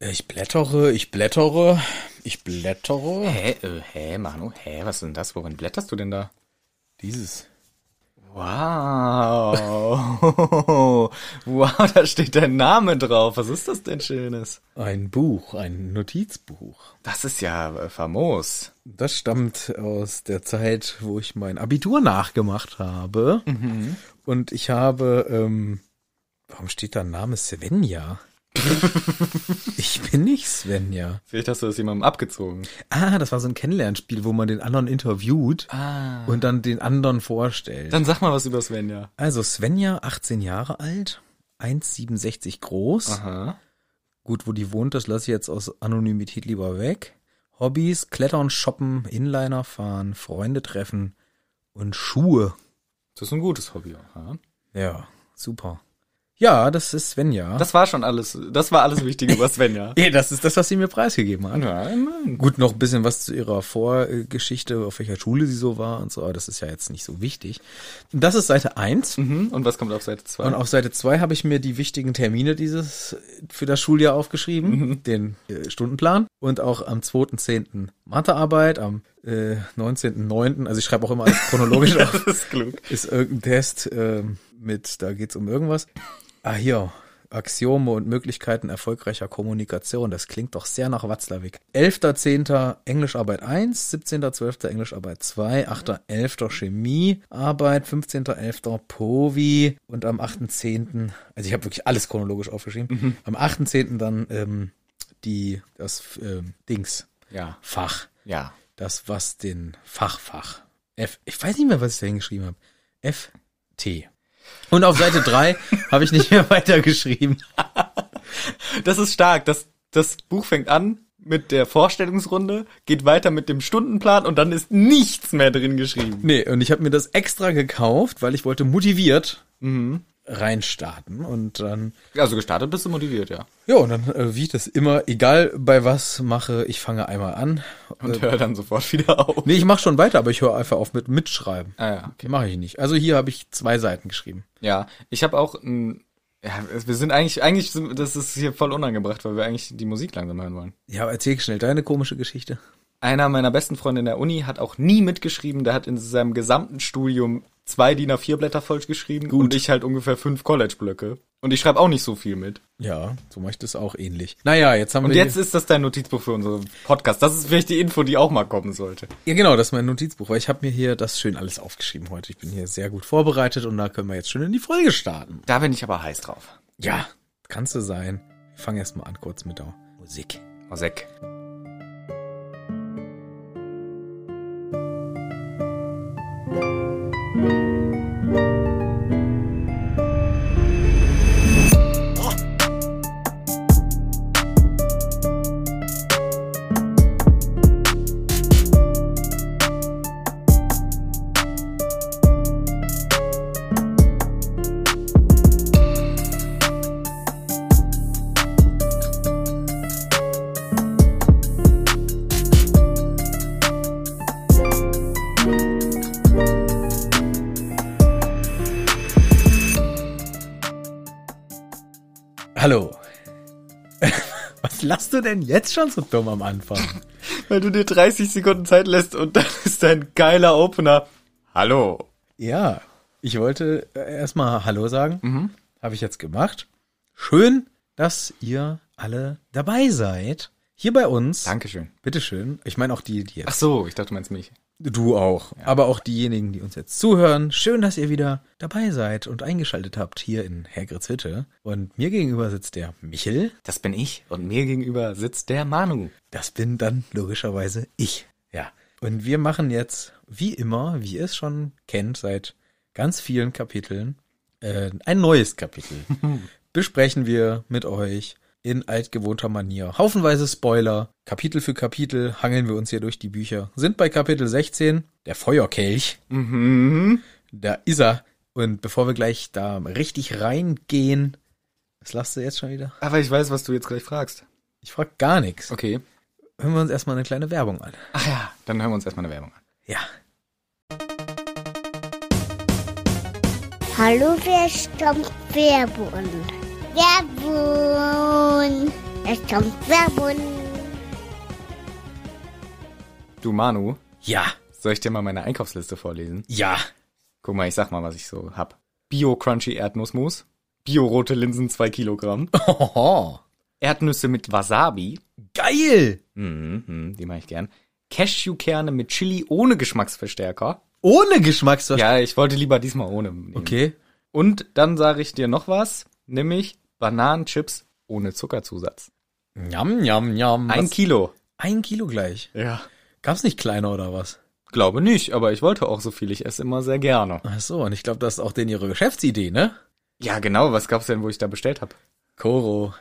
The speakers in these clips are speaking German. Ich blättere, ich blättere, ich blättere. Hä, äh, hä, Manu, hä, was ist denn das? Worin blätterst du denn da? Dieses. Wow. wow, da steht dein Name drauf. Was ist das denn Schönes? Ein Buch, ein Notizbuch. Das ist ja äh, famos. Das stammt aus der Zeit, wo ich mein Abitur nachgemacht habe. Und ich habe, ähm, warum steht da Name Svenja? ich bin nicht Svenja. Vielleicht hast du das jemandem abgezogen. Ah, das war so ein Kennenlernspiel, wo man den anderen interviewt Ah. und dann den anderen vorstellt. Dann sag mal was über Svenja. Also Svenja, 18 Jahre alt, 1,67 groß. Aha. Gut, wo die wohnt, das lasse ich jetzt aus Anonymität lieber weg. Hobbys, Klettern, Shoppen, Inliner fahren, Freunde treffen und Schuhe. Das ist ein gutes Hobby. Aha. Ja, super. Ja, das ist Svenja. Das war schon alles, das war alles Wichtige über Svenja. ja, das ist das, was sie mir preisgegeben hat. Nein. Gut, noch ein bisschen was zu ihrer Vorgeschichte, auf welcher Schule sie so war und so, aber das ist ja jetzt nicht so wichtig. Das ist Seite 1. Mhm. Und was kommt auf Seite 2? Und auf Seite 2 habe ich mir die wichtigen Termine dieses für das Schuljahr aufgeschrieben, den äh, Stundenplan und auch am 2.10. Mathearbeit, am äh, 19.9., also ich schreibe auch immer alles chronologisch auf, Das ist klug. ist irgendein Test ähm, mit, da geht's um irgendwas. Ah, hier. Axiome und Möglichkeiten erfolgreicher Kommunikation. Das klingt doch sehr nach Watzlawick. 11.10. Englischarbeit 1, 17.12. Englischarbeit 2, 8.11. Chemiearbeit, 15.11. Povi und am 8.10. Also ich habe wirklich alles chronologisch aufgeschrieben. Am 8.10. dann ähm, die, das ähm, Dings, Ja. Fach Ja. das, was den Fachfach. F, ich weiß nicht mehr, was ich da hingeschrieben habe. F, T. Und auf Seite 3 habe ich nicht mehr weitergeschrieben. Das ist stark. Das, das Buch fängt an mit der Vorstellungsrunde, geht weiter mit dem Stundenplan und dann ist nichts mehr drin geschrieben. Nee, und ich habe mir das extra gekauft, weil ich wollte motiviert Mhm. reinstarten. Und dann, Also gestartet bist du motiviert, ja. ja, und dann, äh, wie ich das immer, egal bei was mache, ich fange einmal an. Äh, Und hör dann sofort wieder auf. Nee, ich mache schon weiter, aber ich höre einfach auf mit Mitschreiben. Ah, ja. Okay. Mache ich nicht. Also hier habe ich zwei Seiten geschrieben. Ja, ich habe auch ein. Ja, wir sind eigentlich, eigentlich, sind, das ist hier voll unangebracht, weil wir eigentlich die Musik langsam hören wollen. Ja, aber erzähl schnell deine komische Geschichte. Einer meiner besten Freunde in der Uni hat auch nie mitgeschrieben, der hat in seinem gesamten Studium zwei DIN A4 Blätter voll geschrieben und ich halt ungefähr fünf College Blöcke. Und ich schreibe auch nicht so viel mit. Ja, so mache ich das auch ähnlich. Naja, jetzt haben Und wir... jetzt ist das dein Notizbuch für unseren Podcast. Das ist vielleicht die Info, die auch mal kommen sollte. Ja, genau, das ist mein Notizbuch, weil ich habe mir hier das schön alles aufgeschrieben heute. Ich bin hier sehr gut vorbereitet und da können wir jetzt schön in die Folge starten. Da bin ich aber heiß drauf. Ja, kannst du sein. Wir fangen erstmal an kurz mit der Musik. Osek. Hallo. Was lachst du denn jetzt schon so dumm am Anfang? Weil du dir 30 Sekunden Zeit lässt und dann ist dein geiler Opener. Hallo. Ja, ich wollte äh, erstmal Hallo sagen. Habe ich jetzt gemacht. Schön, dass ihr alle dabei seid. Hier bei uns. Dankeschön. Bitteschön. Ich meine auch die, die jetzt Ach so, ich dachte, du meinst mich. Du auch. Aber auch diejenigen, die uns jetzt zuhören. Schön, dass ihr wieder dabei seid und eingeschaltet habt hier in Hagridshütte. Und mir gegenüber sitzt der Michel. Das bin ich. Und mir gegenüber sitzt der Manu. Das bin dann logischerweise ich. Ja. Und wir machen jetzt, wie immer, wie ihr es schon kennt, seit ganz vielen Kapiteln, äh, ein neues Kapitel. Besprechen wir mit euch in altgewohnter Manier. Haufenweise Spoiler. Kapitel für Kapitel hangeln wir uns hier durch die Bücher. Sind bei Kapitel 16, der Feuerkelch. Mhm. Da ist er. Und bevor wir gleich da richtig reingehen, was lachst du jetzt schon wieder? Aber ich weiß, was du jetzt gleich fragst. Ich frag gar nichts. Okay. Hören wir uns erstmal eine kleine Werbung an. Ach ja, dann hören wir uns erstmal eine Werbung an. Ja. Hallo, wer stammt Werbun? Werbun. Es kommt Werbung. Du Manu, Ja, soll ich dir mal meine Einkaufsliste vorlesen? ja. Guck mal, ich sag mal, was ich so hab. Bio Crunchy Erdnussmus, Bio rote Linsen 2 Kilogramm, Hoho. Erdnüsse mit Wasabi, Geil! mhm, mhm, die mache ich gern. Cashewkerne mit Chili ohne Geschmacksverstärker. Ohne Geschmacksverstärker. Ja, ich wollte lieber diesmal ohne. Nehmen. Okay. Und dann sage ich dir noch was, nämlich Bananenchips ohne Zuckerzusatz. Njam, njam, njam. Ein Was? Kilo. Ein Kilo gleich. Ja. Gab's nicht kleiner oder was? Glaube nicht, aber ich wollte auch so viel. Ich esse immer sehr gerne. Ach so, und ich glaube, das ist auch denn ihre Geschäftsidee, ne? Ja, genau. Was gab's denn, wo ich da bestellt habe? Koro.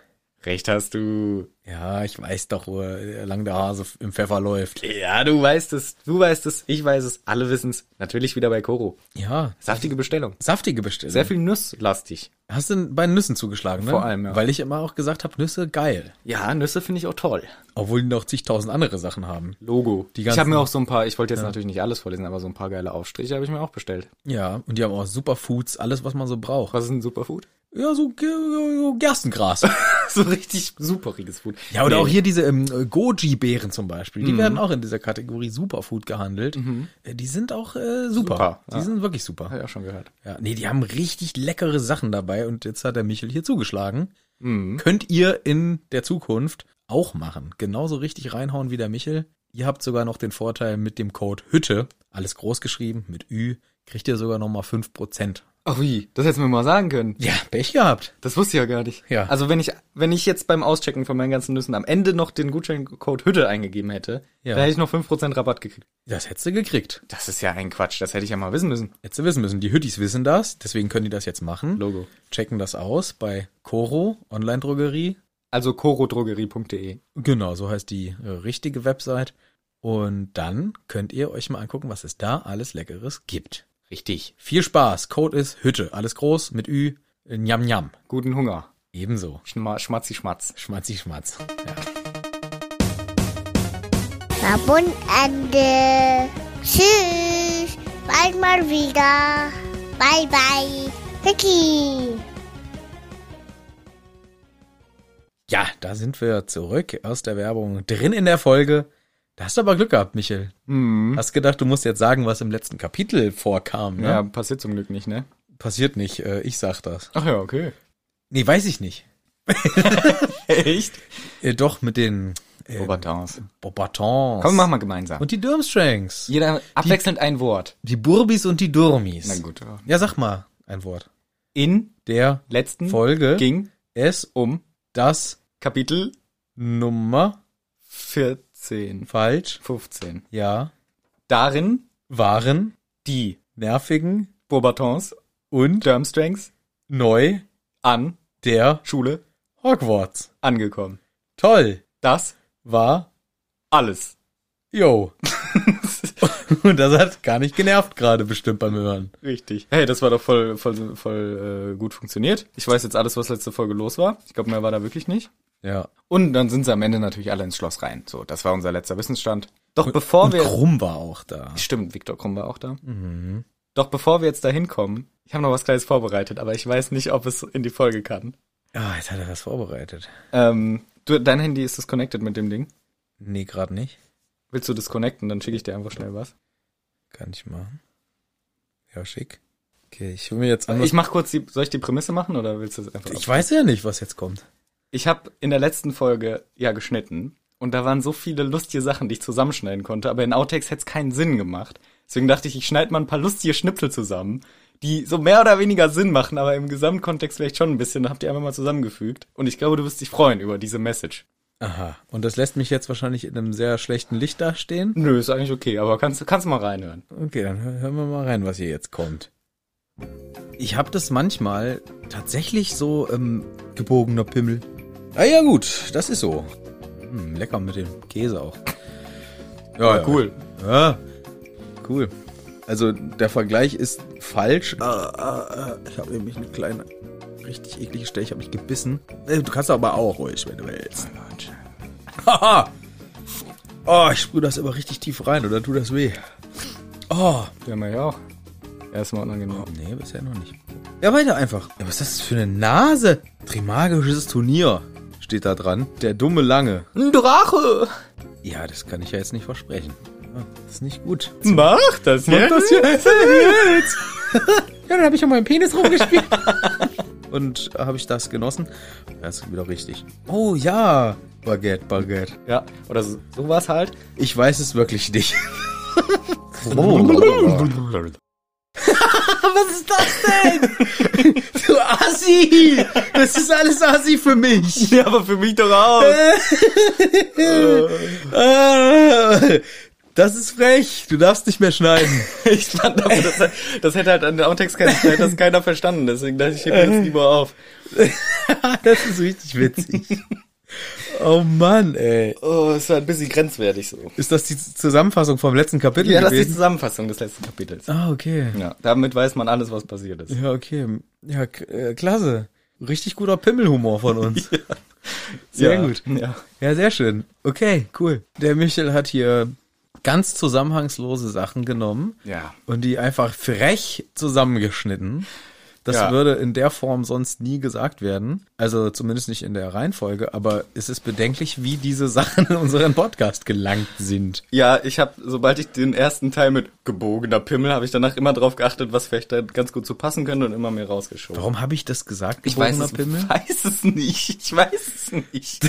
Recht hast du. Ja, ich weiß doch, wo äh, lang der Hase f- im Pfeffer läuft. Ja, du weißt es. Du weißt es. Ich weiß es. Alle wissen's. Natürlich wieder bei Koro. Ja, Saftige Bestellung. saftige Bestellung. Sehr viel nusslastig. Hast du bei Nüssen zugeschlagen, ne? Vor allem, ja. Weil ich immer auch gesagt habe, Nüsse geil. Ja, Nüsse finde ich auch toll. Obwohl die noch zigtausend andere Sachen haben. Logo. Die ich habe ganzen- mir auch so ein paar, ich wollte jetzt natürlich nicht alles vorlesen, aber so ein paar geile Aufstriche habe ich mir auch bestellt. Ja, und die haben auch Superfoods, alles, was man so braucht. Was ist ein Superfood? Ja, so, Ge- so Gerstengras. so richtig superiges Food. ja, oder Nee. Mhm. auch hier diese ähm, Goji-Beeren zum Beispiel. Die werden auch in dieser Kategorie Superfood gehandelt. Äh, Die sind auch äh, super. Super, Die sind wirklich super. Hab ich auch schon gehört. Ja, nee, die haben richtig leckere Sachen dabei und jetzt hat der Michel hier zugeschlagen. Könnt ihr in der Zukunft auch machen. Genauso richtig reinhauen wie der Michel. Ihr habt sogar noch den Vorteil mit dem Code Hütte, alles groß geschrieben, mit Ü, kriegt ihr sogar nochmal 5%. Ach wie, das hättest du mir mal sagen können. Ja, Pech gehabt. Das wusste ich ja gar nicht. Ja. Also wenn ich, wenn ich jetzt beim Auschecken von meinen ganzen Nüssen am Ende noch den Gutscheincode Hütte eingegeben hätte, Ja. dann hätte ich noch 5% Rabatt gekriegt. Das hättest du gekriegt. Das ist ja ein Quatsch, das hätte ich ja mal wissen müssen. Hättest du wissen müssen. Die Hüttis wissen das, deswegen können die das jetzt machen. Logo. Checken das aus bei Coro Online-Drogerie. Also corodrogerie.de. Genau, so heißt die äh, richtige Website. Und dann könnt ihr euch mal angucken, was es da alles Leckeres gibt. Richtig. Viel Spaß. Code ist Hütte. Alles groß mit Ü. Njam Njam. Guten Hunger. Ebenso. Schma Schmatzi Schmatz. Schmatzi Schmatz. Ja. Werbung Ende. Tschüss. Bald mal wieder. Bye bye. Vicky. ja, da sind wir zurück aus der Werbung. Drin in der Folge. Da hast du aber Glück gehabt, Michel. Mhm. Hast gedacht, du musst jetzt sagen, was im letzten Kapitel vorkam. Ne? Ja, passiert zum Glück nicht, ne? Passiert nicht. Äh, ich sag das. Ach ja, okay. Nee, weiß ich nicht. Echt? Äh, doch, mit den äh, Obertaus. Bobatons. Komm, machen wir gemeinsam. Und die Durmstrangs. Jeder abwechselnd ein Wort. Die Burbis und die Durmis. Na gut. Ja, sag mal ein Wort. In Der letzten Folge ging es um das Kapitel Nummer 14, falsch. 15. Ja, Darin waren die nervigen Bourbatons und Durmstrangs neu an der Schule Hogwarts. angekommen. Toll Das war, alles. yo. und das hat gar nicht genervt gerade bestimmt beim Hören. Richtig. Hey, das war doch voll, voll, voll äh, gut funktioniert. Ich weiß jetzt alles, was letzte Folge los war. Ich glaube, mehr war da wirklich nicht. Ja. Und dann sind sie am Ende natürlich alle ins Schloss rein. So, das war unser letzter Wissensstand. Doch bevor Und wir... Krumm war auch da. Stimmt, Viktor Krumm war auch da. Doch bevor wir jetzt da hinkommen, ich habe noch was Kleines vorbereitet, aber ich weiß nicht, ob es in die Folge kann. Ah, jetzt hat er das vorbereitet. Ähm, du, dein Handy ist disconnected mit dem Ding. Nee, gerade nicht. Willst du disconnecten, dann schicke ich dir einfach schnell was. Kann ich machen. Ja, schick. Okay, ich will mir jetzt Ich mach kurz die, soll ich die Prämisse machen oder willst du es einfach? Also Ich weiß ja nicht, was jetzt kommt. Ich habe in der letzten Folge ja geschnitten und da waren so viele lustige Sachen, die ich zusammenschneiden konnte, aber in Outtakes hätte es keinen Sinn gemacht. Deswegen dachte ich, ich schneide mal ein paar lustige Schnipsel zusammen, die so mehr oder weniger Sinn machen, aber im Gesamtkontext vielleicht schon ein bisschen. Dann habt ihr einfach mal zusammengefügt und ich glaube, du wirst dich freuen über diese Message. Aha. Und das lässt mich jetzt wahrscheinlich in einem sehr schlechten Licht dastehen. Nö, ist eigentlich okay, aber kannst du kannst mal reinhören. Okay, dann hö- hören wir mal rein, was hier jetzt kommt. Ich habe das manchmal tatsächlich so ähm, gebogener Pimmel. Ah ja gut, das ist so. Hm, lecker mit dem Käse auch. Ja, ja. Cool. Ja, cool. Also der Vergleich ist falsch. Ah, ah, ah, ich habe nämlich eine kleine, richtig eklige Stelle. Ich habe mich gebissen. Äh, Du kannst aber auch ruhig, wenn du willst. Haha. Oh, ich sprühe das immer richtig tief rein oder tut das weh. Oh. Ja, mal ja auch. Erstmal unangenehm. Nee, bisher noch nicht. Ja, weiter einfach. Ja, was ist das für eine Nase? Trimagisches Turnier. steht da dran. Der dumme Lange. Ein Drache! Ja, das kann ich ja jetzt nicht versprechen. Ja, ist nicht gut. Mach das jetzt! jetzt. ja, dann habe ich um meinen Penis rumgespielt. Und habe ich das genossen? Ja, ist wieder richtig. Oh ja, Baguette, Baguette. Ja, oder so, sowas halt. Ich weiß es wirklich nicht. Was ist das denn? du Assi! Das ist alles Assi für mich. ja, aber für mich doch auch. Ah, Das ist frech. Du darfst nicht mehr schneiden. Ich fand aber, das, das hätte halt an den Outtakes keiner, hätte das keiner verstanden, deswegen dachte ich, ich hebe jetzt lieber auf. das ist richtig witzig. Oh Mann, ey. Oh, ist halt ein bisschen grenzwertig so. Ist das die Zusammenfassung vom letzten Kapitel Ja, das ist die gewesen? Zusammenfassung des letzten Kapitels. ah, okay. Ja, damit weiß man alles, was passiert ist. Ja, okay. Ja, k- äh, klasse. Richtig guter Pimmelhumor von uns. Sehr ja, gut. Ja. Ja, sehr schön. Okay, cool. Der Michel hat hier ganz zusammenhangslose Sachen genommen Ja. und die einfach frech zusammengeschnitten. Das Ja. würde in der Form sonst nie gesagt werden. Also zumindest nicht in der Reihenfolge, aber es ist bedenklich, wie diese Sachen in unseren Podcast gelangt sind. Ja, ich habe, sobald ich den ersten Teil mit gebogener Pimmel, habe ich danach immer drauf geachtet, was vielleicht da ganz gut zu passen könnte und immer mir rausgeschoben. Warum habe ich das gesagt? Ich weiß, gebogener es, weiß es nicht. Ich weiß es nicht.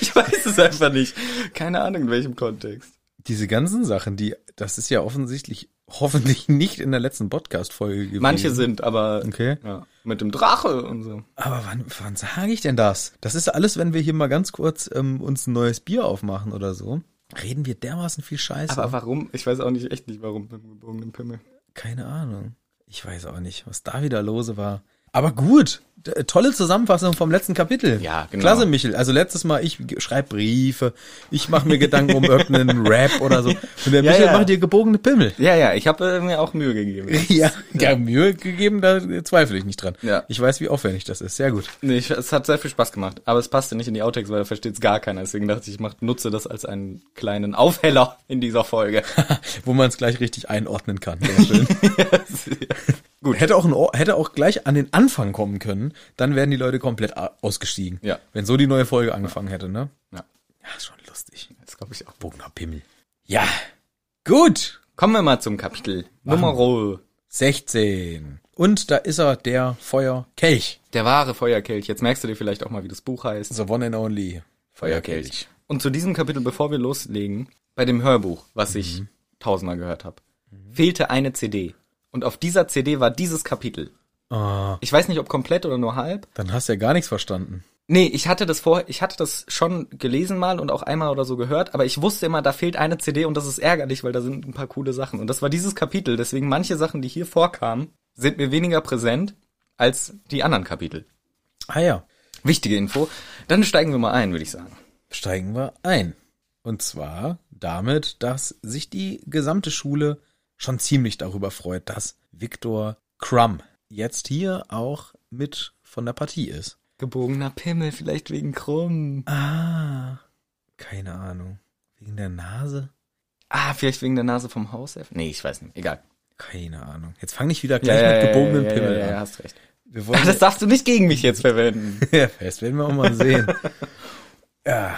ich weiß es einfach nicht. Keine Ahnung, in welchem Kontext. Diese ganzen Sachen, die, das ist ja offensichtlich, hoffentlich nicht in der letzten Podcast-Folge gewesen. Manche sind, aber Okay. ja, mit dem Drache und so. Aber wann, wann sage ich denn das? Das ist alles, wenn wir hier mal ganz kurz ähm, uns ein neues Bier aufmachen oder so. Reden wir dermaßen viel Scheiße. Aber warum? Ich weiß auch nicht, echt nicht, warum mit dem gebogenen Pimmel. Keine Ahnung. Ich weiß auch nicht, was da wieder lose war. Aber gut, D- äh, tolle Zusammenfassung vom letzten Kapitel. Ja, genau. Klasse, Michel. Also letztes Mal, ich schreibe Briefe, ich mache mir Gedanken um irgendeinen Rap oder so. Und der Ja, Michel ja. macht dir gebogene Pimmel. Ja, ja, ich habe äh, mir auch Mühe gegeben. Ja, ja, Mühe gegeben, da äh, zweifle ich nicht dran. Ja. Ich weiß, wie aufwendig das ist. Sehr gut. Nee, ich, es hat sehr viel Spaß gemacht, aber es passte nicht in die Outtakes, weil da versteht es gar keiner. Deswegen dachte ich, ich mach, nutze das als einen kleinen Aufheller in dieser Folge. Wo man es gleich richtig einordnen kann. Sehr schön. Gut. Hätte auch, ein, Ohr- hätte auch gleich an den Anfang kommen können, dann wären die Leute komplett a- ausgestiegen. Ja. Wenn so die neue Folge angefangen hätte, ne? Ja, Ja, ist schon lustig. das glaube ich auch. Bogener Pimmel. Ja. Gut. Kommen wir mal zum Kapitel Nummer 16. Und da ist er, der Feuerkelch. der wahre Feuerkelch. Jetzt merkst du dir vielleicht auch mal, wie das Buch heißt. The one and only Äh, Feuerkelch. Und zu diesem Kapitel, bevor wir loslegen, bei dem Hörbuch, was ich tausendmal gehört habe, fehlte eine CD. Und auf dieser CD war dieses Kapitel. Ah, Ich weiß nicht, ob komplett oder nur halb. dann hast du ja gar nichts verstanden. Nee, ich hatte das vor, ich hatte das schon gelesen mal und auch einmal oder so gehört, aber ich wusste immer, da fehlt eine CD und das ist ärgerlich, weil da sind ein paar coole Sachen. Und das war dieses Kapitel, deswegen manche Sachen, die hier vorkamen, sind mir weniger präsent als die anderen Kapitel. Ah ja. Wichtige Info. Dann steigen wir mal ein, würde ich sagen. Steigen wir ein. Und zwar damit, dass sich die gesamte Schule schon ziemlich darüber freut, dass Viktor Crumb jetzt hier auch mit von der Partie ist. Gebogener Pimmel, vielleicht wegen krumm. Ah, keine Ahnung. Wegen der Nase? Ah, vielleicht wegen der Nase vom Hauself? Nee, ich weiß nicht. Egal. Keine Ahnung. Jetzt fang nicht wieder gleich mit gebogenen gebogenem Pimmel ja, ja, an. hast recht. Wir Ah, wollen Das darfst du nicht gegen mich jetzt verwenden. ja, das werden wir auch mal sehen. ja.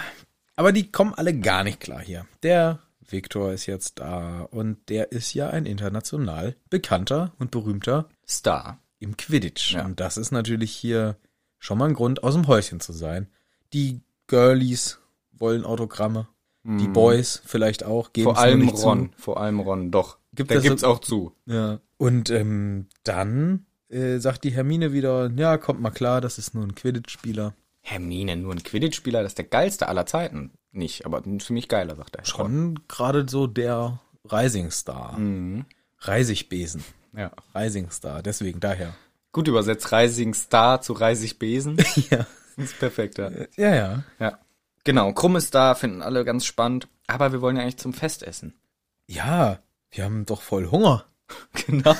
Aber die kommen alle gar nicht klar hier. Der Viktor ist jetzt da und der ist ja ein international bekannter und berühmter Star. im Quidditch. Ja. Und das ist natürlich hier schon mal ein Grund, aus dem Häuschen zu sein. Die Girlies wollen Autogramme. Die Boys vielleicht auch. Geben Mhm. Vor es nur allem nicht zu. Ron. Vor allem Ron, doch. Gibt da das so- gibt's auch zu. Ja. Und ähm, dann äh, sagt die Hermine wieder, ja, kommt mal klar, das ist nur ein Quidditch-Spieler. Hermine, nur ein Quidditch-Spieler, das ist der geilste aller Zeiten. Nicht, aber ein ziemlich geiler, sagt er. Schon gerade so der Rising-Star. Reisigbesen. Ja. Rising-Star, deswegen daher. Gut übersetzt, Rising Star zu Reisig Besen. Ja. Das ist perfekt, ja. Ja, ja. ja. Genau, Krumm ist da, finden alle ganz spannend. Aber wir wollen ja eigentlich zum Festessen. Ja, wir haben doch voll Hunger, Genau.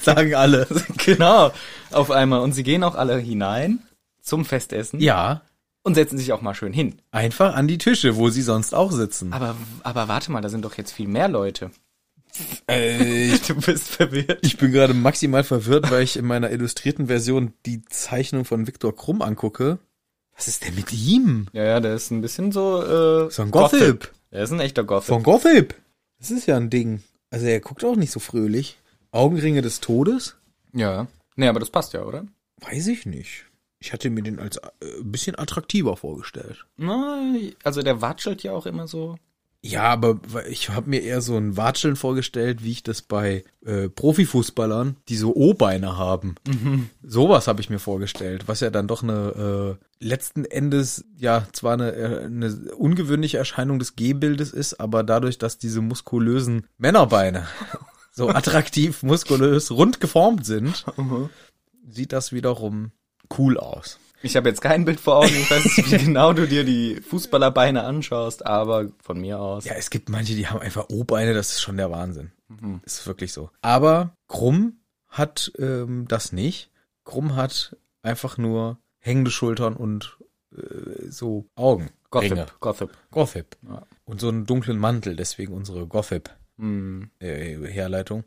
sagen alle. genau. Auf einmal. Und sie gehen auch alle hinein zum Festessen Ja, und setzen sich auch mal schön hin. einfach an die Tische, wo sie sonst auch sitzen. Aber, aber warte mal, da sind doch jetzt viel mehr Leute. Äh, Du bist verwirrt. ich bin gerade maximal verwirrt, weil ich in meiner illustrierten Version die Zeichnung von Viktor Krumm angucke Was ist denn mit ihm? Ja, ja, der ist ein bisschen so, äh, So ein Gothip. Der ist ein echter Gothip. Von Gothip. Das ist ja ein Ding. Also er guckt auch nicht so fröhlich. Augenringe des Todes? ja. Nee, aber das passt ja, oder? Weiß ich nicht. Ich hatte mir den als äh, ein bisschen attraktiver vorgestellt. Na, also der watschelt ja auch immer so. Ja, aber ich habe mir eher so ein Watscheln vorgestellt, wie ich das bei äh, Profifußballern, die so O-Beine haben. Sowas habe ich mir vorgestellt, was ja dann doch eine äh, letzten Endes ja zwar eine, äh, eine ungewöhnliche Erscheinung des G-Bildes ist, aber dadurch, dass diese muskulösen Männerbeine so attraktiv, muskulös, rund geformt sind, sieht das wiederum cool aus. Ich habe jetzt kein Bild vor Augen, ich weiß nicht, wie genau du dir die Fußballerbeine anschaust, aber von mir aus. Ja, es gibt manche, die haben einfach O-Beine, das ist schon der Wahnsinn. Ist wirklich so. Aber Krumm hat ähm, das nicht. Krumm hat einfach nur hängende Schultern und äh, so Augen. Ringe. Gothip, Gothip. Gothip. Ja. Und so einen dunklen Mantel, deswegen unsere Gothip-Herleitung. Hm. Äh, Herleitung.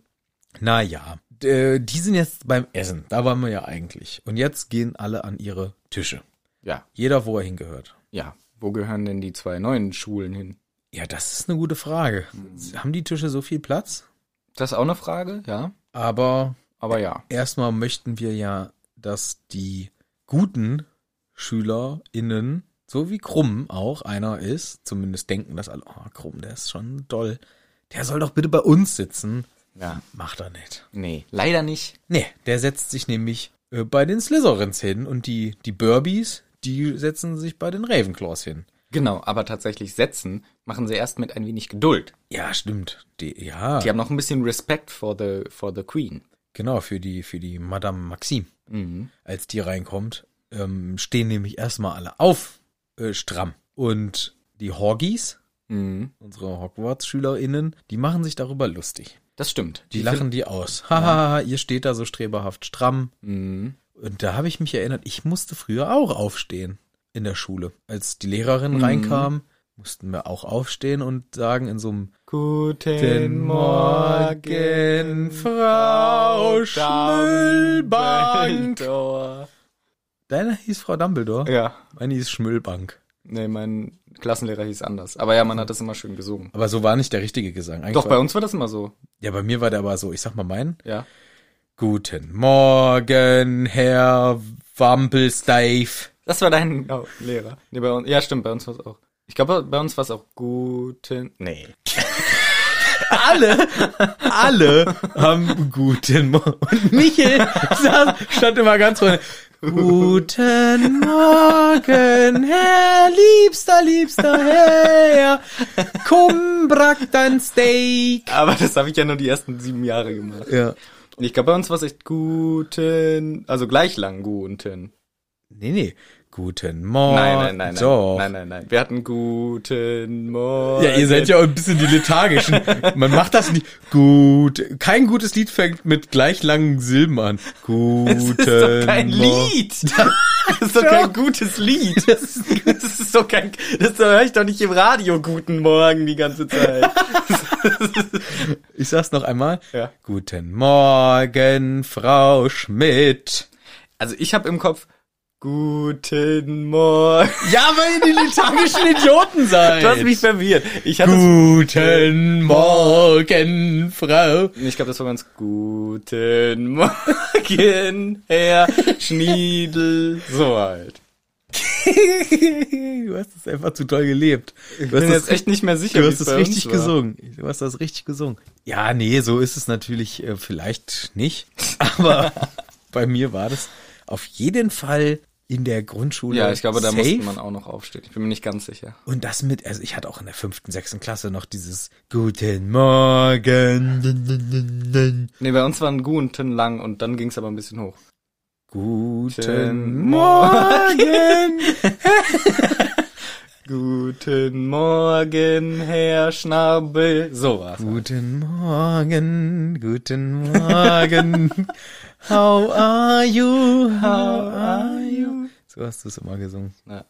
naja, äh, die sind jetzt beim Essen. Da waren wir ja eigentlich. Und jetzt gehen alle an ihre Tische. Ja, Jeder, wo er hingehört. ja. Wo gehören denn die zwei neuen Schulen hin? Ja, das ist eine gute Frage. Haben die Tische so viel Platz? Das ist auch eine Frage, ja. Aber Aber ja. erstmal möchten wir ja, dass die guten SchülerInnen, so wie Krumm auch einer ist, zumindest denken das alle, oh, Krumm, der ist schon doll. Der soll doch bitte bei uns sitzen. Ja. Macht er nicht. Nee, leider nicht. Nee, der setzt sich nämlich äh, bei den Slytherins hin und die, die Burbys, die setzen sich bei den Ravenclaws hin. Genau, aber tatsächlich setzen machen sie erst mit ein wenig Geduld. Ja, stimmt. Die, ja, Die haben noch ein bisschen Respekt for the, for the Queen. genau, für die, für die Madame Maxime. Mhm. als die reinkommt, ähm, stehen nämlich erstmal alle auf, äh, stramm. Und die Horgies, Mhm. unsere Hogwarts-SchülerInnen, die machen sich darüber lustig. Das stimmt. Die lachen die aus. Haha, ihr steht da so streberhaft stramm. Mhm. Und da habe ich mich erinnert, ich musste früher auch aufstehen in der Schule. Als die Lehrerin reinkam, mussten wir auch aufstehen und sagen in so einem Guten Guten Morgen, Frau Schmüllbank. Deiner hieß Frau Dumbledore, Ja, meine hieß Schmüllbank. nee, mein Klassenlehrer hieß anders. Aber ja, man hat das immer schön gesungen. Aber so war nicht der richtige Gesang. Eigentlich Doch, war, bei uns war das immer so. Ja, bei mir war der aber so, ich sag mal meinen. Ja. Guten Morgen, Herr Wampelsteif. Das war dein oh, Lehrer. Nee, bei uns, ja, stimmt, bei uns war es auch. Ich glaube, bei uns war es auch guten. Nee. Alle, alle haben guten Morgen. Und Michel saß, stand immer ganz vorne. Guten Morgen, Herr, liebster, liebster Herr. Komm, brack dein Steak. Aber das habe ich ja nur die ersten sieben Jahre gemacht. Ja. Und ich glaube, bei uns war es echt guten. Also gleich lang guten. Nee, nee. Guten Morgen. Nein, nein, nein, nein. Doch. Nein, nein, nein. Wir hatten guten Morgen. Ja, ihr seid ja auch ein bisschen die lethargischen. Man macht das nicht. Gut. Kein gutes Lied fängt mit gleich langen Silben an. Guten Das ist doch kein Morgen. Lied. Das ist doch kein gutes Lied. Das ist, das ist doch kein. Das höre ich doch nicht im Radio. Guten Morgen die ganze Zeit. Ich sag's noch einmal. Ja. Guten Morgen, Frau Schmidt. Also ich habe im Kopf Guten Morgen. Ja, weil die lethargischen Idioten seid. Du hast mich verwirrt. Ich hatte Guten Morgen, Frau. Ich glaube, das war ganz Guten Morgen, Herr Schniedel. So halt. Du hast es einfach zu toll gelebt. Du Ich hast bin das jetzt echt nicht mehr sicher. Du wie hast es es bei richtig uns war. gesungen. Du hast das richtig gesungen. Ja, nee, so ist es natürlich äh, vielleicht nicht. Aber bei mir war das auf jeden Fall in der Grundschule. Ja, ich glaube, da safe. musste man auch noch aufstehen. Ich bin mir nicht ganz sicher. Und das mit, also ich hatte auch in der fünften, sechsten Klasse noch dieses Guten Morgen. Nee, bei uns waren Guten lang und dann ging es aber ein bisschen hoch. Guten Morgen. Guten Morgen, Herr Schnabel. So war's. Guten Morgen, guten Morgen. How are you? How are you? So hast du es immer gesungen. Ja.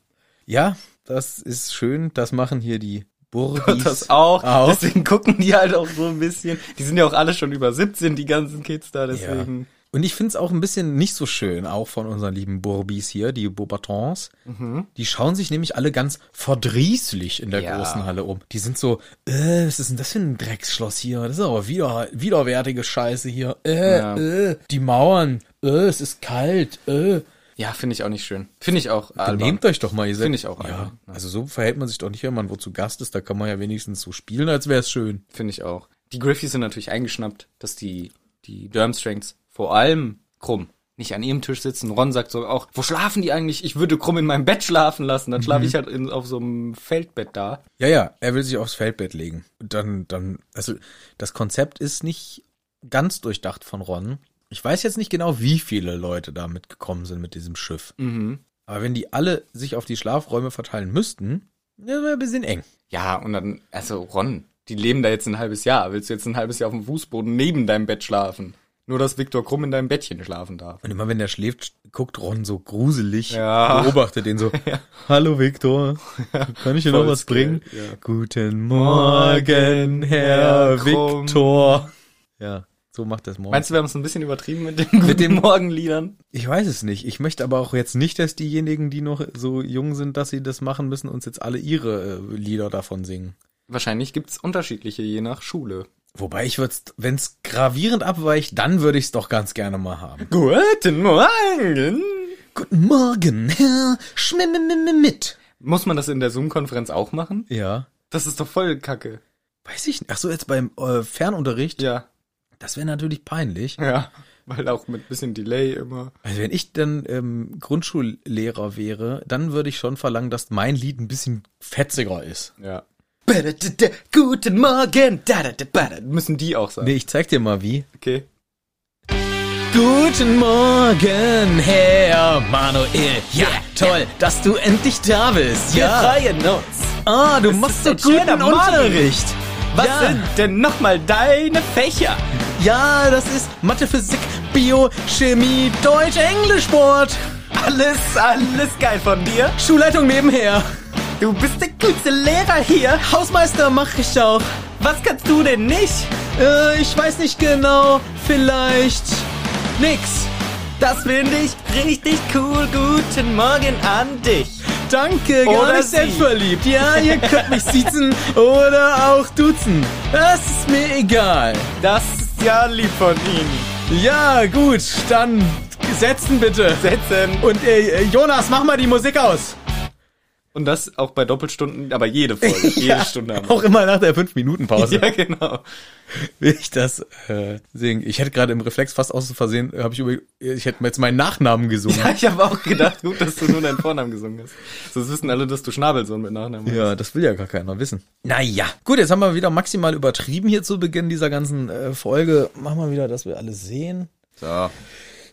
Ja, das ist schön. Das machen hier die Burgis. Das auch. Auch. Deswegen gucken die halt auch so ein bisschen. Die sind ja auch alle schon über 17, die ganzen Kids da, deswegen. Und ich finde es auch ein bisschen nicht so schön, auch von unseren lieben Bourbis hier, die Beaubatons. Die schauen sich nämlich alle ganz verdrießlich in der Mhm. Ja. großen Halle um. Die sind so, äh, was ist denn das für ein Drecksschloss hier? Das ist aber wieder, widerwärtige Scheiße hier. Äh, Ja. äh, die Mauern, äh, es ist kalt, äh. Ja, finde ich auch nicht schön. Finde ich auch Dann albern. nehmt euch doch mal, ihr seid- Finde ich auch ja, albern. Also so verhält man sich doch nicht, wenn man wo zu Gast ist. Da kann man ja wenigstens so spielen, als wäre es schön. Finde ich auch. Die Griffys sind natürlich eingeschnappt, dass die, die Durmstrengths vor allem krumm nicht an ihrem Tisch sitzen. Ron sagt sogar auch, wo schlafen die eigentlich? Ich würde krumm in meinem Bett schlafen lassen. Dann schlafe ich halt in, auf so einem Feldbett da. Ja, ja, er will sich aufs Feldbett legen. Und dann, dann, also das Konzept ist nicht ganz durchdacht von Ron. Ich weiß jetzt nicht genau, wie viele Leute da mitgekommen sind mit diesem Schiff. Mhm. Aber wenn die alle sich auf die Schlafräume verteilen müssten, ja, wäre ein bisschen eng. Ja, und dann, also Ron, die leben da jetzt ein halbes Jahr. Willst du jetzt ein halbes Jahr auf dem Fußboden neben deinem Bett schlafen? Nur, dass Viktor Krumm in deinem Bettchen schlafen darf. Und immer wenn der schläft, guckt Ron so gruselig, Ja. beobachtet ihn so. Hallo Viktor, kann ich dir noch Voll was scared, bringen? ja. Guten Morgen, Herr Herr Krumm. Viktor. Ja, so macht das morgen. Meinst du, wir haben es ein bisschen übertrieben mit den, Oh. mit den Morgenliedern? Ich weiß es nicht. Ich möchte aber auch jetzt nicht, dass diejenigen, die noch so jung sind, dass sie das machen müssen, uns jetzt alle ihre äh, Lieder davon singen. Wahrscheinlich gibt's unterschiedliche, je nach Schule. Wobei ich würde wenn es gravierend abweicht, dann würde ich es doch ganz gerne mal haben. Guten Morgen! Guten Morgen, Herr Schmimmimmimmit. Muss man das in der Zoom-Konferenz auch machen? Ja. Das ist doch voll kacke. Weiß ich nicht. Ach so, jetzt beim äh, Fernunterricht. Ja, Das wäre natürlich peinlich. ja. Weil auch mit bisschen Delay immer. Also wenn ich dann ähm, Grundschullehrer wäre, dann würde ich schon verlangen, dass mein Lied ein bisschen fetziger ist. Ja. Guten Morgen! da, da, da, ba, da. Müssen die auch sagen. Nee, ich zeig dir mal wie. Okay. Guten Morgen, Herr Manuel. Ja, toll, dass du endlich da bist. Ja. freuen uns. Ah, du machst ist so ein schöner guten Morgen. Unterricht. Was ja. sind denn nochmal deine Fächer? Ja, das ist Mathe, Physik, Bio, Chemie, Deutsch, Englisch, Sport. Alles, alles geil von dir. Schulleitung nebenher. Du bist der gute Lehrer hier. Hausmeister mache ich auch. Was kannst du denn nicht? Äh, ich weiß nicht genau, vielleicht nix. Das finde ich richtig cool. Guten Morgen an dich. Danke, gar Oder nicht sie. selbstverliebt. Ja, ihr könnt mich siezen oder auch duzen. Das ist mir egal. Das ist ja lieb von Ihnen. Ja, gut, dann setzen bitte. Setzen. Und äh, Jonas, mach mal die Musik aus. Und das auch bei Doppelstunden, aber jede Folge, jede Stunde haben wir. Auch immer nach der 5-Minuten-Pause Ja, genau. will ich das äh, singen. Ich hätte gerade im Reflex fast aus Versehen, habe ich über, ich hätte mir jetzt meinen Nachnamen gesungen. Ja, ich habe auch gedacht, gut, dass du nur deinen Vornamen gesungen hast. Sonst wissen alle, dass du Schnabelsohn mit Nachnamen hast. Ja, das will ja gar keiner wissen. Naja. Gut, jetzt haben wir wieder maximal übertrieben hier zu Beginn dieser ganzen äh, Folge. Machen wir wieder, dass wir alles sehen. So.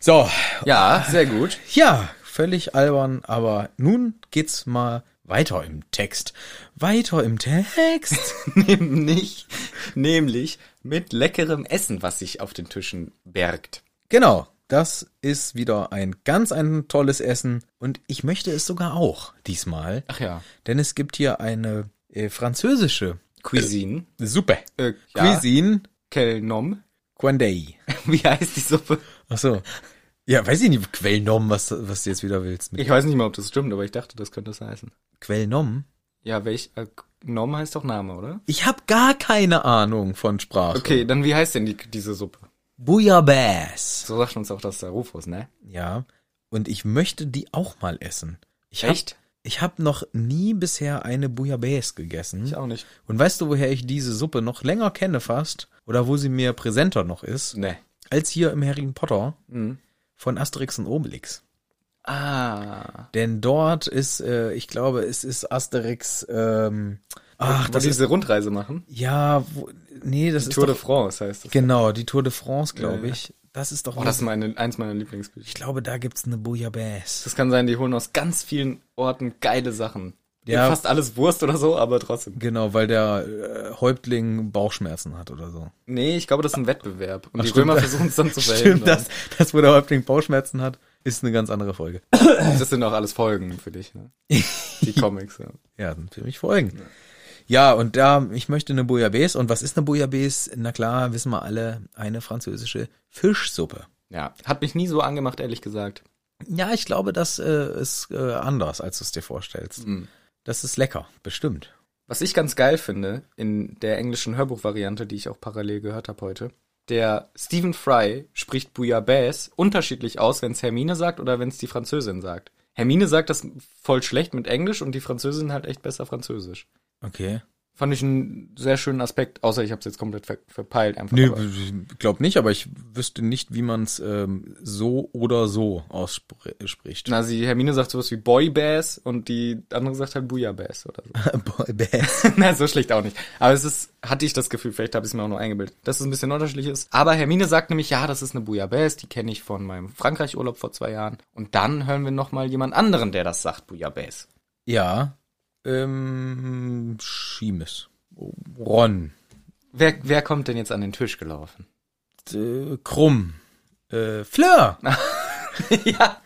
So, Ja, sehr gut. ja, völlig albern, aber nun geht's mal weiter im Text. Weiter im Text. nämlich, nämlich mit leckerem Essen, was sich auf den Tischen bergt. genau, das ist wieder ein ganz ein tolles Essen und ich möchte es sogar auch diesmal, Ach ja. denn es gibt hier eine äh, französische Cuisine. Suppe. Äh, ja. Cuisine Kellnom. Quandei. Wie heißt die Suppe? Ach so. Ja, weiß ich nicht, Quellnom, was, was du jetzt wieder willst. Mit Ich weiß nicht mal, ob das stimmt, aber ich dachte, das könnte es heißen. Quellnom? Ja, welch, äh, Nom heißt doch Name, oder? Ich habe gar keine Ahnung von Sprache. Okay, dann wie heißt denn die, diese Suppe? Bouillabaisse. So sagt uns auch das der Rufus, ne? Ja, und ich möchte die auch mal essen. Ich Echt? Hab, ich habe noch nie bisher eine Bouillabaisse gegessen. auch nicht. Und weißt du, woher ich diese Suppe noch länger kenne fast? Oder wo sie mir präsenter noch ist? Ne. Als hier im Harry Potter Mhm. von Asterix und Obelix. Ah. Denn dort ist, äh, ich glaube, es ist Asterix. Ähm, ach, Wo das die ist diese Rundreise machen? ja, wo, nee, das ist Tour de doch, France heißt das. genau die Tour de France, glaube Ja, ja. ich. Das ist doch. Oh, das ist meine, eins meiner Lieblingsbücher. ich glaube, da gibt's eine Bouillabaisse. Das kann sein, die holen aus ganz vielen Orten geile Sachen. Ja. Fast alles Wurst oder so, aber trotzdem. Genau, weil der äh, Häuptling Bauchschmerzen hat oder so. Nee, ich glaube, das ist ein Wettbewerb. Und die stimmt. Römer versuchen es dann zu verhindern. Stimmt, das, das, wo der Häuptling Bauchschmerzen hat, ist eine ganz andere Folge. Das sind auch alles Folgen für dich, ne? Die Comics, ja. Ja, dann für mich folgen. Ja, und da, ich möchte eine Bouillabaisse. Und was ist eine Bouillabaisse? Na klar, wissen wir alle, eine französische Fischsuppe. Ja, hat mich nie so angemacht, ehrlich gesagt. Ja, ich glaube, das äh, ist äh, anders, als du es dir vorstellst. Das ist lecker, bestimmt. Was ich ganz geil finde, in der englischen Hörbuchvariante, die ich auch parallel gehört habe heute, der Stephen Fry spricht Bouillabaisse unterschiedlich aus, wenn es Hermine sagt oder wenn es die Französin sagt. Hermine sagt das voll schlecht mit Englisch und die Französin halt echt besser Französisch. Okay. Fand ich einen sehr schönen Aspekt, außer ich habe es jetzt komplett ver verpeilt. Einfach Nö, aber- ich glaub nicht, aber ich wüsste nicht, wie man es ähm, so oder so ausspricht. Na, sie, Hermine sagt sowas wie Boy Bass und die andere sagt halt Booyah Bass oder so. Boy Bass. Na, so schlecht auch nicht. Aber es ist, hatte ich das Gefühl, vielleicht habe ich es mir auch nur eingebildet, dass es ein bisschen unterschiedlich ist. Aber Hermine sagt nämlich, ja, das ist eine Booyah Bass, die kenne ich von meinem Frankreich-Urlaub vor zwei Jahren. Und dann hören wir nochmal jemand anderen, der das sagt, Booyah Bass. ja. Ähm, Schiemes. Ron. Wer, wer kommt denn jetzt an den Tisch gelaufen? Äh, Krumm. Äh, Fleur. ja,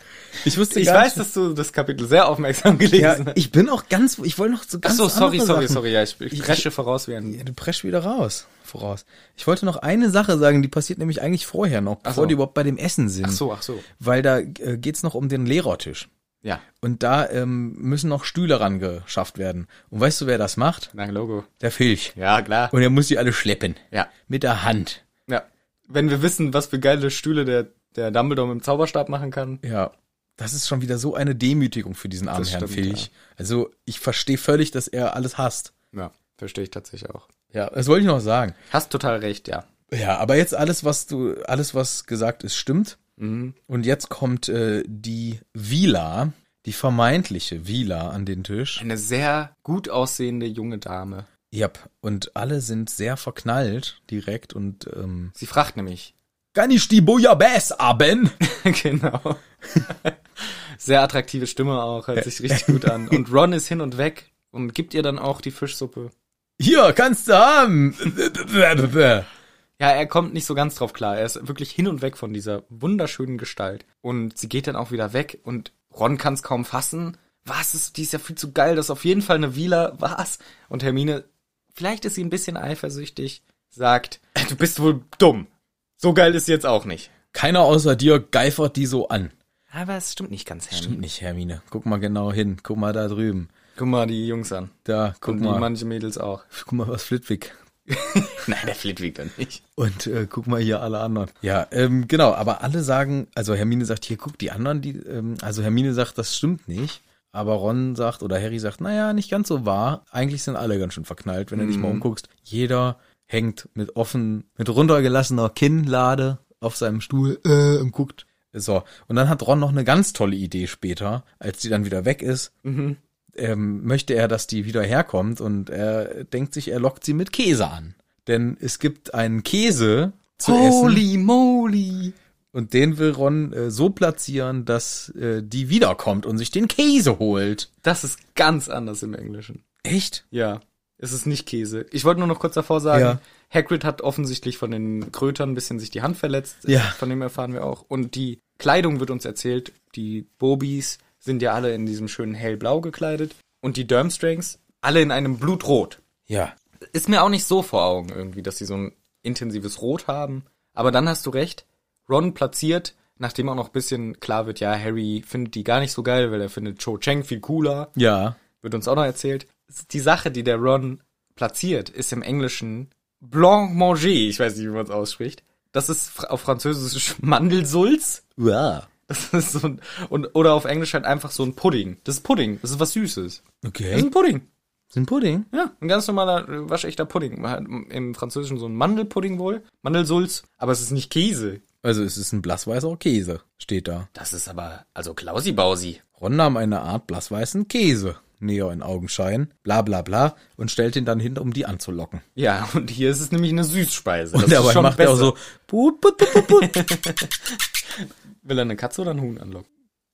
Ich wusste ich gar weiß, dass du das Kapitel sehr aufmerksam gelesen Ja, hast. ich bin auch ganz, ich wollte noch so Ach ganz so, sorry, andere sorry, Sachen. sorry, ja, ich, ich Ich- presche voraus wie ein... Ja, du presch wieder raus, voraus. Ich wollte noch eine Sache sagen, die passiert nämlich eigentlich vorher noch, bevor so. die überhaupt bei dem Essen sind. Ach so, ach so. Weil da äh, geht's noch um den Lehrertisch. Ja, Und da ähm, müssen noch Stühle rangeschafft werden. Und weißt du, wer das macht? dein Logo. Der Filch. Ja, klar. Und er muss die alle schleppen. Ja. Mit der Hand. Ja. Wenn wir wissen, was für geile Stühle der, der Dumbledore mit dem Zauberstab machen kann. Ja. Das ist schon wieder so eine Demütigung für diesen armen Das Herrn stimmt, Filch. Also ich verstehe völlig, dass er alles hasst. Ja, verstehe ich tatsächlich auch. Ja, das wollte ich noch sagen. Hast total recht, ja. Ja, aber jetzt alles, was du, alles, was gesagt ist, stimmt. Und jetzt kommt äh, die Vila, die vermeintliche Vila an den Tisch. Eine sehr gut aussehende junge Dame. Ja, und alle sind sehr verknallt direkt und ähm, Sie fragt nämlich. kann ich die Bouillabaisse haben? genau. sehr attraktive Stimme auch, hört sich richtig gut an. Und Ron ist hin und weg und gibt ihr dann auch die Fischsuppe. Hier, kannst du haben. Ja, er kommt nicht so ganz drauf klar. Er ist wirklich hin und weg von dieser wunderschönen Gestalt. Und sie geht dann auch wieder weg und Ron kann es kaum fassen. Was ist, die ist ja viel zu geil, das ist auf jeden Fall eine Wieler. Was? Und Hermine, vielleicht ist sie ein bisschen eifersüchtig, sagt, du bist wohl dumm. So geil ist sie jetzt auch nicht. Keiner außer dir geifert die so an. Aber es stimmt nicht ganz, Hermine. Stimmt nicht, Hermine. Guck mal genau hin. Guck mal da drüben. Guck mal die Jungs an. Da, guck Und die mal. manche Mädels auch. Guck mal, was Flitwick Nein, der Flitwick dann nicht. Und äh, guck mal hier alle anderen. Ja, ähm, genau, aber alle sagen, also Hermine sagt, hier guck die anderen, die, ähm, also Hermine sagt, das stimmt nicht. Aber Ron sagt oder Harry sagt, naja, nicht ganz so wahr. Eigentlich sind alle ganz schön verknallt, wenn du dich mal umguckst. Jeder hängt mit offen, mit runtergelassener Kinnlade auf seinem Stuhl äh, und guckt. So, und dann hat Ron noch eine ganz tolle Idee später, als die dann wieder weg ist. Ähm, möchte er, dass die wieder herkommt und er denkt sich, er lockt sie mit Käse an. Denn es gibt einen Käse zu essen moly. und den will Ron äh, so platzieren, dass äh, die wiederkommt und sich den Käse holt. Das ist ganz anders im Englischen. Echt? Ja, es ist nicht Käse. Ich wollte nur noch kurz davor sagen, Ja. Hagrid hat offensichtlich von den Krötern ein bisschen sich die Hand verletzt. Ja. Von dem erfahren wir auch. Und die Kleidung wird uns erzählt. Die Bobis sind ja alle in diesem schönen hellblau gekleidet. Und die Durmstrangs alle in einem Blutrot. Ja. Ist mir auch nicht so vor Augen irgendwie, dass sie so ein intensives Rot haben. Aber dann hast du recht. Ron platziert, nachdem auch noch ein bisschen klar wird, ja, Harry findet die gar nicht so geil, weil er findet Cho Chang viel cooler Ja. wird uns auch noch erzählt. Die Sache, die der Ron platziert, ist im Englischen Blanc Manger. Ich weiß nicht, wie man es ausspricht. Das ist fr- auf Französisch Mandelsulz. Wow. Das ist so ein, und, oder auf Englisch halt einfach so ein Pudding. Das ist Pudding. Das ist was Süßes. Das ist Okay. ein Pudding. Sind Pudding? Ja, ein ganz normaler, äh, waschechter Pudding. Man hat Im Französischen so ein Mandelpudding wohl. Mandelsulz. Aber es ist nicht Käse. Also es ist ein blassweißer Käse, steht da. Das ist aber, also Klausi-Bausi. Ron nahm eine Art blassweißen Käse näher in Augenschein, bla bla bla, und stellte ihn dann hin, um die anzulocken. Ja, und hier ist es nämlich eine Süßspeise. Und dabei macht er auch so, put, put, put, put, put. Will er eine Katze oder ein Huhn anlocken?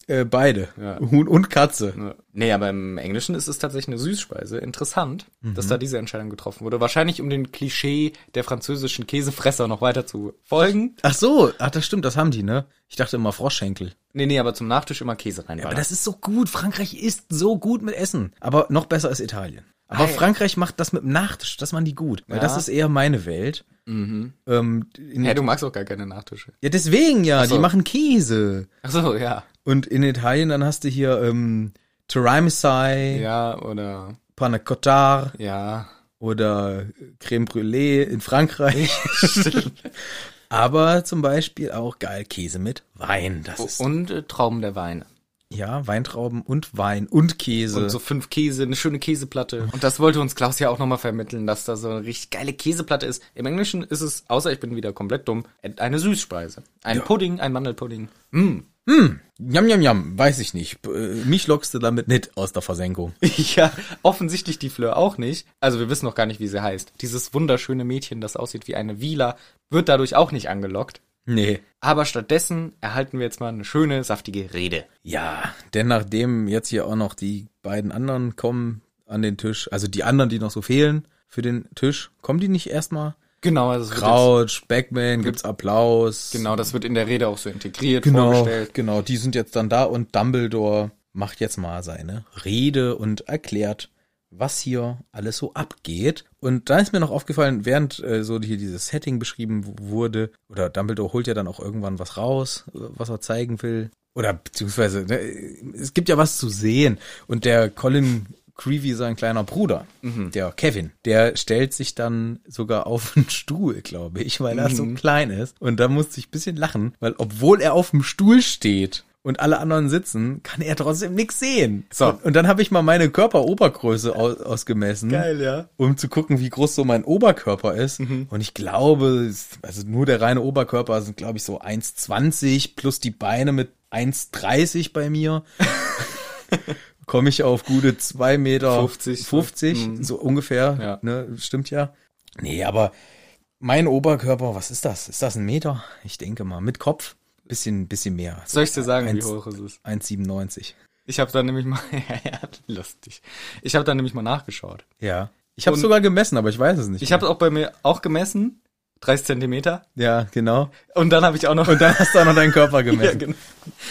Äh, beide. Ja. Huhn und Katze. Ja. Nee, aber im Englischen ist es tatsächlich eine Süßspeise. Interessant, dass da diese Entscheidung getroffen wurde. Wahrscheinlich, um den Klischee der französischen Käsefresser noch weiter zu folgen. Ach so, ach, das stimmt, das haben die, ne? Ich dachte immer Froschschenkel. Nee, nee, aber zum Nachtisch immer Käse reinballern. ist so gut. Frankreich ist so gut mit Essen. Aber noch besser ist Italien. Aber Ei. Frankreich macht das mit dem Nachtisch, das machen die gut. Weil Ja. das ist eher meine Welt. Ähm, in, Hä, du magst auch gar keine Nachtische. ja, deswegen ja, so. die machen Käse. Ach so, ja. Und in Italien, dann hast du hier ähm, Tiramisu, Ja, oder, Panna Cotta ja. oder Creme Brûlée in Frankreich. Aber zum Beispiel auch geil Käse mit Wein. Das ist Und äh, Trauben der Weine. ja Weintrauben und Wein und Käse. oh. Und so fünf Käse, eine schöne Käseplatte. Und das wollte uns Klaus ja auch nochmal vermitteln, dass da so eine richtig geile Käseplatte ist. Im Englischen ist es, außer ich bin wieder komplett dumm, eine Süßspeise. Ein Pudding, ein Mandelpudding. Hm. Jam, jam, jam, weiß ich nicht. B- äh, Mich lockst du damit nicht aus der Versenkung. ja, offensichtlich die Fleur auch nicht. Also wir wissen noch gar nicht, wie sie heißt. Dieses wunderschöne Mädchen, das aussieht wie eine Wieler, wird dadurch auch nicht angelockt. Nee. Aber stattdessen erhalten wir jetzt mal eine schöne, saftige Rede. Ja, denn nachdem jetzt hier auch noch die beiden anderen kommen an den Tisch, also die anderen, die noch so fehlen für den Tisch, kommen die nicht erstmal? Genau, also es wird Crouch, Backman, gibt's Applaus. jetzt, genau, das wird in der Rede auch so integriert Genau, vorgestellt. genau, die sind jetzt dann da und Dumbledore macht jetzt mal seine Rede und erklärt, was hier alles so abgeht. Und da ist mir noch aufgefallen, während äh, so hier dieses Setting beschrieben w- wurde, oder Dumbledore holt ja dann auch irgendwann was raus, äh, was er zeigen will. Oder beziehungsweise, ne, es gibt ja was zu sehen. Und der Colin Creevy, sein kleiner Bruder, der Kevin, der stellt sich dann sogar auf den Stuhl, glaube ich, weil er so klein ist. Und da musste ich ein bisschen lachen, weil obwohl er auf dem Stuhl steht und alle anderen sitzen, kann er trotzdem nichts sehen. So. Und, und dann habe ich mal meine Körperobergröße aus, ausgemessen. Geil, ja. Mhm. Um zu gucken, wie groß so mein Oberkörper ist. Und ich glaube, es- also nur der reine Oberkörper sind, glaube ich, so 1,20 plus die Beine mit 1,30 bei mir komme ich auf gute zwei Meter 50. 50 so ungefähr. ne? Mhm. Ja. Ne, stimmt ja. Nee, aber mein Oberkörper, was ist das? Ist das ein Meter? Ich denke mal. Mit Kopf? Bisschen, bisschen mehr. So Soll ich dir sagen, wie eins- hoch es ist? 1,97. Ich habe da nämlich mal, ja, ja, lustig. Ich habe da nämlich mal nachgeschaut. Ja. Ich habe Und- sogar gemessen, aber ich weiß es nicht. Ich habe auch bei mir auch gemessen, 30 Zentimeter. ja, genau. Und dann habe ich auch noch, Und dann hast du auch noch deinen Körper ja, gemessen, genau.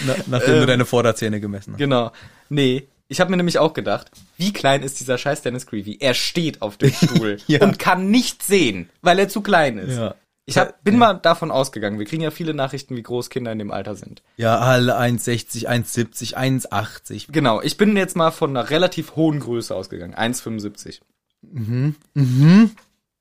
na, nachdem du Ähm, deine Vorderzähne gemessen hast. genau. Nee, ich habe mir nämlich auch gedacht, wie klein ist dieser scheiß Dennis Creevy? Er steht auf dem Stuhl Ja. und kann nicht sehen, weil er zu klein ist. Ja. Ich hab, bin mal davon ausgegangen, wir kriegen ja viele Nachrichten, wie groß Kinder in dem Alter sind. Ja, alle 1,60, 1,70, 1,80. Genau, ich bin jetzt mal von einer relativ hohen Größe ausgegangen, 1,75.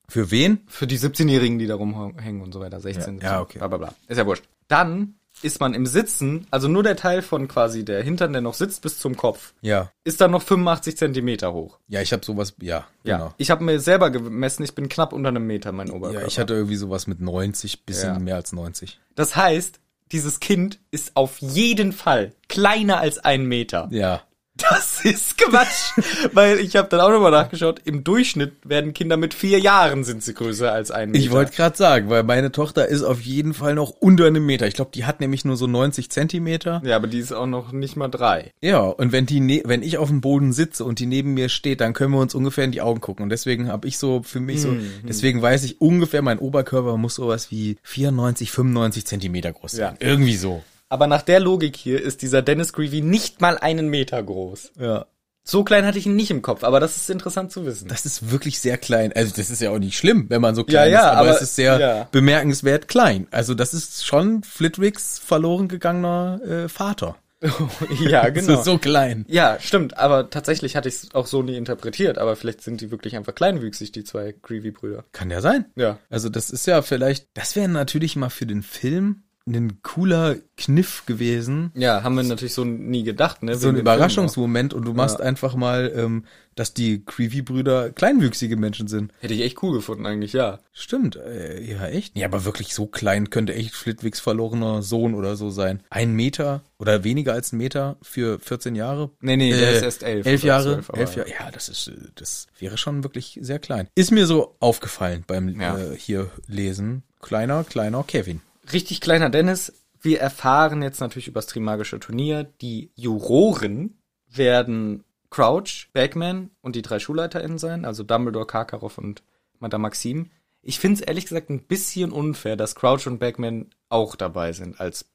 Für wen? Für die 17-Jährigen, die da rumhängen und so weiter. 16, Ja, ja, okay. bla, bla, bla. Ist ja wurscht. Dann ist man im Sitzen, also nur der Teil von quasi der Hintern, der noch sitzt, bis zum Kopf, Ja. ist dann noch 85 Zentimeter hoch. Ja, ich habe sowas, ja, Ja. genau. Ich habe mir selber gemessen, ich bin knapp unter einem Meter, mein Oberkörper. Ja, ich hatte irgendwie sowas mit 90, bisschen Ja. mehr als 90. das heißt, dieses Kind ist auf jeden Fall kleiner als ein Meter. Ja. Das ist Quatsch, weil ich habe dann auch nochmal nachgeschaut. Im Durchschnitt werden Kinder mit vier Jahren sind sie größer als ein Meter. Ich wollte gerade sagen, weil meine Tochter ist auf jeden Fall noch unter einem Meter. Ich glaube, die hat nämlich nur so 90 Zentimeter. ja, aber die ist auch noch nicht mal drei. Ja, und wenn die ne wenn ich auf dem Boden sitze und die neben mir steht, dann können wir uns ungefähr in die Augen gucken. Und deswegen habe ich so für mich so, Mhm. deswegen weiß ich ungefähr, mein Oberkörper muss sowas wie 94, 95 Zentimeter groß sein. Ja. Irgendwie so. Aber nach der Logik hier ist dieser Dennis Greavy nicht mal einen Meter groß. Ja. So klein hatte ich ihn nicht im Kopf, aber das ist interessant zu wissen. Das ist wirklich sehr klein. Also das ist ja auch nicht schlimm, wenn man so Ja, klein ja, ist, aber, aber- es ist sehr ja. bemerkenswert klein. Also das ist schon Flitwicks verloren gegangener äh, Vater. Also, ja, genau. So, so klein. Ja, stimmt, aber tatsächlich hatte ich es auch so nie interpretiert, aber vielleicht sind die wirklich einfach kleinwüchsig, die zwei Greavy-Brüder. Kann ja sein. Ja. Also das ist ja vielleicht, das wäre natürlich mal für den Film ein cooler Kniff gewesen. Ja, haben wir natürlich so nie gedacht, ne? So ein Wegen dem Film auch. Überraschungsmoment und du machst einfach mal, ähm, dass die Creevy-Brüder kleinwüchsige Menschen sind. Hätte ich echt cool gefunden, eigentlich, ja. Stimmt, äh, ja echt. Ja, aber wirklich so klein könnte echt Flitwigs verlorener Sohn oder so sein. Ein Meter oder weniger als ein Meter für 14 Jahre. Äh, Nee, nee, der ist erst elf Elf oder Jahre, zwölf, aber elf Jahre. Ja, das ist, äh, das wäre schon wirklich sehr klein. Ist mir so aufgefallen beim Ja. äh, hier lesen. Kleiner, kleiner Kevin. Richtig kleiner Dennis, wir erfahren jetzt natürlich übers Trimagische Turnier, die Juroren werden Crouch, Bagman und die drei SchulleiterInnen sein, also Dumbledore, Karkaroff und Madame Maxim. Ich finde es ehrlich gesagt ein bisschen unfair, dass Crouch und Bagman auch dabei sind als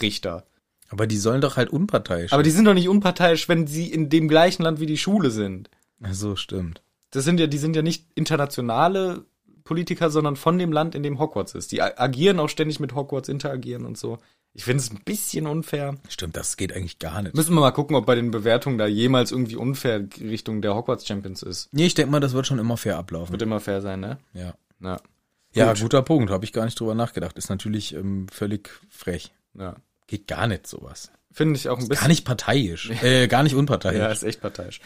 Richter. Aber die sollen doch halt unparteiisch. Aber die sind doch nicht unparteiisch, wenn sie in dem gleichen Land wie die Schule sind. Ach so stimmt. Das sind ja, die sind ja nicht internationale Politiker, sondern von dem Land, in dem Hogwarts ist. Die a- agieren auch ständig mit Hogwarts, interagieren und so. Ich finde es ein bisschen unfair. Stimmt, das geht eigentlich gar nicht. Müssen wir mal gucken, ob bei den Bewertungen da jemals irgendwie unfair Richtung der Hogwarts Champions ist. Nee, ich denke mal, das wird schon immer fair ablaufen. Wird immer fair sein, ne? Ja. Ja. Ja, guter Punkt. Habe ich gar nicht drüber nachgedacht. Ist natürlich ähm, völlig frech. ja. Geht gar nicht sowas. Finde ich auch ein bisschen. Gar nicht parteiisch. Äh, gar nicht unparteiisch. Ja, ist echt parteiisch.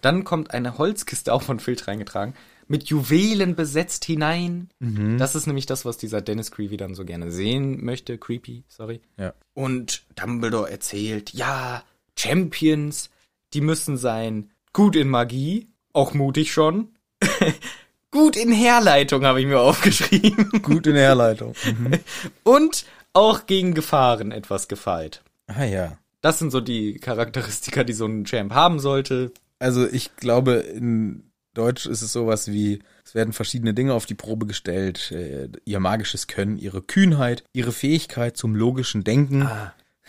Dann kommt eine Holzkiste, auch von Filch reingetragen, mit Juwelen besetzt hinein. Mhm. Das ist nämlich das, was dieser Dennis Creepy dann so gerne sehen möchte. Creepy, sorry. Ja. Und Dumbledore erzählt, ja, Champions, die müssen sein gut in Magie, auch mutig schon. gut in Herleitung habe ich mir aufgeschrieben. Gut in der Herleitung. Mhm. Und auch gegen Gefahren etwas gefeit. ah ja. Das sind so die Charakteristika, die so ein Champ haben sollte. Also ich glaube, in Deutsch ist es sowas wie, es werden verschiedene Dinge auf die Probe gestellt. Äh, ihr magisches Können, ihre Kühnheit, ihre Fähigkeit zum logischen Denken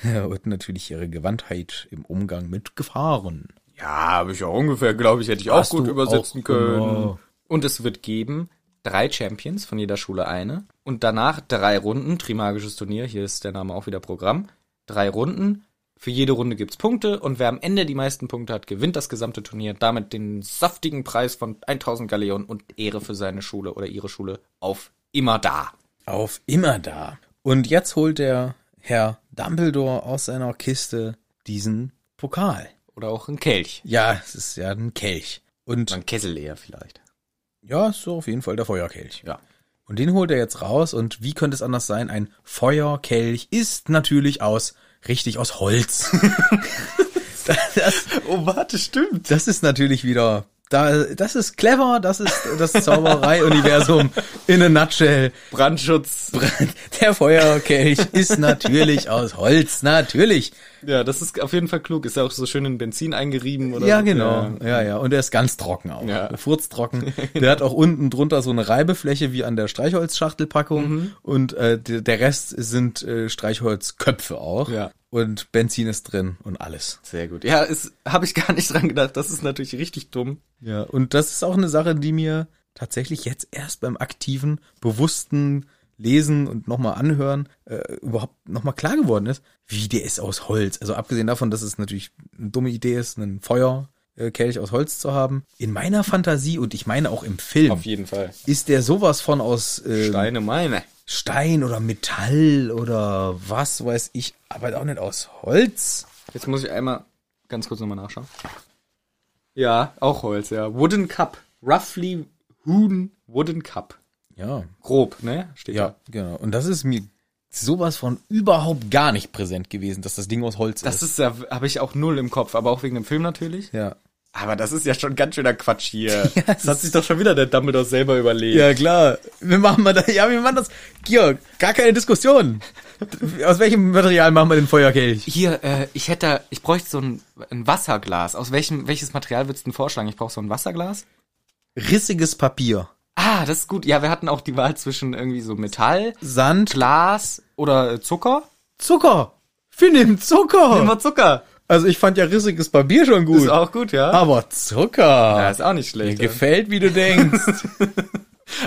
und natürlich ihre Gewandtheit im Umgang mit Gefahren. Ja, habe ich auch ungefähr, glaube ich, hätte ich auch Hast gut du übersetzen auch, können. genau. Und es wird geben drei Champions von jeder Schule eine und danach drei Runden Trimagisches Turnier. Hier ist der Name auch wieder Programm. Drei Runden. Für jede Runde gibt's Punkte und wer am Ende die meisten Punkte hat, gewinnt das gesamte Turnier. Damit den saftigen Preis von 1000 Galeonen und Ehre für seine Schule oder ihre Schule auf immer da. Auf immer da. Und jetzt holt der Herr Dumbledore aus seiner Kiste diesen Pokal. Oder auch ein Kelch. Ja, es ist ja ein Kelch. Und Oder ein Kessel eher vielleicht. ja, ist so auf jeden Fall der Feuerkelch. Ja. Und den holt er jetzt raus. Und wie könnte es anders sein? Ein Feuerkelch ist natürlich aus, richtig aus Holz. das, das, Oh, warte, stimmt. das ist natürlich wieder, da, das ist clever. Das ist das Zauberei-Universum in a nutshell. Brandschutz. Der Feuerkelch ist natürlich aus Holz. Natürlich. Ja, das ist auf jeden Fall klug. Ist ja auch so schön in Benzin eingerieben oder Ja, so. genau. Ja. ja, Und der ist ganz trocken auch. Ja. Furztrocken. Der hat auch unten drunter so eine Reibefläche wie an der Streichholzschachtelpackung. Mhm. Und äh, der, der Rest sind äh, Streichholzköpfe auch. Ja. Und Benzin ist drin und alles. Sehr gut. Ja, ist habe ich gar nicht dran gedacht. Das ist natürlich richtig dumm. Ja. Und das ist auch eine Sache, die mir tatsächlich jetzt erst beim aktiven, bewussten Lesen und nochmal anhören äh, überhaupt nochmal klar geworden ist, wie der ist aus Holz. Also abgesehen davon, dass es natürlich eine dumme Idee ist, einen Feuerkelch aus Holz zu haben. In meiner Fantasie und ich meine auch im Film. Auf jeden Fall. ist der sowas von aus äh, Stein. Steine meine. oder Metall oder was weiß ich, aber auch nicht aus Holz. Jetzt muss ich einmal ganz kurz nochmal nachschauen. Ja, auch Holz, ja. Wooden Cup. Roughly Hoon Wooden Cup. Ja, Grob, ne? Steht ja, da. genau. Und das ist mir sowas von überhaupt gar nicht präsent gewesen, dass das Ding aus Holz Das ist. ist ja, habe ich auch null im Kopf, aber auch wegen dem Film natürlich. Ja. Aber das ist ja schon ganz schöner Quatsch hier. Ja, das hat sich doch schon wieder der Dumbledore selber überlegt. Ja, klar. Wir machen mal das, ja, wir machen das. Georg, gar keine Diskussion. Aus welchem Material machen wir den Feuerkelch? Hier, äh, ich hätte, da- ich bräuchte so ein, ein Wasserglas. Aus welchem, welches Material würdest du denn vorschlagen? Ich brauche so ein Wasserglas. Rissiges Papier. Ah, das ist gut. Ja, wir hatten auch die Wahl zwischen irgendwie so Metall, Sand, Glas oder äh, Zucker. Zucker. Wir nehmen Zucker. Nehmen wir Zucker. also ich fand ja rissiges Papier schon gut. Ah. Ist auch gut, ja. aber Zucker. Ja, ist auch nicht Mir schlecht. gefällt, wie du denkst.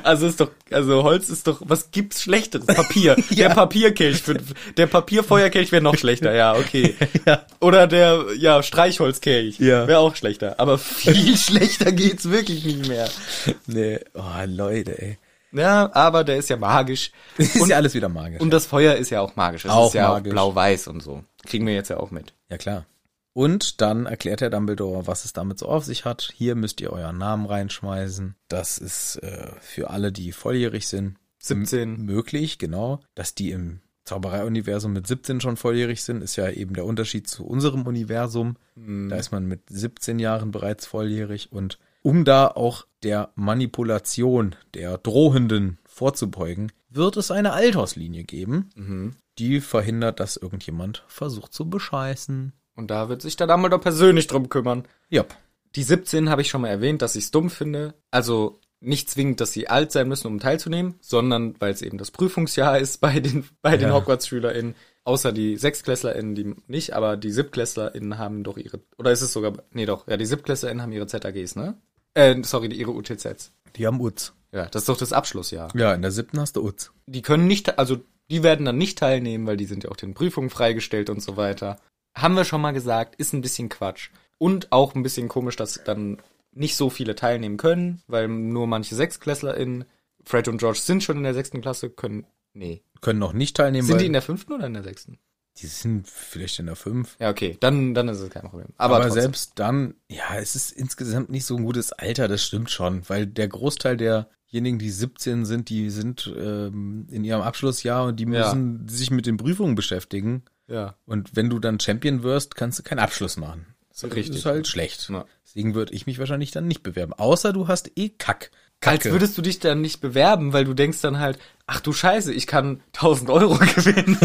Also ist doch, also Holz ist doch, was gibt's Schlechteres? Papier. Der Papierkelch, wird- der Papierfeuerkelch wäre noch schlechter, ja, okay. Ja. Oder der, ja, Streichholzkelch. Ja. Wäre auch schlechter. Aber viel schlechter geht's wirklich nicht mehr. nee, oh, Leute, ey. Ja, aber der ist ja magisch. Ist ja alles wieder magisch. Und das Feuer ist ja auch magisch. Es Auch ist ja magisch. auch blau-weiß und so. Kriegen wir jetzt ja auch mit. ja, klar. Und dann erklärt Herr Dumbledore, was es damit so auf sich hat. Hier müsst ihr euren Namen reinschmeißen. Das ist äh, für alle, die volljährig sind, 17. möglich, genau. Dass die im Zauberei-Universum mit 17 schon volljährig sind, ist ja eben der Unterschied zu unserem Universum. Da ist man mit 17 Jahren bereits volljährig und um da auch der Manipulation der Drohenden vorzubeugen, wird es eine Alterslinie geben, die verhindert, dass irgendjemand versucht zu bescheißen. Und da wird sich der Dumbledore persönlich drum kümmern. Ja, Die 17 habe ich schon mal erwähnt, dass ich es dumm finde. Also nicht zwingend, dass sie alt sein müssen, um teilzunehmen, sondern weil es eben das Prüfungsjahr ist bei den, bei den Ja. Hogwarts-SchülerInnen. Außer die SechstklässlerInnen, die nicht, aber die SiebtklässlerInnen haben doch ihre, oder ist es sogar, nee doch, ja, die SiebtklässlerInnen haben ihre ZAGs, ne? Äh, sorry, die- ihre UTZs. die haben Utz. Ja, das ist doch das Abschlussjahr. Ja, in der siebten hast du Utz. Die können nicht, also die werden dann nicht teilnehmen, weil die sind ja auch den Prüfungen freigestellt und so weiter. Haben wir schon mal gesagt, ist ein bisschen Quatsch. Und auch ein bisschen komisch, dass dann nicht so viele teilnehmen können, weil nur manche SechstklässlerInnen, Fred und George sind schon in der sechsten Klasse, können, nee. Können noch nicht teilnehmen, Sind weil die in der fünften oder in der sechsten? die sind vielleicht in der fünf. Ja, okay, dann, dann ist es kein Problem. Aber, Aber, trotzdem. selbst dann, ja, es ist insgesamt nicht so ein gutes Alter, das stimmt schon, weil der Großteil derjenigen, die 17 sind, die sind ähm, in ihrem Abschlussjahr und die Ja. müssen sich mit den Prüfungen beschäftigen. Ja. Und wenn du dann Champion wirst, kannst du keinen Abschluss machen. Das Richtig. ist halt schlecht. Ja. Deswegen würde ich mich wahrscheinlich dann nicht bewerben. Außer du hast eh Kack. Als würdest du dich dann nicht bewerben, weil du denkst dann halt, ach du Scheiße, ich kann 1000 Euro gewinnen.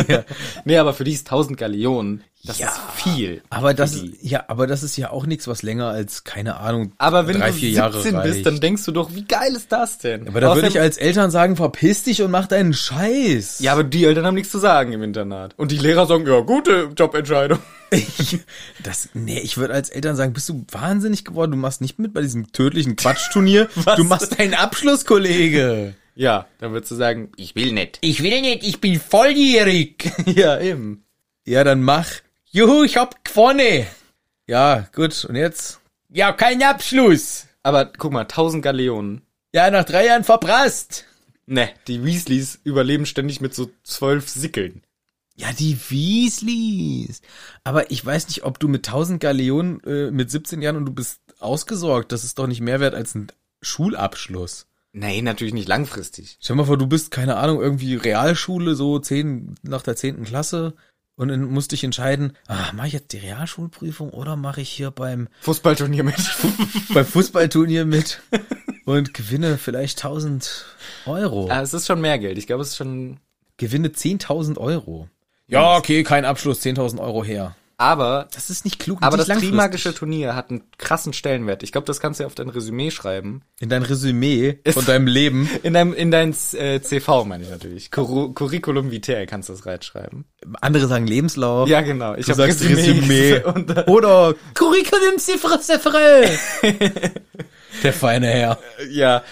nee, aber für die ist 1000 Gallionen, das Ja. ist viel. aber das Für die. ist, ja, aber das ist ja auch nichts, was länger als keine Ahnung aber wenn drei du vier 17 Jahre reicht. bist, dann denkst du doch, wie geil ist das denn? aber da würde ich Außerdem- als Eltern sagen, verpiss dich und mach deinen Scheiß. ja, aber die Eltern haben nichts zu sagen im Internat. Und die Lehrer sagen, ja, gute Jobentscheidung. Ich, das, nee, ich würde als Eltern sagen, bist du wahnsinnig geworden? Du machst nicht mit bei diesem tödlichen Quatschturnier. Was? du machst deinen Abschluss, Kollege. Ja, dann würdest du sagen, ich will nicht. Ich will nicht, ich bin volljährig. ja, eben. Ja, dann mach. Juhu, ich hab gewonnen. Ja, gut, und jetzt? Ja, kein Abschluss. Aber guck mal, 1000 Gallionen. Ja, nach drei Jahren verprasst. Ne, die Weasleys überleben ständig mit so zwölf Sickeln. Ja, die Weasleys. Aber ich weiß nicht, ob du mit 1000 Galeonen äh, mit 17 Jahren und du bist ausgesorgt, das ist doch nicht mehr wert als ein Schulabschluss. Nee, natürlich nicht langfristig. Stell dir mal vor, du bist, keine Ahnung, irgendwie Realschule, so zehn, nach der zehnten Klasse und dann musst dich entscheiden, ah, mache ich jetzt die Realschulprüfung oder mache ich hier beim, Fußballturnier mit. beim Fußballturnier mit und gewinne vielleicht 1000 Euro. ah, es ist schon mehr Geld. Ich glaube, es ist schon. gewinne 10.000 Euro. Ja, okay, kein Abschluss, 10.000 Euro her. Aber, Das ist nicht klug. und aber nicht das langfristig. Trimagische Turnier hat einen krassen Stellenwert. Ich glaube, das kannst du ja auf dein Resümee schreiben. In dein Resümee Ist- von deinem Leben. In deinem, in dein äh, CV meine ich natürlich. Curru Curriculum vitae kannst du das reinschreiben. Andere sagen Lebenslauf. Ja, genau. Ich Du hab sagst Resümee. Resümee. Und, äh, Oder Curriculum Cifre Cifre. Der feine Herr. äh, ja,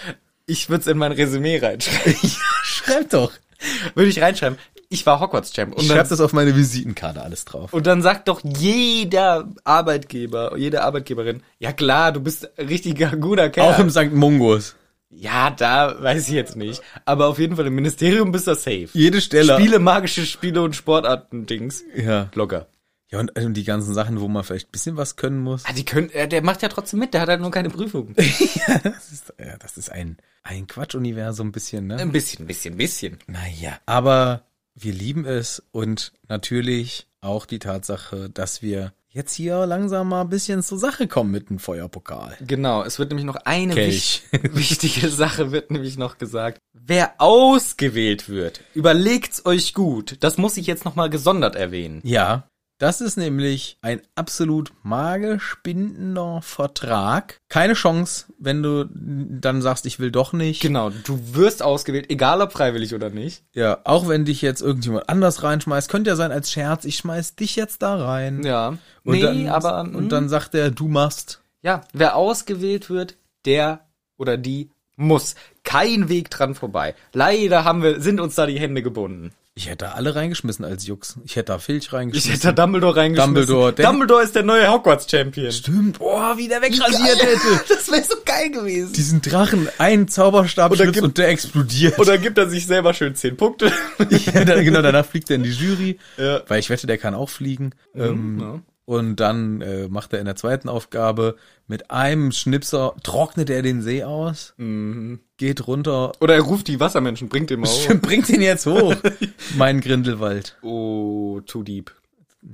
ich würde es in mein Resümee reinschreiben. Schreib doch. würde ich reinschreiben. Ich war Hogwarts-Champ. Und Ich dann schreib das auf meine Visitenkarte alles drauf. Und dann sagt doch jeder Arbeitgeber, jede Arbeitgeberin, ja klar, du bist ein richtiger guter Kerl. Auch im St. Mungos. ja, da weiß ich jetzt nicht. Aber auf jeden Fall im Ministerium bist du safe. Jede Stelle. Spiele, magische Spiele und Sportarten-Dings. Ja. Locker. Ja, und, und die ganzen Sachen, wo man vielleicht ein bisschen was können muss. Ah, die können, äh, der macht ja trotzdem mit, der hat halt nur keine Prüfung. Das ist, ja, das ist ein, ein Quatschuniversum ein bisschen, ne? Ein bisschen, bisschen, bisschen. Naja. Aber wir lieben es und natürlich auch die Tatsache, dass wir jetzt hier langsam mal ein bisschen zur Sache kommen mit dem Feuerpokal. Genau, es wird nämlich noch eine Kelch. wich- wichtige Sache wird nämlich noch gesagt. Wer ausgewählt wird, überlegt's euch gut. Das muss ich jetzt nochmal gesondert erwähnen. Ja. Das ist nämlich ein absolut magespindender Vertrag. Keine Chance, wenn du dann sagst, ich will doch nicht. Genau, du wirst ausgewählt, egal ob freiwillig oder nicht. Ja, auch wenn dich jetzt irgendjemand anders reinschmeißt, könnte ja sein als Scherz, ich schmeiß dich jetzt da rein. Ja. Und nee, dann, aber hm. Und mh, dann sagt er, du machst. ja, wer ausgewählt wird, der oder die muss. Kein Weg dran vorbei. Leider haben wir, sind uns da die Hände gebunden. Ich hätte da alle reingeschmissen als Jux. Ich hätte da Filch Ich reingeschmissen. hätte da Dumbledore reingeschmissen. Dumbledore, der- Dumbledore ist der neue Hogwarts-Champion. Stimmt. Boah, wie der wegrasiert hätte. Das wäre so geil gewesen. Diesen Drachen, einen Zauberstab Oder schlitzt gibt- und der explodiert. Oder gibt er sich selber schön 10 Punkte. ja, dann, genau, danach fliegt er in die Jury. Ja. Weil ich wette, der kann auch fliegen. ähm, ja. Und dann äh, macht er in der zweiten Aufgabe mit einem Schnipser, trocknet er den See aus, Mhm. geht runter Oder er ruft die Wassermenschen, bringt den mal hoch. Stimmt, bringt ihn jetzt hoch. mein Grindelwald. Oh, too deep.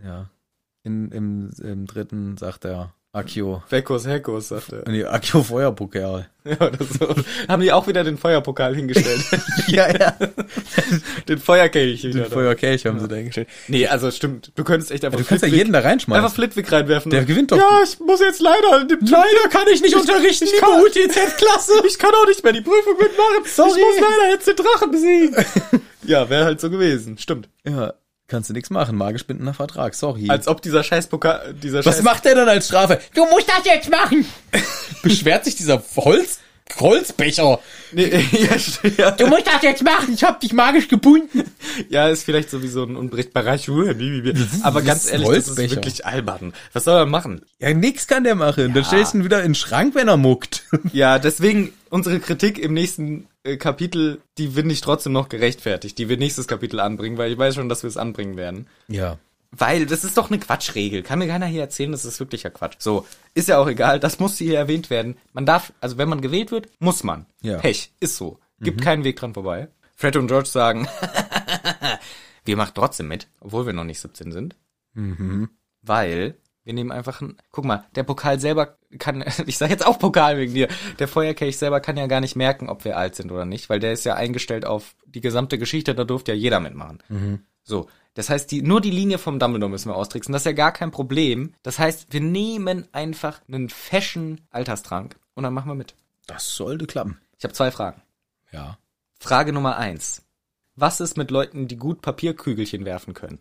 Ja. In, im, Im dritten sagt er Akio. Vekos, Hekos, sagt er. Nee, Akio Feuerpokal. Ja, oder so. Haben die auch wieder den Feuerpokal hingestellt. ja, ja. den Feuerkelch wieder. Den da. Feuerkelch haben sie da hingestellt. Nee, also stimmt. Du könntest echt einfach Du kannst ja Flitwick- jeden da reinschmeißen. einfach Flitwick reinwerfen. ne? Der gewinnt doch. Ja, ich muss jetzt leider. Leider kann ich nicht unterrichten. Ich, kann, UTZ-Klasse. ich kann auch nicht mehr die Prüfung mitmachen. Sorry. Ich muss leider jetzt den Drachen besiegen. ja, wäre halt so gewesen. Stimmt. Ja, kannst du nichts machen. Magisch bindender Vertrag, sorry. Als ob dieser scheiß Pokal, dieser Was scheiß macht er dann als Strafe? Du musst das jetzt machen. Beschwert sich dieser Holzkopf Holzbecher. Oh. Nee, ja, st- ja. Du musst das jetzt machen. Ich hab dich magisch gebunden. ja, ist vielleicht sowieso ein unbrechbarer Schuh. Aber Das ganz ist ein ehrlich, das ist Holzbecher. wirklich albern. Was soll er machen? Ja, nix kann der machen. Dann stellst du ihn wieder in den Schrank, wenn er muckt. Ja, deswegen unsere Kritik im nächsten äh, Kapitel, die finde ich trotzdem noch gerechtfertigt, die wir nächstes Kapitel anbringen, weil ich weiß schon, dass wir es anbringen werden. Ja. Weil das ist doch eine Quatschregel. Kann mir keiner hier erzählen, das ist wirklicher Quatsch. So, ist ja auch egal, das muss hier erwähnt werden. Man darf, also wenn man gewählt wird, muss man. Ja. Pech, ist so. Gibt keinen Weg dran vorbei. Fred und George sagen, wir machen trotzdem mit, obwohl wir noch nicht 17 sind. Weil wir nehmen einfach ein. Guck mal, der Pokal selber kann. Ich sage jetzt auch Pokal wegen dir. Der Feuerkelch selber kann ja gar nicht merken, ob wir alt sind oder nicht, weil der ist ja eingestellt auf die gesamte Geschichte, da durfte ja jeder mitmachen. So. Das heißt, die, nur die Linie vom Dumbledore müssen wir austricksen. Das ist ja gar kein Problem. Das heißt, wir nehmen einfach einen fashion Alterstrank und dann machen wir mit. Das sollte klappen. Ich habe zwei Fragen. Ja. Frage Nummer eins. Was ist mit Leuten, die gut Papierkügelchen werfen können?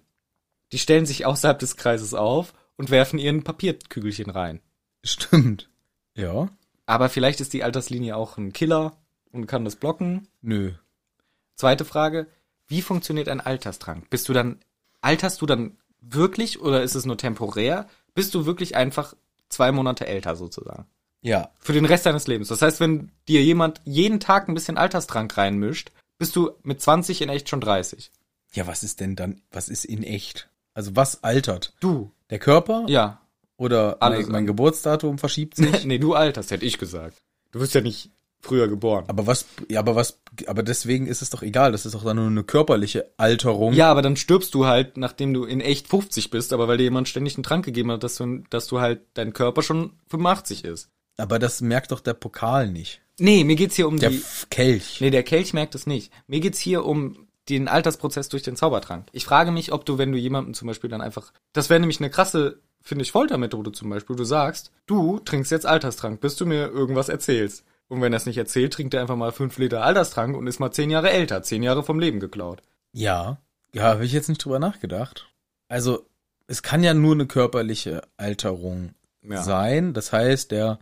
Die stellen sich außerhalb des Kreises auf und werfen ihren Papierkügelchen rein. Stimmt. Ja. Aber vielleicht ist die Alterslinie auch ein Killer und kann das blocken. Nö. Zweite Frage. Wie funktioniert ein Alterstrank? Bist du dann, alterst du dann wirklich oder ist es nur temporär? Bist du wirklich einfach zwei Monate älter sozusagen? Ja. Für den Rest deines Lebens. Das heißt, wenn dir jemand jeden Tag ein bisschen Alterstrank reinmischt, bist du mit 20 in echt schon 30. Ja, was ist denn dann, was ist in echt? Also was altert? Du? Der Körper? Ja. Oder Alles mein, mein Geburtsdatum verschiebt sich? nee, du alterst, hätte ich gesagt. Du wirst ja nicht früher geboren. Aber was, ja, aber was, aber deswegen ist es doch egal. Das ist doch dann nur eine körperliche Alterung. Ja, aber dann stirbst du halt, nachdem du in echt 50 bist, aber weil dir jemand ständig einen Trank gegeben hat, dass du, dass du halt dein Körper schon 85 ist. Aber das merkt doch der Pokal nicht. Nee, mir geht's hier um Der die. F- Kelch. Nee, der Kelch merkt es nicht. Mir geht's hier um den Altersprozess durch den Zaubertrank. Ich frage mich, ob du, wenn du jemandem zum Beispiel dann einfach. Das wäre nämlich eine krasse, finde ich, Foltermethode zum Beispiel. Du sagst, du trinkst jetzt Alterstrank, bis du mir irgendwas erzählst. Und wenn er es nicht erzählt, trinkt er einfach mal 5 Liter Alterstrank und ist mal 10 Jahre älter, 10 Jahre vom Leben geklaut. Ja. Ja, habe ich jetzt nicht drüber nachgedacht. Also, es kann ja nur eine körperliche Alterung Ja. sein. Das heißt, der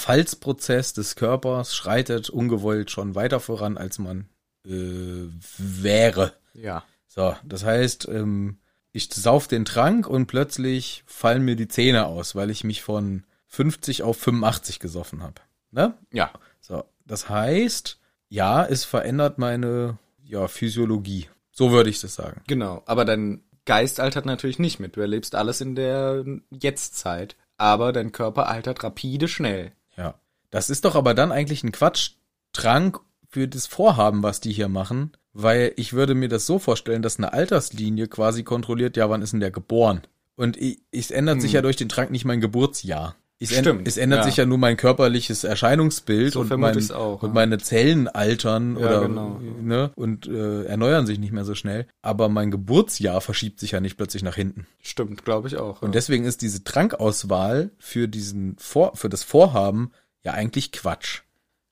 Verfallsprozess des Körpers schreitet ungewollt schon weiter voran, als man äh, wäre. Ja. So, das heißt, ähm, ich sauf den Trank und plötzlich fallen mir die Zähne aus, weil ich mich von 50 auf 85 gesoffen habe. Ne? Ja. So, das heißt, ja, es verändert meine ja, Physiologie. So würde ich das sagen. Genau, aber dein Geist altert natürlich nicht mit. Du erlebst alles in der Jetztzeit, aber dein Körper altert rapide schnell. Ja. Das ist doch aber dann eigentlich ein Quatschtrank für das Vorhaben, was die hier machen, weil ich würde mir das so vorstellen, dass eine Alterslinie quasi kontrolliert, ja, wann ist denn der geboren? Und i- es ändert sich ja durch den Trank nicht mein Geburtsjahr. Es, änd- Hm. Stimmt, es ändert ja. sich ja nur mein körperliches Erscheinungsbild So und, vermute mein, ich's auch, und ja. meine Zellen altern Ja, oder genau. ne, und äh, erneuern sich nicht mehr so schnell. Aber mein Geburtsjahr verschiebt sich ja nicht plötzlich nach hinten. Stimmt, glaube ich auch. Und deswegen ist diese Trankauswahl für diesen Vor für das Vorhaben ja eigentlich Quatsch.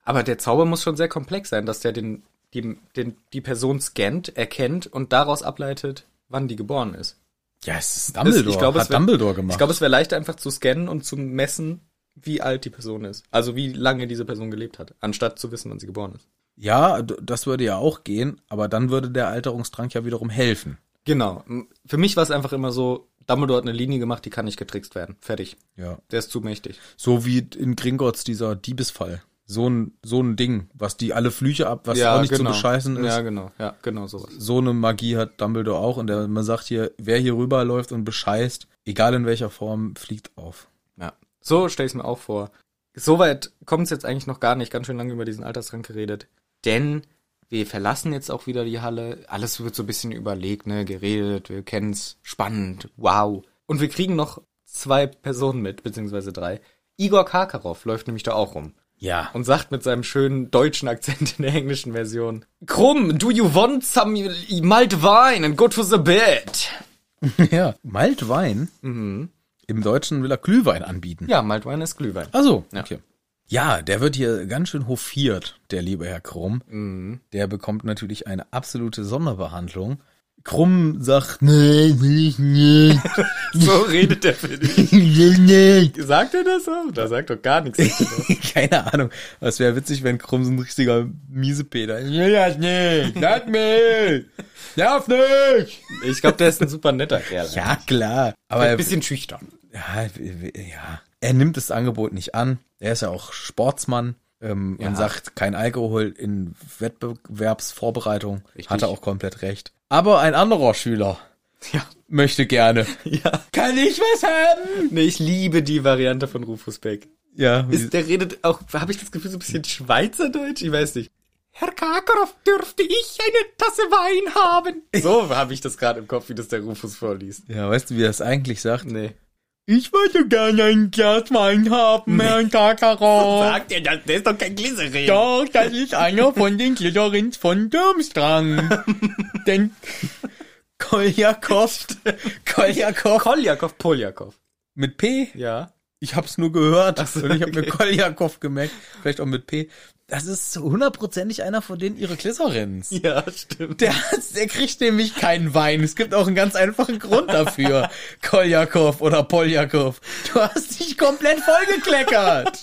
aber der Zauber muss schon sehr komplex sein, dass der den, die, den, die Person scannt, erkennt und daraus ableitet, wann die geboren ist. Ja, es ist Es- Dumbledore. ich glaube, hat es wär- Dumbledore gemacht. Ich glaube, es wäre leichter einfach zu scannen und zu messen, wie alt die Person ist. Also wie lange diese Person gelebt hat, anstatt zu wissen, wann sie geboren ist. ja, d- das würde ja auch gehen, aber dann würde der Alterungstrank ja wiederum helfen. Genau. Für mich war es einfach immer so, Dumbledore hat eine Linie gemacht, die kann nicht getrickst werden. Fertig. Ja. Der ist zu mächtig. So wie in Gringotts dieser Diebesfall. So ein, so ein Ding, was die alle Flüche ab, was auch nicht zu bescheißen ist. genau. Ja, genau. Ja, genau sowas. So eine Magie hat Dumbledore auch und der, man sagt hier, wer hier rüberläuft und bescheißt, egal in welcher Form, fliegt auf. Ja. So stelle ich es mir auch vor. Soweit kommt es jetzt eigentlich noch gar nicht. Ganz schön lange über diesen Altersrang geredet. Denn wir verlassen jetzt auch wieder die Halle. Alles wird so ein bisschen überlegt, ne? Geredet, wir kennen's. Spannend. Wow. Und wir kriegen noch zwei Personen mit, beziehungsweise drei. Igor Karkaroff läuft nämlich da auch rum. Ja. und sagt mit seinem schönen deutschen Akzent in der englischen Version: Krumm, do you want some malt wine and go to the bed? ja. Maltwein? Mhm. Im Deutschen will er Glühwein anbieten. Ja, malt wine ist Glühwein. Ach so, Ja. okay. Ja, der wird hier ganz schön Mhm. hofiert, der liebe Herr Krumm. Der bekommt natürlich eine absolute Sonderbehandlung. krumm sagt, nee, will ich nicht, So redet der Finne. will nicht. Sagt er das so? Da sagt doch gar nichts. Keine Ahnung. Aber es wäre witzig, wenn Krumm so ein richtiger Miesepeter ist. Ich will das nicht, lass mich, nerv nicht. Ich glaube, der ist ein super netter Kerl. Äh, Ja, klar. Aber ein er, bisschen schüchtern. ja, ja, er nimmt das Angebot nicht an. Er ist ja auch Sportsmann. Ähm, Ja. Und sagt, kein Alkohol in Wettbewerbsvorbereitung. Richtig. Hat er auch komplett recht. Aber ein anderer Schüler Ja. möchte gerne. Ja. Kann ich was haben? Nee, ich liebe die Variante von Rufus Beck. Ja, Ist, der redet auch, habe ich das Gefühl, so ein bisschen Schweizerdeutsch? Ich weiß nicht. Herr Karkaroff, dürfte ich eine Tasse Wein haben? So habe ich das gerade im Kopf, wie das der Rufus vorliest. ja, weißt du, wie er es eigentlich sagt? Nee. Ich würde gerne ein Glas Wein haben, Herrn Kakarot. Sagt er das? Der ist doch kein Glisserin. Doch, das ist einer von den Glitterins von Dürmstrang. Denn Koljakow, Koljakow Koljakow, Poljakow. mit P, Ja. ich hab's nur gehört so, und ich hab mir okay. Koljakow gemerkt, vielleicht auch mit P. Das ist hundertprozentig einer von denen ihre Glitterins. Ja, stimmt. Der, hat- der kriegt nämlich keinen Wein. Es gibt auch einen ganz einfachen Grund dafür. Koljakow oder Poljakow. Du hast dich komplett vollgekleckert.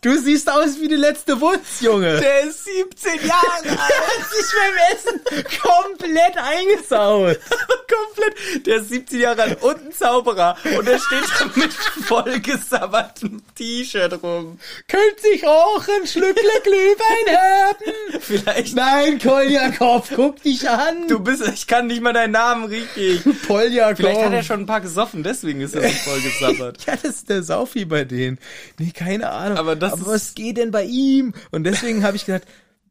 Du siehst aus wie die letzte Wurz, Junge. Der Der ist 17 Jahre alt. hat sich beim Essen komplett eingesaut. Komplett. Der ist 17 Jahre alt und ein Zauberer. Und er steht da mit vollgesabbertem T-Shirt rum. Könnt sich auch ein Schlückle Glühwein haben. Vielleicht. Nein, Koljakow, guck dich an. Du bist, ich kann nicht mal deinen Namen richtig. Poljakow. Vielleicht hat er schon ein paar gesoffen, deswegen ist er so vollgesabbert. Ja, das ist der Saufi bei denen. Nee, keine Ahnung. Aber das Aber ist- was geht denn bei ihm? Und deswegen habe ich gedacht,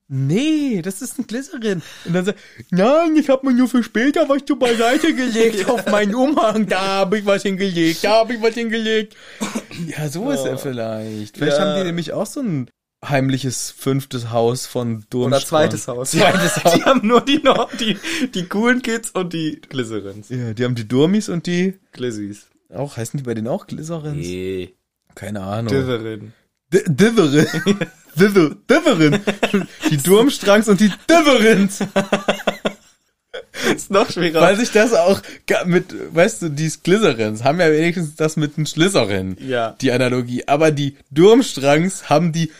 nee, das ist ein Glycerin. Und dann sagt, nein, ich habe mir nur für später was zur beiseite gelegt auf meinen Umhang. Da habe ich was hingelegt, da habe ich was hingelegt. Ja, so ist er vielleicht. Vielleicht Oh. Ja. haben die nämlich auch so ein heimliches fünftes Haus von Durmstrang. Oder zweites Haus. Zweites Haus. Die haben nur die, noch, die, die coolen Kids und die Glisserins. Ja, die haben die Durmis und die Glissis. auch, heißen die bei denen auch Glycerins? Nee. Keine Ahnung. Dürrerin. D- Diverin. Diver, Diverin. Die Durmstrangs und die Diverins. Ist noch schwerer. Weil sich das auch ga- mit, weißt du, die Sklizerins haben ja wenigstens das mit den Schlisserin. Ja. Die Analogie. Aber die Durmstrangs haben die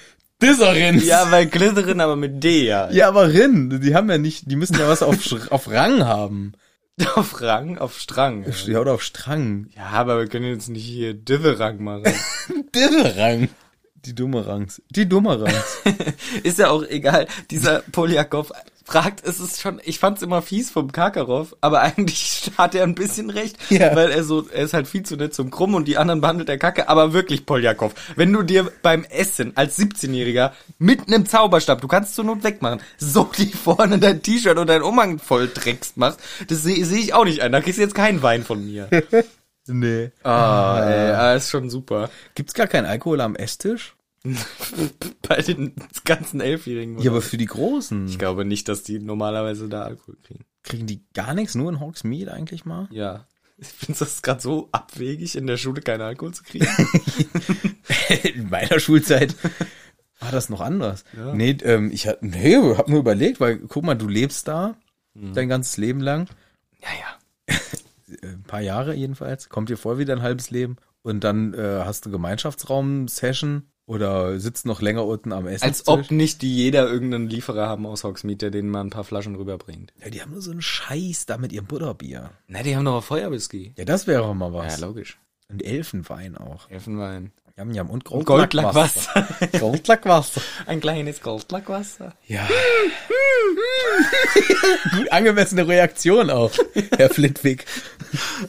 Disserins. ja, weil Glisserin aber mit D, ja. ja, aber Rin, die haben ja nicht, die müssen ja was auf, Sch- auf Rang haben. Auf Rang, auf Strang. ja. Ja, oder auf Strang. Ja, aber wir können jetzt nicht hier Diverang machen. Diverang. Die Dummerangs. Die Dummerangs. ist ja auch egal. Dieser Poljakov fragt, es ist schon, ich fand's immer fies vom Karkaroff, aber eigentlich hat er ein bisschen recht, Ja. weil er so, er ist halt viel zu nett zum Krumm und die anderen behandelt er kacke, aber wirklich Poljakov. Wenn du dir beim Essen als 17-Jähriger mit einem Zauberstab, du kannst zur Not wegmachen, so die vorne dein T-Shirt und dein Umhang voll dreckst machst, das sehe seh ich auch nicht ein. Da kriegst du jetzt keinen Wein von mir. nee. Ah, ey, ah, ist schon super. Gibt's gar keinen Alkohol am Esstisch? Bei den ganzen Elfjährigen. Ja, aber für die Großen. Ich glaube nicht, dass die normalerweise da Alkohol kriegen. Kriegen die gar nichts, nur in Hogsmeade eigentlich mal? Ja. Ich finde das gerade so abwegig, in der Schule keinen Alkohol zu kriegen. in meiner Schulzeit war das noch anders. Nee, ähm, ich hab, nee, hab nur überlegt, weil guck mal, du lebst da dein ganzes Leben lang, ja, ja. äh, ein paar Jahre jedenfalls, kommt dir vor wie dein halbes Leben und dann äh, hast du Gemeinschaftsraum-Session oder sitzt noch länger unten am Essen. Als ob nicht die jeder irgendeinen Lieferer haben aus Hogsmeade, der denen mal ein paar Flaschen rüberbringt. Ja, die haben nur so einen Scheiß da mit ihrem Butterbier. Na, die haben doch auch Feuerwhisky. Ja, das wäre mal was. logisch. und Elfenwein auch. Elfenwein. Jam, jam. Und Goldlackwasser. Goldlackwasser. Goldlackwasser. Ein kleines Goldlackwasser. Ja. Gut angemessene Reaktion auch, Herr Flitwick.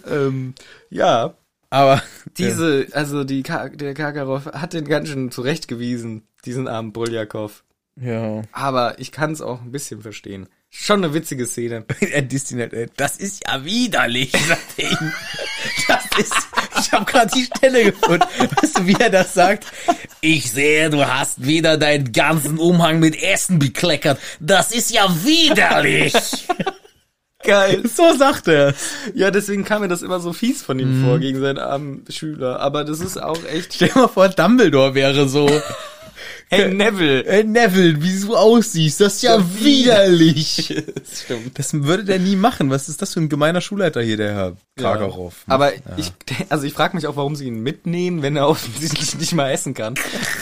Ähm, ja. Aber Diese, also die Ka der Karkaroff hat den ganz schön zurechtgewiesen, diesen armen Buljakov. Ja. Aber ich kann es auch ein bisschen verstehen. Schon eine witzige Szene. Er disst ihn halt, ey, das ist ja widerlich, sagt er ihm. Das ist, ich habe gerade die Stelle gefunden. Weißt du, wie er das sagt? Ich sehe, du hast wieder deinen ganzen Umhang mit Essen bekleckert. Das ist ja widerlich. Geil. So sagt Mhm. er. Ja, deswegen kam mir das immer so fies von ihm vor gegen seinen armen Schüler. Aber das ist auch echt. Stell dir mal vor, Dumbledore wäre so. Hey, Neville. Ey, Neville, wie du aussiehst, das ist ja widerlich. Das stimmt. Das würde der nie machen. Was ist das für ein gemeiner Schulleiter hier, der Herr Kragerow? Aber ich, also ich frage mich auch, warum sie ihn mitnehmen, wenn er offensichtlich nicht mal essen kann.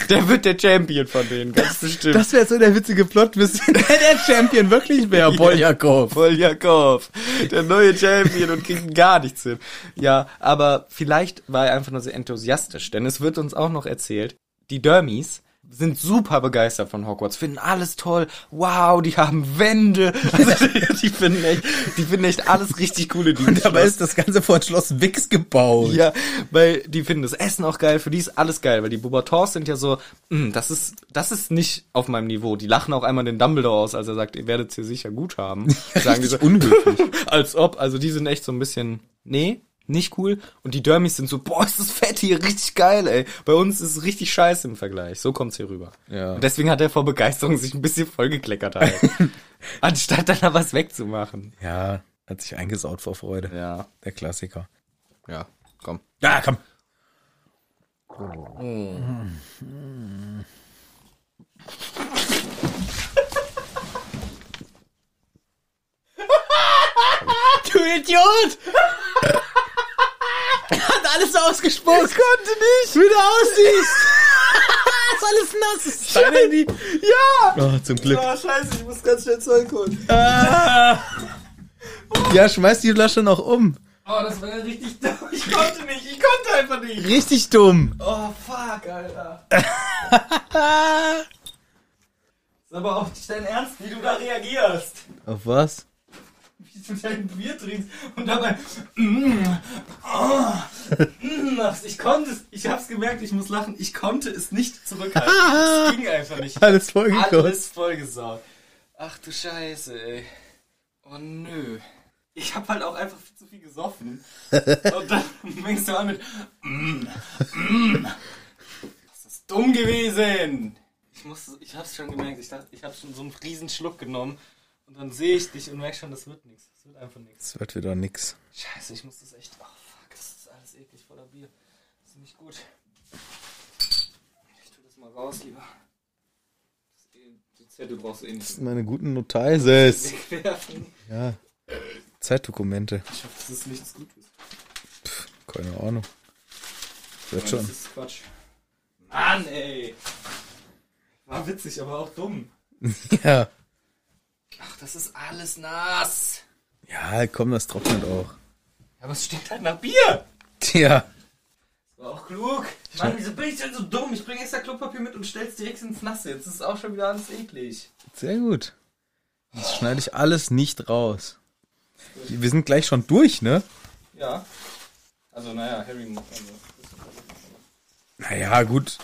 Der wird der Champion von denen, ganz bestimmt. das wäre so der witzige Plot, bis der der Champion wirklich wäre, Poljakov. Poljakov, der neue Champion und kriegt gar nichts hin. Ja, aber vielleicht war er einfach nur sehr enthusiastisch, denn es wird uns auch noch erzählt, die Dermies sind super begeistert von Hogwarts, finden alles toll. Wow, die haben Wände. Also, die finden echt, die finden echt alles richtig cool in diesem Dabei Schloss. ist das Ganze vor Schloss Wix gebaut. Ja, weil die finden das Essen auch geil, für die ist alles geil, weil die Bobatons sind ja so, "Mm, das ist, das ist nicht auf meinem Niveau. Die lachen auch einmal den Dumbledore aus, als er sagt, ihr werdet es hier sicher gut haben. Sagen die so, unhöflich. als ob, also die sind echt so ein bisschen, nee, nicht cool. Und die Dermis sind so, boah, ist das fett hier, richtig geil, ey. Bei uns ist es richtig scheiße im Vergleich. So kommt's hier rüber. Ja. Und deswegen hat er vor Begeisterung sich ein bisschen vollgekleckert halt. Anstatt dann da was wegzumachen. Ja, hat sich eingesaut vor Freude. Ja, Der Klassiker. ja, komm. Ja, komm. Du Idiot! Hat alles ausgespuckt! Ich konnte nicht! Wie du aussiehst! ist alles nass! Ist dein Handy? Ja! Oh, zum Glück. Ah, scheiße, ich muss ganz schnell Zeug holen. Ja, schmeiß die Flasche noch um. Oh, das war ja richtig dumm. Ich konnte nicht, ich konnte einfach nicht. Richtig dumm. Oh, fuck, Alter. Ist aber auch nicht dein Ernst, wie du da reagierst. Auf was? wie du dein Bier trinkst und dabei mm, oh, mm, machst. Ich konnte es, ich hab's gemerkt, ich muss lachen, ich konnte es nicht zurückhalten. Es ging einfach nicht. Alles vollgekocht. Alles vollgesaut. Ach du Scheiße, ey. Oh nö. Ich hab halt auch einfach viel zu viel gesoffen. Und dann fängst du an mit mm, mm. Das ist dumm gewesen. Ich, musste, ich hab's schon gemerkt, ich dachte, ich hab schon so einen riesen Schluck genommen. Und dann sehe ich dich und merk schon, das wird nichts. Das wird einfach nichts. Das wird wieder nix. Scheiße, ich muss das echt. Oh fuck, das ist alles eklig voller Bier. Das ist nicht gut. Ich tu das mal raus, lieber. Das, eh- die Zettel brauchst du eh nicht Meine guten Notizes. wegwerfen. Ja. Zeitdokumente. Ich hoffe, das ist nichts Gutes. Keine Ahnung. Wird Das schon. ist Quatsch. Mann, ey! War witzig, aber auch dumm. Ja. Ach, das ist alles nass. Ja, komm, das trocknet auch. Aber es stinkt halt nach Bier. Tja. War auch klug. Mann, wieso bin ich denn so dumm? Ich bringe extra Klopapier mit und stell's direkt ins Nasse. Jetzt ist es auch schon wieder alles eklig. Sehr gut. Das schneide ich alles nicht raus. Wir sind gleich schon durch, ne? Ja. Also, naja, Harry muss. also- Naja, gut.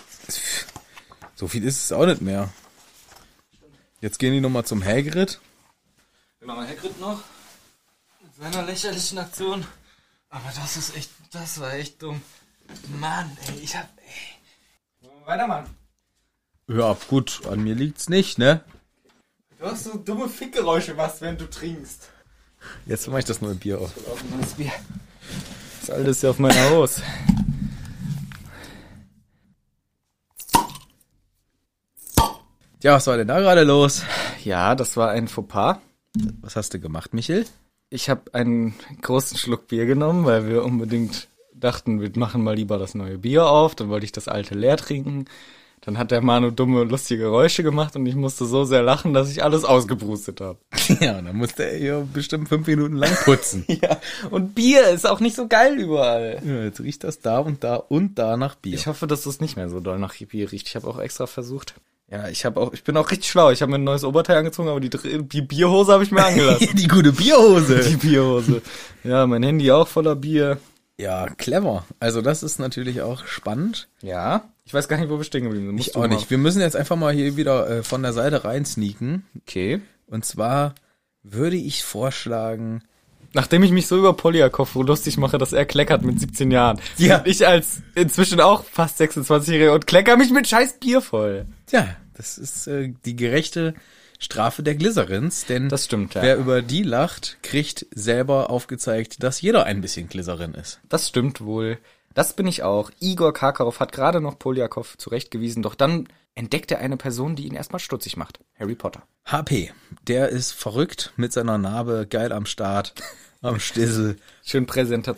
So viel ist es auch nicht mehr. Jetzt gehen die nochmal zum Hagrid. Genau, mal Hagrid noch. Mit seiner lächerlichen Aktion. Aber das ist echt, das war echt dumm. Mann, ey, ich hab, ey. Wollen wir weitermachen? Ja, gut, an mir liegt's nicht, ne? Du hast so dumme Fickgeräusche machst, wenn du trinkst. Jetzt mache ich das neue Bier auf. Auf ein neues Bier. Das alte ist ja auf meiner Haus. Ja, was war denn da gerade los? Ja, das war ein Fauxpas. Was hast du gemacht, Michel? Ich habe einen großen Schluck Bier genommen, weil wir unbedingt dachten, wir machen mal lieber das neue Bier auf. Dann wollte ich das alte leer trinken. Dann hat der Manu dumme, lustige Geräusche gemacht und ich musste so sehr lachen, dass ich alles ausgebrustet habe. Ja, und dann musste er hier bestimmt fünf Minuten lang putzen. Ja, und Bier ist auch nicht so geil überall. ja, jetzt riecht das da und da und da nach Bier. Ich hoffe, dass das nicht mehr so doll nach Bier riecht. Ich habe auch extra versucht. Ja, ich habe auch, ich bin auch richtig schlau. Ich habe mir ein neues Oberteil angezogen, aber die, dr- die Bierhose habe ich mir angelassen. die gute Bierhose. die Bierhose. Ja, mein Handy auch voller Bier. Ja, clever. Also das ist natürlich auch spannend. Ja. Ich weiß gar nicht, wo wir stehen geblieben sind. Musst Ich du auch mal- nicht. Wir müssen jetzt einfach mal hier wieder äh, von der Seite rein sneaken. Okay. Und zwar würde ich vorschlagen, Nachdem ich mich so über Poliakow lustig mache, dass er kleckert mit 17 Jahren. Ja. Und ich als inzwischen auch fast 26-Jähriger und klecker mich mit scheiß Bier voll. tja, das ist äh, die gerechte Strafe der Glisserins, denn Das stimmt, ja. wer über die lacht, kriegt selber aufgezeigt, dass jeder ein bisschen Glisserin ist. Das stimmt wohl. Das bin ich auch. Igor Karkaroff hat gerade noch Poljakov zurechtgewiesen, doch dann entdeckt er eine Person, die ihn erstmal stutzig macht. Harry Potter. HP, der ist verrückt mit seiner Narbe, geil am Start, am Stissel, Schön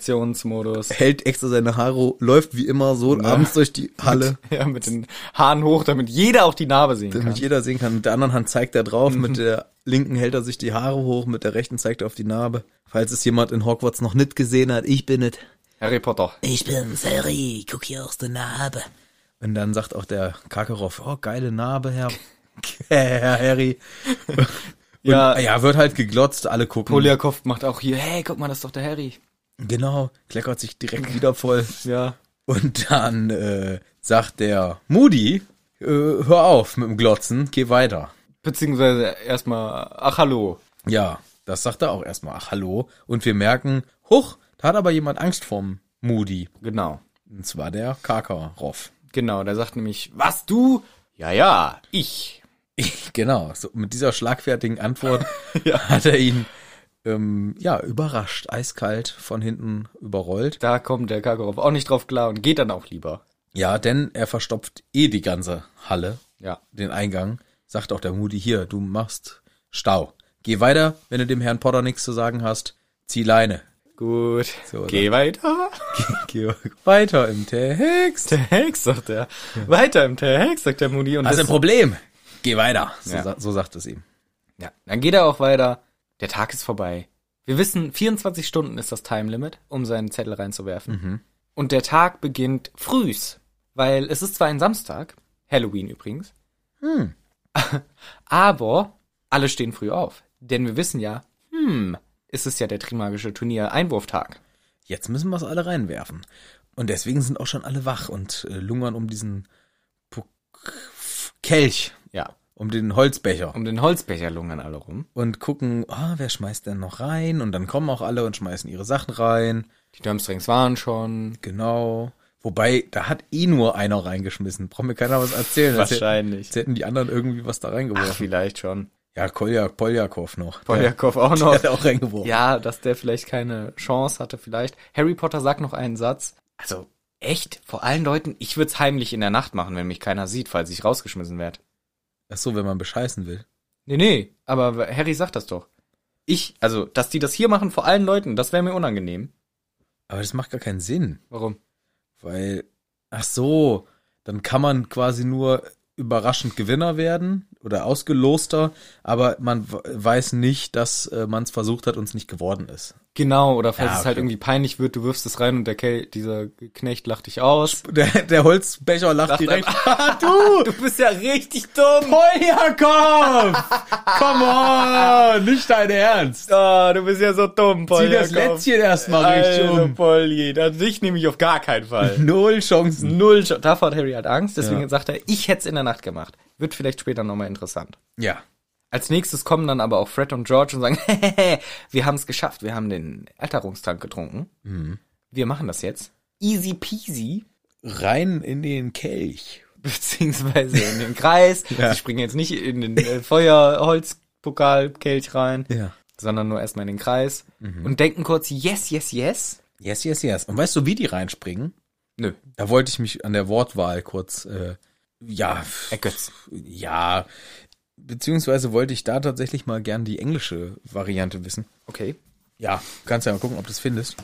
Präsentationsmodus. hält extra seine Haare, läuft wie immer so abends durch die Halle, Ja, mit den Haaren hoch, damit jeder auch die Narbe sehen damit kann. jeder sehen kann. Mit der anderen Hand zeigt er drauf, mit der linken hält er sich die Haare hoch, mit der rechten zeigt er auf die Narbe. Falls es jemand in Hogwarts noch nicht gesehen hat, ich bin es. Harry Potter. Ich bin Harry, guck hier aus der Narbe. Und dann sagt auch der Kakarov, oh, geile Narbe, Herr, Herr Harry. Und, Ja. ja. ja, wird halt geglotzt, alle gucken. Poljakov macht auch hier, hey, guck mal, das ist doch der Harry. Genau, kleckert sich direkt wieder voll. Ja. Und dann äh, sagt der Moody, äh, hör auf mit dem Glotzen, geh weiter. Beziehungsweise erstmal, ach hallo. Ja, das sagt er auch erstmal, ach hallo. Und wir merken, huch, da hat aber jemand Angst vorm Moody. Genau. Und zwar der Karkaroff. Genau, der sagt nämlich, was du? Ja, ja, ich. genau, so mit dieser schlagfertigen Antwort hat er ihn ähm, ja überrascht, eiskalt von hinten überrollt. Da kommt der Karkaroff auch nicht drauf klar und geht dann auch lieber. Ja, denn er verstopft eh die ganze Halle Ja. den Eingang, sagt auch der Moody hier, du machst Stau. Geh weiter, wenn du dem Herrn Potter nichts zu sagen hast, zieh Leine. Gut. So, Geh weiter. Geh weiter im Text. Der Hex, sagt er. Weiter im Text, sagt der Moody. Und Hast ein das, Problem? Geh weiter. So, Ja. sa- so sagt es ihm. ja, dann geht er auch weiter. Der Tag ist vorbei. Wir wissen, 24 Stunden ist das Time Limit, um seinen Zettel reinzuwerfen. Und der Tag beginnt frühs, weil es ist zwar ein Samstag, Halloween übrigens, Hm. aber alle stehen früh auf, denn wir wissen ja, hm, es ist ja der Trimagische Turnier Einwurftag. Jetzt müssen wir es alle reinwerfen. Und deswegen sind auch schon alle wach und äh, lungern um diesen Puck Kelch, Ja, um den Holzbecher um den Holzbecher lungern alle rum. und gucken, ah, wer schmeißt denn noch rein? Und dann kommen auch alle und schmeißen ihre Sachen rein. Die Durmstrings waren schon. Genau. Wobei, da hat eh nur einer reingeschmissen. Braucht mir keiner was erzählen. Als hätten- Wahrscheinlich. Als hätten die anderen irgendwie was da Ach, reingeworfen. vielleicht schon. Ja, Koljak, Poljakov noch. Poljakov auch Der, noch. der hat auch reingeworfen. Ja, dass der vielleicht keine Chance hatte, vielleicht. Harry Potter sagt noch einen Satz. Also, echt? Vor allen Leuten, ich würd's heimlich in der Nacht machen, wenn mich keiner sieht, falls ich rausgeschmissen werd. Ach so, wenn man bescheißen will. Nee, nee, aber Harry sagt das doch. Ich, also, dass die das hier machen vor allen Leuten, das wäre mir unangenehm. Aber das macht gar keinen Sinn, Warum? weil, ach so, dann kann man quasi nur überraschend Gewinner werden oder ausgeloster, aber man w- weiß nicht, dass äh, man es versucht hat und es nicht geworden ist. Genau, oder Ja, falls es halt okay. irgendwie peinlich wird, du wirfst es rein und der Kel dieser Knecht lacht dich aus. Der, der Holzbecher lacht, direkt. Ah, du! Du bist ja richtig dumm! Poljakov! Come on! Nicht dein Ernst! Ah, du bist ja so dumm, Polly. Zieh das Lätzchen erstmal richtig Also, um. Polly, an dich nehme ich auf gar keinen Fall. Null Chancen. Null Sch- Davor hat Harry halt Angst, deswegen Ja. sagt er, ich hätte es in der Nacht gemacht. Wird vielleicht später nochmal interessant. Ja. Als nächstes kommen dann aber auch Fred und George und sagen, hehehe, wir haben es geschafft, wir haben den Alterungstank getrunken. Wir machen das jetzt. Easy peasy, Rein in den Kelch. beziehungsweise in den Kreis. Ja. Sie springen jetzt nicht in den äh, Feuerholzpokalkelch rein, Ja. sondern nur erstmal in den Kreis und denken kurz, yes, yes, yes. Yes, yes, yes. Und weißt du, wie die reinspringen? Nö, Da wollte ich mich an der Wortwahl kurz, äh, ja, f- Eckes. ja, beziehungsweise wollte ich da tatsächlich mal gern die englische Variante wissen. Okay. Ja, kannst ja mal gucken, ob du es findest.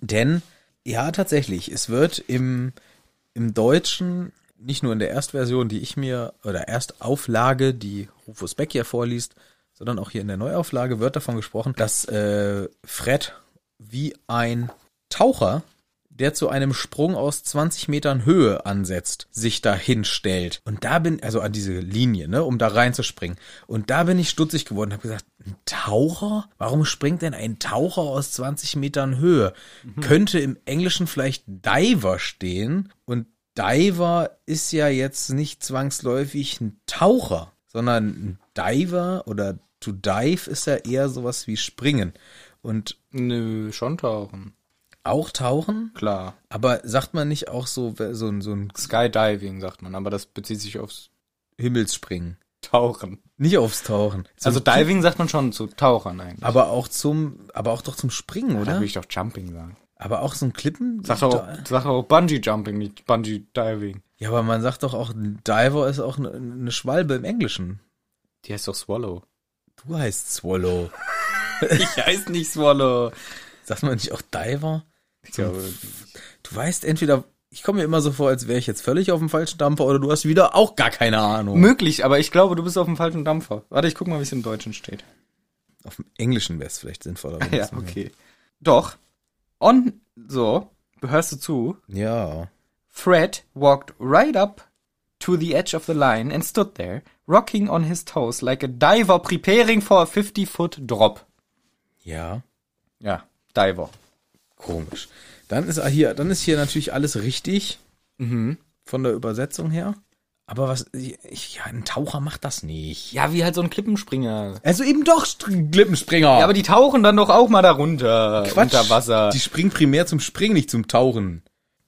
Denn, ja, tatsächlich, es wird im, im Deutschen, nicht nur in der Erstversion, die ich mir, oder Erstauflage, die Rufus Beck hier vorliest, sondern auch hier in der Neuauflage wird davon gesprochen, dass äh, Fred wie ein Taucher, der zu einem Sprung aus 20 Metern Höhe ansetzt, sich da hinstellt. Und da bin, also an diese Linie, ne, um da reinzuspringen. Und da bin ich stutzig geworden, habe gesagt, ein Taucher? Warum springt denn ein Taucher aus 20 Metern Höhe? Könnte im Englischen vielleicht Diver stehen und Diver ist ja jetzt nicht zwangsläufig ein Taucher, sondern ein Diver oder to dive ist ja eher sowas wie springen. Und Nö, schon tauchen. auch tauchen, Klar. aber sagt man nicht auch so, wer- so, ein- so ein Skydiving sagt man, aber das bezieht sich aufs Himmelsspringen? Tauchen. Nicht aufs Tauchen. Zum also Diving sagt man schon zu Tauchern eigentlich. aber auch zum, aber auch doch zum Springen, da oder? würde ich doch Jumping sagen. Aber auch so ein Klippen. Sag doch auch, sag doch auch Bungee Jumping, nicht Bungee Diving. Ja, aber man sagt doch auch, ein Diver ist auch eine, eine Schwalbe im Englischen. Die heißt doch Swallow. Du heißt Swallow. Ich heiß nicht Swallow. Sagt man nicht auch Diver? Ich glaube, Du weißt entweder, ich komme mir immer so vor, als wäre ich jetzt völlig auf dem falschen Dampfer oder du hast wieder auch gar keine Ahnung. möglich, aber ich glaube, du bist auf dem falschen Dampfer. Warte, ich guck mal, wie es im Deutschen steht. auf dem Englischen wäre es vielleicht sinnvoller. wenn Ja, das- okay. Doch. On, so, hörst du zu? Ja. Fred walked right up to the edge of the line and stood there, rocking on his toes like a diver preparing for a 50-foot drop. Ja. Ja, Diver. Komisch. Dann ist ah, hier, dann ist hier natürlich alles richtig. Von der Übersetzung her. Aber was, ich, ja, ein Taucher macht das nicht. Ja, wie halt so ein Klippenspringer. Also eben doch Str- Klippenspringer. Ja, aber die tauchen dann doch auch mal darunter, Quatsch. unter Wasser. Die springen primär zum Springen, nicht zum Tauchen.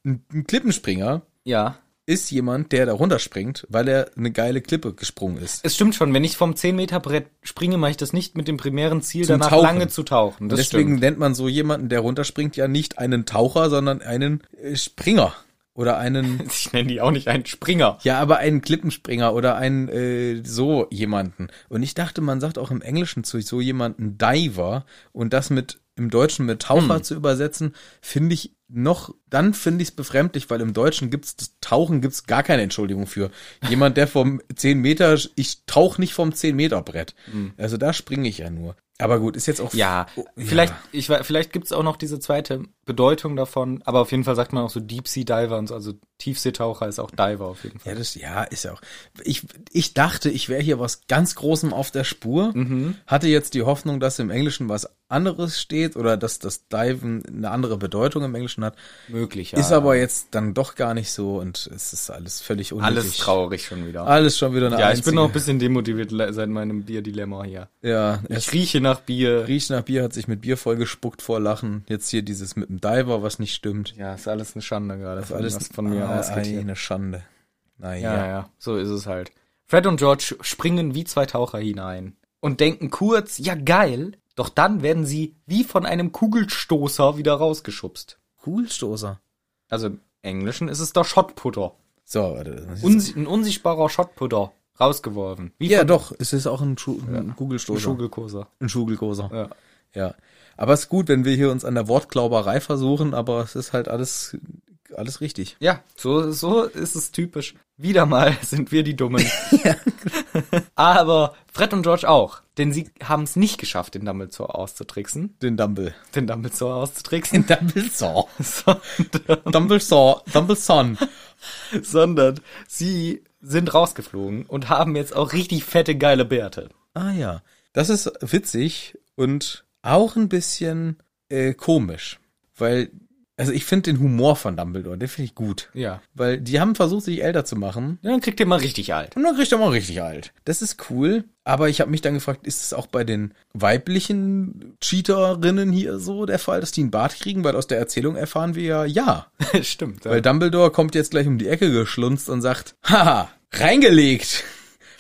Ein, ein Klippenspringer ja. ist jemand, der da runterspringt, weil er eine geile Klippe gesprungen ist. Es stimmt schon, wenn ich vom 10-Meter-Brett springe, mache ich das nicht mit dem primären Ziel, Zum danach Tauchen. lange zu tauchen. Das Deswegen stimmt. nennt man so jemanden, der runterspringt, ja nicht einen Taucher, sondern einen äh, Springer. Oder einen, Ich nenne die auch nicht einen Springer. ja, aber einen Klippenspringer oder einen äh, so jemanden. Und ich dachte, man sagt auch im Englischen zu so jemanden Diver und das mit im Deutschen mit Taucher Hm. zu übersetzen, finde ich noch, dann finde ich es befremdlich, weil im Deutschen gibt's das Tauchen gibt's gar keine Entschuldigung für. Jemand, der vom 10 Meter, ich tauche nicht vom 10 Meter Brett. Also da springe ich ja nur. Aber gut, ist jetzt auch Hm. Ja, Oh, vielleicht, ja. ich weiß, vielleicht gibt's auch noch diese zweite Bedeutung davon, aber auf jeden Fall sagt man auch so Deep Sea Diver und so, also Tiefseetaucher ist auch Diver auf jeden Fall. Ja, das, ja, ist ja auch. Ich, ich dachte, ich wäre hier was ganz Großem auf der Spur. Mhm. Hatte jetzt die Hoffnung, dass im Englischen was anderes steht oder dass das Diven eine andere Bedeutung im Englischen hat. Möglich, Ist aber jetzt dann doch gar nicht so und es ist alles völlig unnötig. alles traurig schon wieder. Alles schon wieder eine ja, ich bin einzige- noch ein bisschen demotiviert le- seit meinem Bier-Dilemma hier. Ja, Ich es rieche nach Bier. riecht nach Bier, hat sich mit Bier vollgespuckt vor Lachen. Jetzt hier dieses mit dem Diver, was nicht stimmt. Ja, ist alles eine Schande gerade. Das ist alles was von mir ah, ausgeht hier. eine Schande. Naja. Ja, ja, so ist es halt. Fred und George springen wie zwei Taucher hinein und denken kurz, ja geil, doch dann werden sie wie von einem Kugelstoßer wieder rausgeschubst. Kugelstoßer. Also im Englischen ist es der Schottputter. So, warte. das muss ich Uns ein unsichtbarer Schottputter. Rausgeworfen. Wie Ja, doch, es ist auch ein, Schu ein ein Kugelstoßer. Schugelkoser. Ein Schugelkoser. Ja. Ja. Aber es ist gut, wenn wir hier uns an der Wortglauberei versuchen, aber es ist halt alles, alles richtig. Ja, so, so ist es typisch. Wieder mal sind wir die Dummen. genau. Aber Fred und George auch. Denn sie haben es nicht geschafft, den Dumbledore auszutricksen. Den Dumble. Den Dumbledore auszutricksen. Den Dumbledore. Sondern Dumbledore. Dumbledore. sondern sie sind rausgeflogen und haben jetzt auch richtig fette, geile Bärte. Ah ja. Das ist witzig und auch ein bisschen äh, komisch. Weil, also ich finde den Humor von Dumbledore, den finde ich gut. Ja. Weil die haben versucht, sich älter zu machen. Dann kriegt ihr mal richtig alt. Und dann kriegt er mal richtig alt. Das ist cool. Aber ich habe mich dann gefragt, ist es auch bei den weiblichen Cheaterinnen hier so der Fall, dass die einen Bart kriegen? Weil aus der Erzählung erfahren wir ja, ja. Stimmt. Weil Dumbledore kommt jetzt gleich um die Ecke geschlunzt und sagt, haha, reingelegt.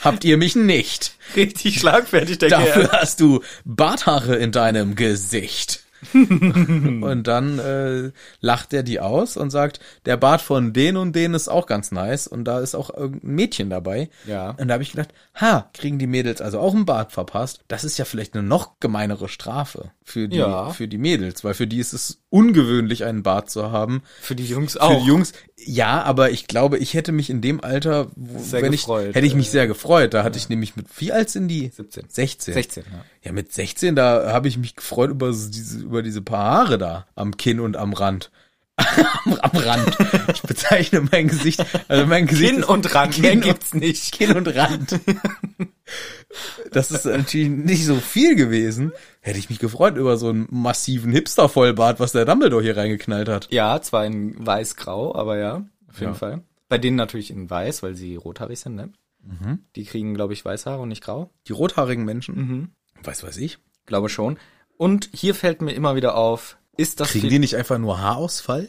Habt ihr mich nicht. Richtig schlagfertig, der Dafür Kerl. hast du Barthaare in deinem Gesicht. und dann äh, lacht er die aus und sagt, der Bart von den und den ist auch ganz nice und da ist auch irgendein Mädchen dabei. Ja. Und da habe ich gedacht, ha, kriegen die Mädels also auch einen Bart verpasst? Das ist ja vielleicht eine noch gemeinere Strafe für die, Ja. für die Mädels, weil für die ist es ungewöhnlich, einen Bart zu haben. Für die Jungs Für die Jungs, ja, aber ich glaube, ich hätte mich in dem Alter, wo, Sehr wenn gefreut, ich, hätte ich mich äh, sehr gefreut. Da hatte ich nämlich mit, wie alt sind die? 17. 16. 16, ja. Ja, mit 16, da habe ich mich gefreut über so diese, über diese paar Haare da am Kinn und am Rand. am, am Rand. Ich bezeichne mein Gesicht, also mein Gesicht. Kinn ist- und Rand, mehr Kinn und, gibt's nicht. Kinn und Rand. Das ist natürlich nicht so viel gewesen. Hätte ich mich gefreut über so einen massiven Hipster-Vollbart, was der Dumbledore hier reingeknallt hat. Ja, zwar in weiß-grau, aber ja, auf jeden Fall. Bei denen natürlich in weiß, weil sie rothaarig sind, ne? Die kriegen, glaube ich, weiße Haare und nicht grau. Die rothaarigen Menschen. Mhm. Weiß weiß ich. Glaube schon. Und hier fällt mir immer wieder auf, ist das Kriegen die nicht einfach nur Haarausfall?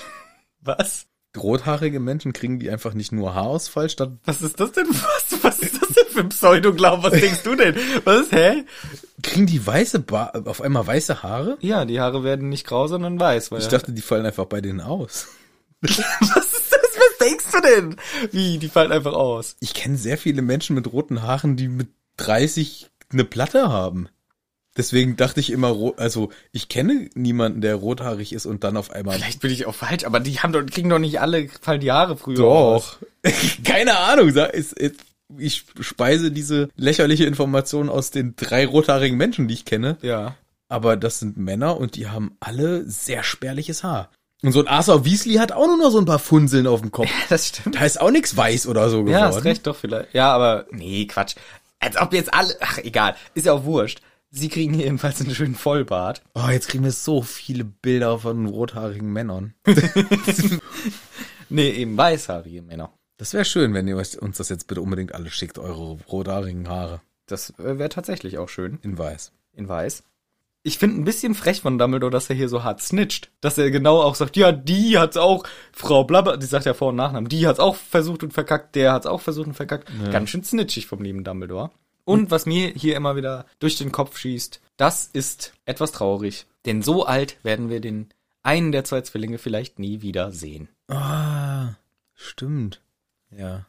was? Rothaarige Menschen kriegen die einfach nicht nur Haarausfall statt. Was ist das denn? Was, was ist das denn für ein Pseudoglaub? Was denkst du denn? Was ist, hä? Kriegen die weiße ba auf einmal weiße Haare? Ja, die Haare werden nicht grau, sondern weiß. Weil Ich dachte, die fallen einfach bei denen aus. was ist das? Was denkst du denn? Wie, die fallen einfach aus. Ich kenne sehr viele Menschen mit roten Haaren, die mit 30 eine Platte haben. Deswegen dachte ich immer, ro- also ich kenne niemanden, der rothaarig ist und dann auf einmal. Vielleicht bin ich auch falsch, aber die haben doch, kriegen doch nicht alle, fallen die Haare früher aus. Doch. Keine Ahnung. sa- ist- ist- Ich speise diese lächerliche Information aus den drei rothaarigen Menschen, die ich kenne. Ja. Aber das sind Männer und die haben alle sehr spärliches Haar. Und so ein Arthur Weasley hat auch nur noch so ein paar Funseln auf dem Kopf. Das stimmt. Da ist auch nichts weiß oder so geworden. Ja, hast recht, doch vielleicht. Ja, aber nee, Quatsch. Als ob jetzt alle, ach egal, ist ja auch wurscht. Sie kriegen hier jedenfalls einen schönen Vollbart. Oh, jetzt kriegen wir so viele Bilder von rothaarigen Männern. Nee, eben weißhaarige Männer. Das wäre schön, wenn ihr euch- uns das jetzt bitte unbedingt alle schickt, eure rothaarigen Haare Das wäre tatsächlich auch schön in weiß. in weiß. Ich finde ein bisschen frech von Dumbledore, dass er hier so hart snitcht. Dass er genau auch sagt, ja, die hat's auch, Frau Blabber, die sagt ja Vor- und Nachnamen, die hat's auch versucht und verkackt, der hat's auch versucht und verkackt. Ganz schön snitchig vom lieben Dumbledore. Und was mir hier immer wieder durch den Kopf schießt, das ist etwas traurig. Denn so alt werden wir den einen der zwei Zwillinge vielleicht nie wieder sehen. Ah, stimmt. Ja.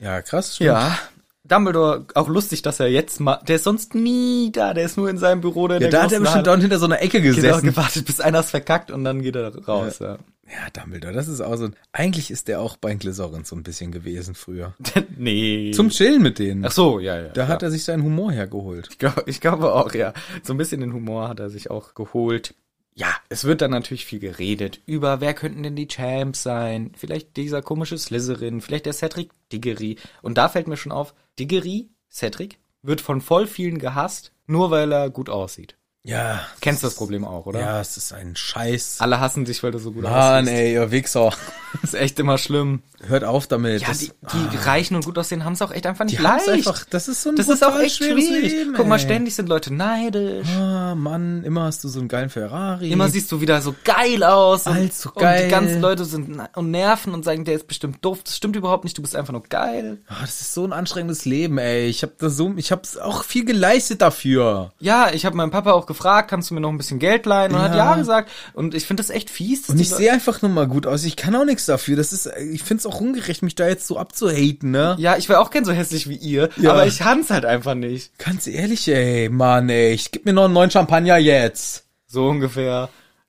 Ja, krass. Stimmt. Ja. Dumbledore, auch lustig, dass er jetzt mal, der ist sonst nie da, der ist nur in seinem Büro. Der Ja, da hat er bestimmt down hinter so einer Ecke genau, gesessen. gewartet, bis einer es verkackt und dann geht er raus. Ja. ja, Dumbledore, das ist auch so. ein- Eigentlich ist der auch bei Glycerin so ein bisschen gewesen früher. nee. Zum Chillen mit denen. ne? Ach so, ja, ja. da ja. hat er sich seinen Humor hergeholt. ich, glaub, ich glaube auch, ja. So ein bisschen den Humor hat er sich auch geholt. Ja, es wird dann natürlich viel geredet über, wer könnten denn die Champs sein? Vielleicht dieser komische Slytherin, vielleicht der Cedric Diggory. Und da fällt mir schon auf, Diggory, Cedric, wird von voll vielen gehasst, nur weil er gut aussieht. Ja. Kennst du das Problem auch, oder? Ah, Ja, es ist ein Scheiß. Alle hassen dich, weil du so gut Mann, aussiehst. ey, ihr Wichser. Ist echt immer schlimm. Hört auf damit. Ja, das, ah. die, die Reichen und gut aussehen haben es auch echt einfach nicht Die haben's leicht. einfach- das ist so ein Das ist auch brutal echt schweres schwierig. Leben, Guck mal, ey. ständig sind Leute neidisch. Ah, Mann, immer hast du so einen geilen Ferrari. Immer siehst du wieder so geil aus. Allzu Und geil. die ganzen Leute sind na- und nerven und sagen, der ist bestimmt doof. Das stimmt überhaupt nicht. Du bist einfach nur geil. Ah, das ist so ein anstrengendes Leben, ey. Ich habe das so, ich hab's auch viel geleistet dafür. Ja, ich habe meinen Papa auch gefragt, kannst du mir noch ein bisschen Geld leihen? Und er hat Ja. ja gesagt. Und ich finde das echt fies. dass Und die ich Leute- sehe einfach nur mal gut aus. Ich kann auch nichts dafür. Das ist, ich find's auch ungerecht, mich da jetzt so abzuhaten, ne? ja, ich wäre auch gern so hässlich wie ihr, Ja. aber ich kann's halt einfach nicht. Ganz ehrlich, ey, Mann, ey, ich gib mir noch einen neuen Champagner jetzt. So ungefähr.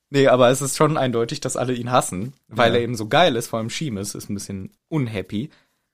Nee, aber es ist schon eindeutig, dass alle ihn hassen, weil er eben so geil ist, vor allem Schiemes ist ein bisschen unhappy.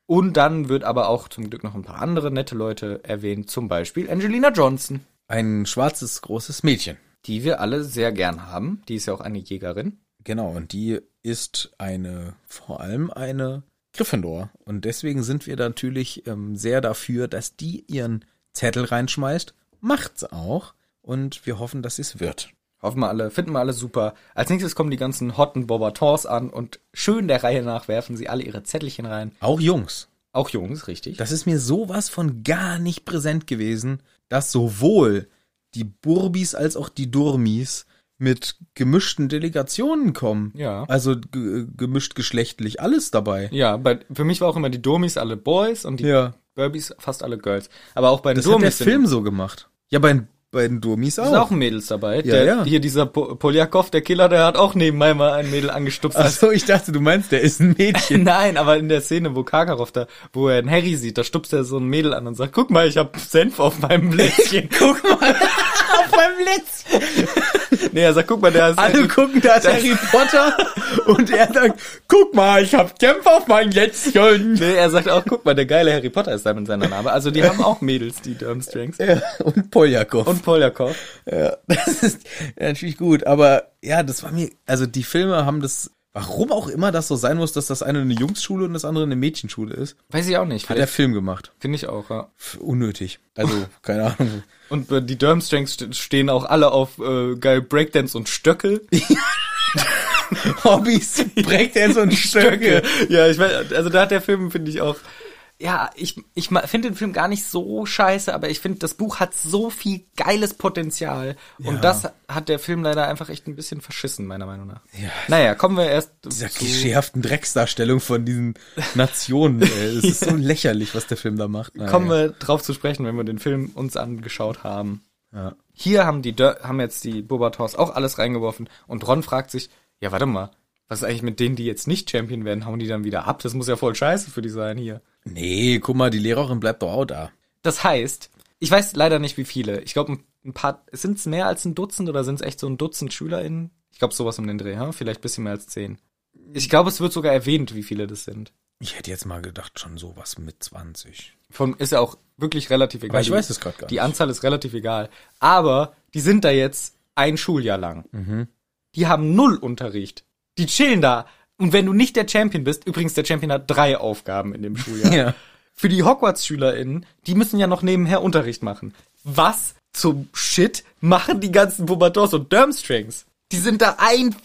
Und dann wird aber auch zum Glück noch ein paar andere nette Leute erwähnt, zum Beispiel Angelina Johnson, Ein schwarzes, großes Mädchen. die wir alle sehr gern haben. Die ist ja auch eine Jägerin. Genau, und die ist eine, vor allem eine Gryffindor. Und deswegen sind wir da natürlich ähm, sehr dafür, dass die ihren Zettel reinschmeißt. Macht's auch. Und wir hoffen, dass es wird. Hoffen wir alle, finden wir alle super. Als nächstes kommen die ganzen hotten Bobatons an und schön der Reihe nach werfen sie alle ihre Zettelchen rein. Auch Jungs. Auch Jungs, richtig. Das ist mir sowas von gar nicht präsent gewesen, dass sowohl die Burbis als auch die Durmis mit gemischten Delegationen kommen. Ja. Also ge gemischt geschlechtlich, alles dabei. Ja, bei, für mich war auch immer die Domis alle Boys und die Ja. Burbies fast alle Girls. Aber auch bei den Das hat der Domis sind- Film so gemacht. Ja, bei, den- bei den Durmis Da auch. sind auch Mädels dabei. Oh. Ja, der, ja. Hier dieser po Poliakow, der Killer, der hat auch nebenbei mal ein Mädel angestupst. Ach so, ich dachte, du meinst, der ist ein Mädchen. Nein, aber in der Szene, wo Karkaroff da, wo er einen Harry sieht, da stupst er so ein Mädel an und sagt, guck mal, ich hab Senf auf meinem Blättchen. guck mal. Auf meinem letzten. Nee, er sagt, guck mal, der ist Alle gucken, da ist Harry Potter und er sagt, guck mal, ich hab Kämpfe auf meinem letzten. Nee, er sagt auch, guck mal, der geile Harry Potter ist da mit seiner Name. Also die haben auch Mädels, die Durmstrangs. Ja, und Poljakov. Und Poliakow. Ja, das ist natürlich gut, aber ja, das war mir, also die Filme haben das, warum auch immer das so sein muss, dass das eine eine Jungsschule und das andere eine Mädchenschule ist, Weiß ich auch nicht. hat der Film gemacht. Finde ich auch, ja. Pff, unnötig. Also, keine Ahnung. Und äh, die Durmstrangs st- stehen auch alle auf äh, geil Breakdance und Stöckel. Hobbys, Breakdance und Stöcke. Ja, ich weiß, also da hat der Film, finde ich, auch. Ja, ich, ich ma- finde den Film gar nicht so scheiße, aber ich finde, das Buch hat so viel geiles Potenzial. Und Ja. das hat der Film leider einfach echt ein bisschen verschissen, meiner Meinung nach. Ja. Naja, kommen wir erst. Dieser zu- klischeehaften Drecksdarstellung von diesen Nationen, ey. Es ist so lächerlich, was der Film da macht. Naja. kommen wir drauf zu sprechen, wenn wir den Film uns angeschaut haben. Ja. Hier haben die Dör haben jetzt die Bobators auch alles reingeworfen und Ron fragt sich, ja, warte mal, was ist eigentlich mit denen, die jetzt nicht Champion werden, hauen die dann wieder ab? Das muss ja voll scheiße für die sein hier. Nee, guck mal, die Lehrerin bleibt doch auch da. Das heißt, ich weiß leider nicht, wie viele. Ich glaube, ein- ein paar, sind es mehr als ein Dutzend oder sind es echt so ein Dutzend SchülerInnen? Ich glaube, sowas um den Dreh, ja? vielleicht ein bisschen mehr als zehn. Ich glaube, es wird sogar erwähnt, wie viele das sind. Ich hätte jetzt mal gedacht, schon sowas mit 20. Von, ist ja auch wirklich relativ egal. ich weiß es grad gar Die nicht. Anzahl ist relativ egal. Aber die sind da jetzt ein Schuljahr lang. Mhm. Die haben null Unterricht. Die chillen da. Und wenn du nicht der Champion bist, übrigens der Champion hat drei Aufgaben in dem Schuljahr. Ja. Für die Hogwarts-SchülerInnen, die müssen ja noch nebenher Unterricht machen. Was zum Shit machen die ganzen Bobators und Durmstrings? Die sind da ein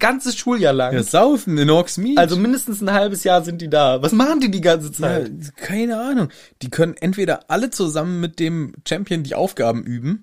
ganzes Schuljahr lang. Das Saufen in Hogsmeade. Also mindestens ein halbes Jahr sind die da. Was machen die die ganze Zeit? Ja, keine Ahnung. Die können entweder alle zusammen mit dem Champion die Aufgaben üben,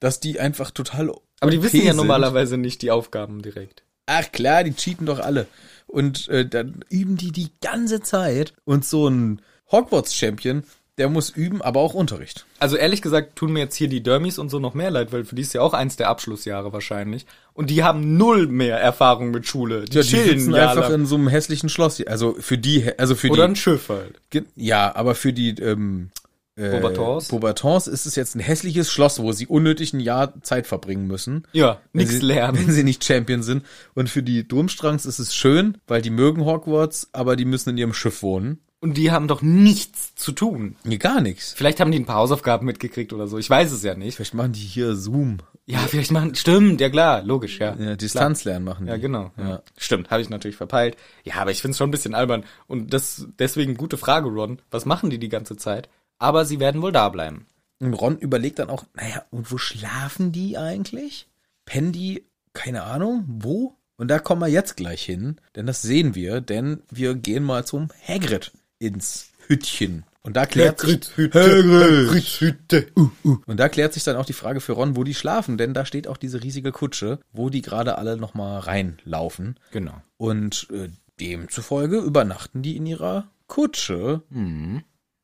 dass die einfach total. Mhm. Aber die OP wissen ja sind. normalerweise nicht die Aufgaben direkt. Ach klar, die cheaten doch alle. Und äh, dann üben die die ganze Zeit. Und so ein Hogwarts-Champion, der muss üben, aber auch Unterricht. Also ehrlich gesagt tun mir jetzt hier die Dermis und so noch mehr leid, weil für die ist ja auch eins der Abschlussjahre wahrscheinlich. Und die haben null mehr Erfahrung mit Schule. Die, Ja, die chillen sitzen ja einfach lang. in so einem hässlichen Schloss. hier. Also für die, also für Oder die. ein Schiff halt. Ge- Ja, aber für die ähm, äh, Bobatons? Bobatons ist es jetzt ein hässliches Schloss, wo sie unnötig ein Jahr Zeit verbringen müssen. Ja, Wenn nichts sie, lernen. Wenn sie nicht Champion sind. Und für die Durmstrangs ist es schön, weil die mögen Hogwarts, aber die müssen in ihrem Schiff wohnen. Und die haben doch nichts zu tun. Nee, gar nichts. Vielleicht haben die ein paar Hausaufgaben mitgekriegt oder so. Ich weiß es ja nicht. Vielleicht machen die hier Zoom. Ja, vielleicht machen. Stimmt, ja klar, logisch, ja. Ja, Distanzlernen machen die. Ja, genau. Ja. Stimmt, habe ich natürlich verpeilt. Ja, aber ich find's schon ein bisschen albern. Und das deswegen gute Frage, Ron. Was machen die die ganze Zeit? Aber sie werden wohl da bleiben. Und Ron überlegt dann auch, naja, und wo schlafen die eigentlich? Pennen die, keine Ahnung, wo? Und da kommen wir jetzt gleich hin, denn das sehen wir, denn wir gehen mal zum Hagrid ins Hütchen. Und da klärt sich, Hagrid. Hütte. Und da klärt sich dann auch die Frage für Ron, wo die schlafen, denn da steht auch diese riesige Kutsche, wo die gerade alle nochmal reinlaufen. Genau. Und äh, demzufolge übernachten die in ihrer Kutsche. Mhm.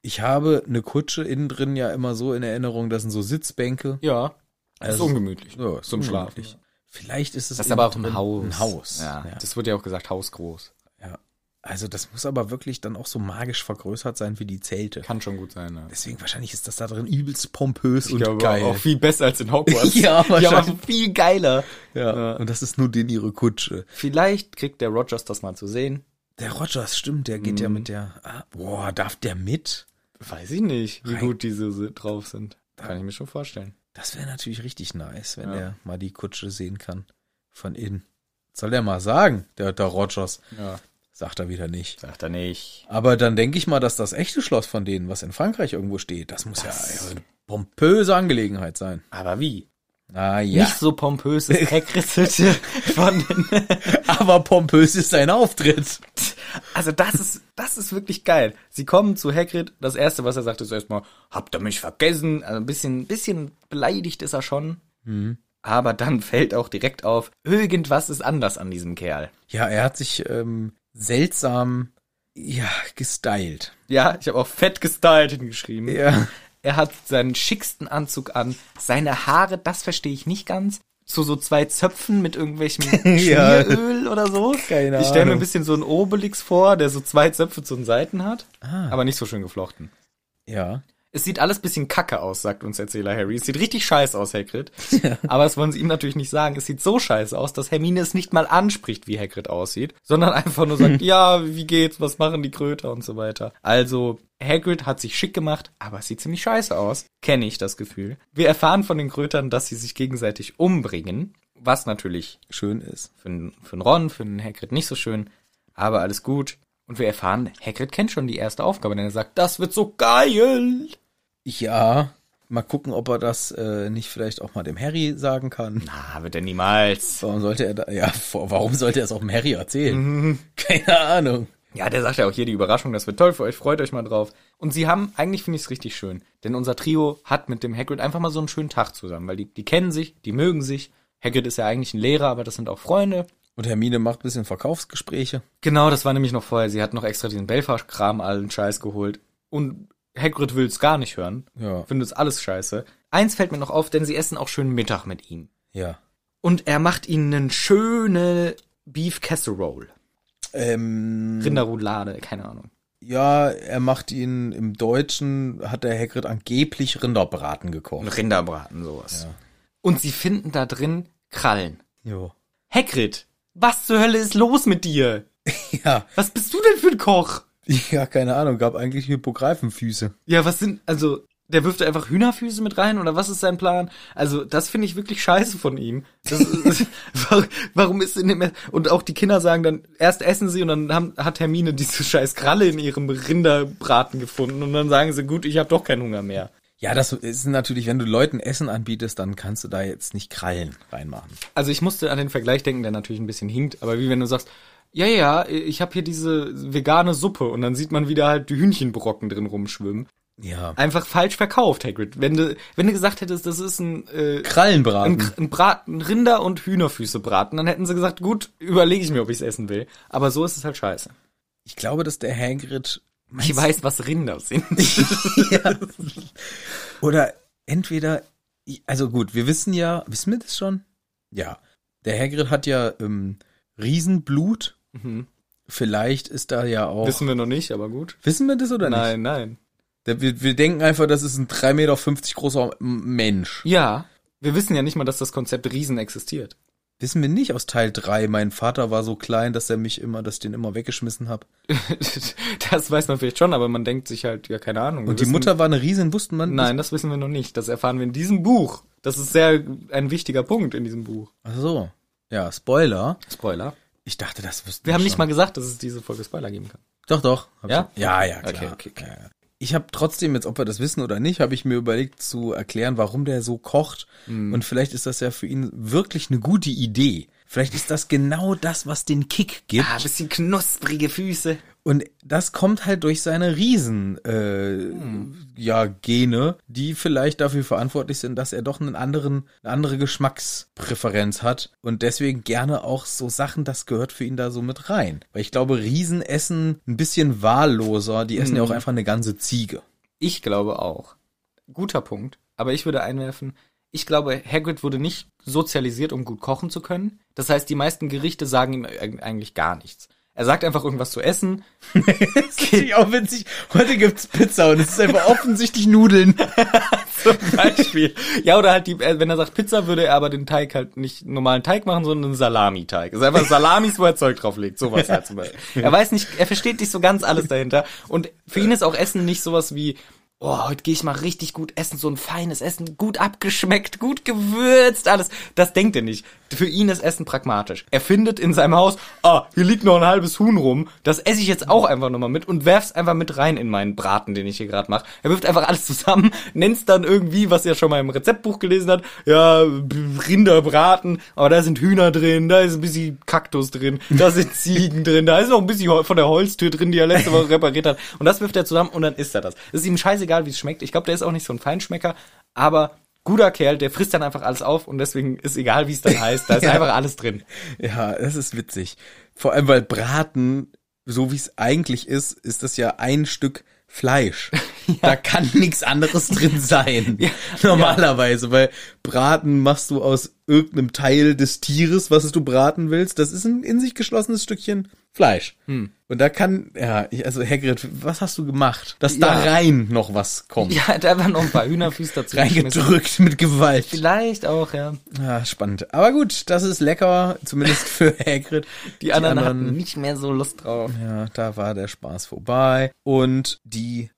Ich habe eine Kutsche innen drin ja immer so in Erinnerung, das sind so Sitzbänke. Ja. Das ist Also- ungemütlich. Ja, ist zum ungemütlich. Schlafen. Vielleicht ist es Das ist innen aber auch drin ein Haus. Ein Haus. Ja. Ja. Das wird ja auch gesagt, hausgroß. ja. Also das muss aber wirklich dann auch so magisch vergrößert sein wie die Zelte. Kann schon gut sein, ne? Deswegen wahrscheinlich ist das da drin übelst pompös und glaube, geil. auch viel besser als in Hogwarts. Ja, Die haben wahrscheinlich. auch viel geiler. ja. Und das ist nur den ihre Kutsche. Vielleicht kriegt der Rogers das mal zu sehen. Der Rogers, stimmt, der geht ja Mhm. mit der. Ah, boah, darf der mit? Weiß ich nicht, wie Rein- gut diese si- drauf sind. Kann ich mir schon vorstellen. Das wäre natürlich richtig nice, wenn Ja. er mal die Kutsche sehen kann. Von innen. Soll der mal sagen, der, der Rogers. Ja. Sagt er wieder nicht. Sagt er nicht. Aber dann denke ich mal, dass das echte Schloss von denen, was in Frankreich irgendwo steht, das muss ja eine pompöse Angelegenheit sein. Aber wie? Ah ja. Nicht so pompöses Hagrid-Hütte von den aber pompös ist sein Auftritt. Also das ist, das ist wirklich geil. Sie kommen zu Hagrid, das erste, was er sagt, ist erstmal, habt ihr mich vergessen? Also ein bisschen, ein bisschen beleidigt ist er schon. Mhm. Aber dann fällt auch direkt auf, irgendwas ist anders an diesem Kerl. Ja, er hat sich ähm, seltsam, ja, gestylt. Ja, ich habe auch fett gestylt hingeschrieben. Ja. Er hat seinen schicksten Anzug an, seine Haare, das verstehe ich nicht ganz, zu so zwei Zöpfen mit irgendwelchem Ja. Schmieröl oder so. Keine ich stelle mir Ahnung. ein bisschen so einen Obelix vor, der so zwei Zöpfe zu den Seiten hat, Ah. aber nicht so schön geflochten. Ja. Es sieht alles bisschen kacke aus, sagt uns Erzähler Harry. Es sieht richtig scheiße aus, Hagrid. Aber das wollen sie ihm natürlich nicht sagen. Es sieht so scheiße aus, dass Hermine es nicht mal anspricht, wie Hagrid aussieht, sondern einfach nur sagt, ja, wie geht's, was machen die Kröter und so weiter. Also, Hagrid hat sich schick gemacht, aber es sieht ziemlich scheiße aus. Kenne ich das Gefühl. Wir erfahren von den Krötern, dass sie sich gegenseitig umbringen, was natürlich Schön ist. für, n- für n Ron, für n Hagrid nicht so schön, aber alles gut. Und wir erfahren, Hagrid kennt schon die erste Aufgabe, denn er sagt, das wird so geil. Ja. Mal gucken, ob er das äh, nicht vielleicht auch mal dem Harry sagen kann. Ah, wird er niemals. Warum sollte er da, ja, vor- warum sollte er es auch dem Harry erzählen? Keine Ahnung. Ja, der sagt ja auch hier die Überraschung, das wird toll für euch, freut euch mal drauf. Und sie haben, eigentlich finde ich es richtig schön, denn unser Trio hat mit dem Hagrid einfach mal so einen schönen Tag zusammen, weil die, die kennen sich, die mögen sich. Hagrid ist ja eigentlich ein Lehrer, aber das sind auch Freunde. Und Hermine macht ein bisschen Verkaufsgespräche. Genau, das war nämlich noch vorher. Sie hat noch extra diesen Belfast-Kram allen Scheiß geholt. Und Hagrid will's gar nicht hören. Ja. Findet es alles scheiße. Eins fällt mir noch auf, denn sie essen auch schön Mittag mit ihm. Ja. Und er macht ihnen eine schöne Beef Casserole. Ähm, Rinderroulade, keine Ahnung. ja, er macht ihn im Deutschen, hat der Hagrid angeblich Rinderbraten Ein gekocht. Rinderbraten, sowas. Und sie finden da drin Krallen. Jo. Hagrid, was zur Hölle ist los mit dir? Ja, Was bist du denn für ein Koch? ja, keine Ahnung, gab eigentlich Hippogreifenfüße. Ja, was sind, also, der wirft da einfach Hühnerfüße mit rein oder was ist sein Plan? Also, das finde ich wirklich scheiße von ihm. Das ist, warum- warum ist in dem, und auch die Kinder sagen dann, erst essen sie und dann haben, hat Hermine diese scheiß Kralle in ihrem Rinderbraten gefunden und dann sagen sie, gut, ich habe doch keinen Hunger mehr. Ja, das ist natürlich, wenn du Leuten Essen anbietest, dann kannst du da jetzt nicht Krallen reinmachen. Also ich musste an den Vergleich denken, der natürlich ein bisschen hinkt, aber wie wenn du sagst, ja, ja, ich habe hier diese vegane Suppe und dann sieht man wieder halt die Hühnchenbrocken drin rumschwimmen. Ja. Einfach falsch verkauft, Hagrid. Wenn du, wenn du gesagt hättest, das ist ein, äh, ein, Krallenbraten. Kr- ein Braten, Rinder- und Hühnerfüße braten, dann hätten sie gesagt, gut, überlege ich mir, ob ich es essen will. Aber so ist es halt scheiße. Ich glaube, dass der Hagrid Ich weiß, was Rinder sind. ja. Oder entweder, also gut, wir wissen ja, wissen wir das schon? Ja. Der Hagrid hat ja ähm, Riesenblut. Mhm. Vielleicht ist da ja auch. Wissen wir noch nicht, aber gut. wissen wir das oder nicht? Nein, nein. Da, wir, wir denken einfach, das ist ein 3,50 Meter großer M- Mensch. Ja, wir wissen ja nicht mal, dass das Konzept Riesen existiert. Wissen wir nicht aus Teil 3. Mein Vater war so klein, dass er mich immer, dass ich den immer weggeschmissen habe. Das weiß man vielleicht schon, aber man denkt sich halt, ja, keine Ahnung. wir Und die wissen- Mutter war eine Riesen, wussten man. Nein, das wissen wir noch nicht. Das erfahren wir in diesem Buch. Das ist sehr ein wichtiger Punkt in diesem Buch. Ach so. Ja, Spoiler. Spoiler. Ich dachte, das wussten Wir haben nicht schon. mal gesagt, dass es diese Folge Spoiler geben kann. Doch, doch. Hab Ja? Ich, ja, ja, Okay, klar. okay, okay. Ja, ja. Ich habe trotzdem, jetzt ob wir das wissen oder nicht, habe ich mir überlegt zu erklären, warum der so kocht. Mhm. Und vielleicht ist das ja für ihn wirklich eine gute Idee. Vielleicht ist das genau das, was den Kick gibt. Ah, bisschen knusprige Füße. Und das kommt halt durch seine Riesen, äh, ja, Gene, die vielleicht dafür verantwortlich sind, dass er doch einen anderen, eine andere Geschmackspräferenz hat und deswegen gerne auch so Sachen, das gehört für ihn da so mit rein. Weil ich glaube, Riesen essen ein bisschen wahlloser, die essen ja auch einfach eine ganze Ziege. Ich glaube auch. Guter Punkt. Aber ich würde einwerfen, ich glaube, Hagrid wurde nicht sozialisiert, um gut kochen zu können. Das heißt, die meisten Gerichte sagen ihm eig- eigentlich gar nichts. Er sagt einfach irgendwas zu essen. Das ist natürlich auch witzig. Heute gibt's Pizza und es ist einfach offensichtlich Nudeln. Zum Beispiel. ja, oder halt, die, äh, wenn er sagt Pizza, würde er aber den Teig halt nicht normalen Teig machen, sondern einen Salami-Teig. Also einfach Salamis, wo er Zeug drauflegt. Sowas halt zum Beispiel. Er weiß nicht, er versteht nicht so ganz alles dahinter. Und für ihn ist auch Essen nicht sowas wie, oh, heute gehe ich mal richtig gut essen, so ein feines Essen, gut abgeschmeckt, gut gewürzt, alles. Das denkt er nicht. Für ihn ist Essen pragmatisch. Er findet in seinem Haus, ah, hier liegt noch ein halbes Huhn rum, das esse ich jetzt auch einfach nochmal mit und werf's einfach mit rein in meinen Braten, den ich hier gerade mache. Er wirft einfach alles zusammen, nennt's dann irgendwie, was er schon mal im Rezeptbuch gelesen hat, ja, B- Rinderbraten, aber da sind Hühner drin, da ist ein bisschen Kaktus drin, da sind Ziegen drin, da ist noch ein bisschen Hol- von der Holztür drin, die er letzte Woche repariert hat. Und das wirft er zusammen und dann isst er das. Es ist ihm scheißegal, wie es schmeckt. Ich glaube, der ist auch nicht so ein Feinschmecker, aber guter Kerl, der frisst dann einfach alles auf und deswegen ist egal, wie es dann heißt, da ist Ja. einfach alles drin. Ja, das ist witzig. Vor allem, weil Braten, so wie es eigentlich ist, ist das ja ein Stück Fleisch. Da kann nichts anderes drin sein. Normalerweise, weil Braten machst du aus irgendeinem Teil des Tieres, was es du braten willst. Das ist ein in sich geschlossenes Stückchen Fleisch. Hm. Und da kann, ja, ich- also Hagrid, was hast du gemacht? Dass da Ja. rein noch was kommt. Ja, da waren noch ein paar Hühnerfüße dazu. geschmissen. Reingedrückt mit Gewalt. Vielleicht auch, ja. Ah, spannend. Aber gut, das ist lecker, zumindest für Hagrid. Die anderen, hatten nicht mehr so Lust drauf. Ja, da war der Spaß vorbei. Und die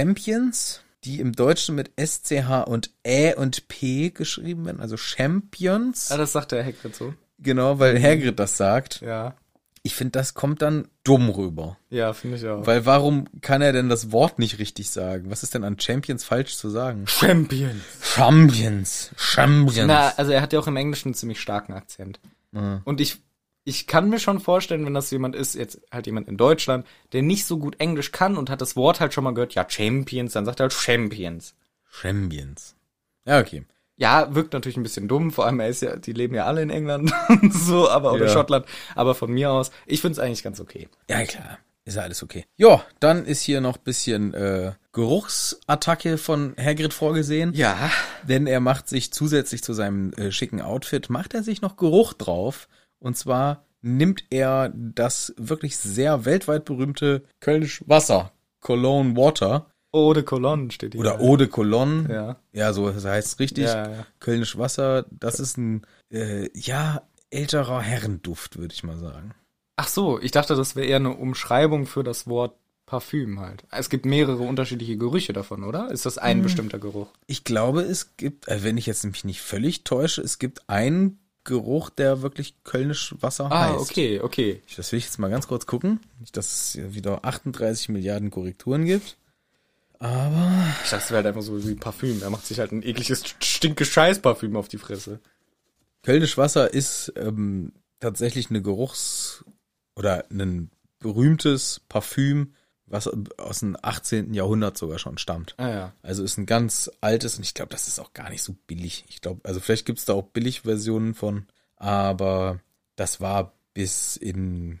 Champions, die im Deutschen mit SCH und Ä und P geschrieben werden, also Champions, Ah, das sagt der Hagrid so. genau, weil Hagrid das sagt. Ja. Ich finde, das kommt dann dumm rüber. Ja, finde ich auch. Weil warum kann er denn das Wort nicht richtig sagen? Was ist denn an Champions falsch zu sagen? Champions. Champions. Champions. Na, also er hat ja auch im Englischen einen ziemlich starken Akzent. Und ich, ich kann mir schon vorstellen, wenn das jemand ist, jetzt halt jemand in Deutschland, der nicht so gut Englisch kann und hat das Wort halt schon mal gehört, ja, Champions, dann sagt er halt Champions. Champions. Ja, okay. Ja, wirkt natürlich ein bisschen dumm, vor allem er ist ja, die leben ja alle in England und so, aber auch Ja. in Schottland, aber von mir aus, ich find's eigentlich ganz okay. Ja, klar. Ist ja alles okay. Ja, dann ist hier noch bisschen äh, Geruchsattacke von Hagrid vorgesehen. Ja. Denn er macht sich zusätzlich zu seinem äh, schicken Outfit, macht er sich noch Geruch drauf. Und zwar nimmt er das wirklich sehr weltweit berühmte Kölnisch Wasser, Cologne Water Eau de Cologne steht hier. oder Eau de Cologne. Ja. Ja, so heißt es richtig. Ja, ja. Kölnisch Wasser, das ist ein, äh, ja, älterer Herrenduft, würde ich mal sagen. Ach so, ich dachte, das wäre eher eine Umschreibung für das Wort Parfüm halt. Es gibt mehrere unterschiedliche Gerüche davon, oder? Ist das ein Mhm. bestimmter Geruch? Ich glaube, es gibt, äh, wenn ich jetzt mich nicht völlig täusche, es gibt einen Geruch, der wirklich Kölnisch Wasser Ah, heißt. okay, okay. Ich- Das will ich jetzt mal ganz kurz gucken. Nicht, dass es hier wieder 38 Milliarden Korrekturen gibt. Ich dachte, es wäre halt einfach so wie Parfüm. Er macht sich halt ein ekliges, stinke Scheißparfüm auf die Fresse. Kölnisch Wasser ist ähm, tatsächlich eine Geruchs- oder ein berühmtes Parfüm, was aus dem 18. Jahrhundert sogar schon stammt. Ah ja. Also ist ein ganz altes und ich glaube, das ist auch gar nicht so billig. Ich glaube, also vielleicht gibt's da auch Billigversionen von, aber das war bis in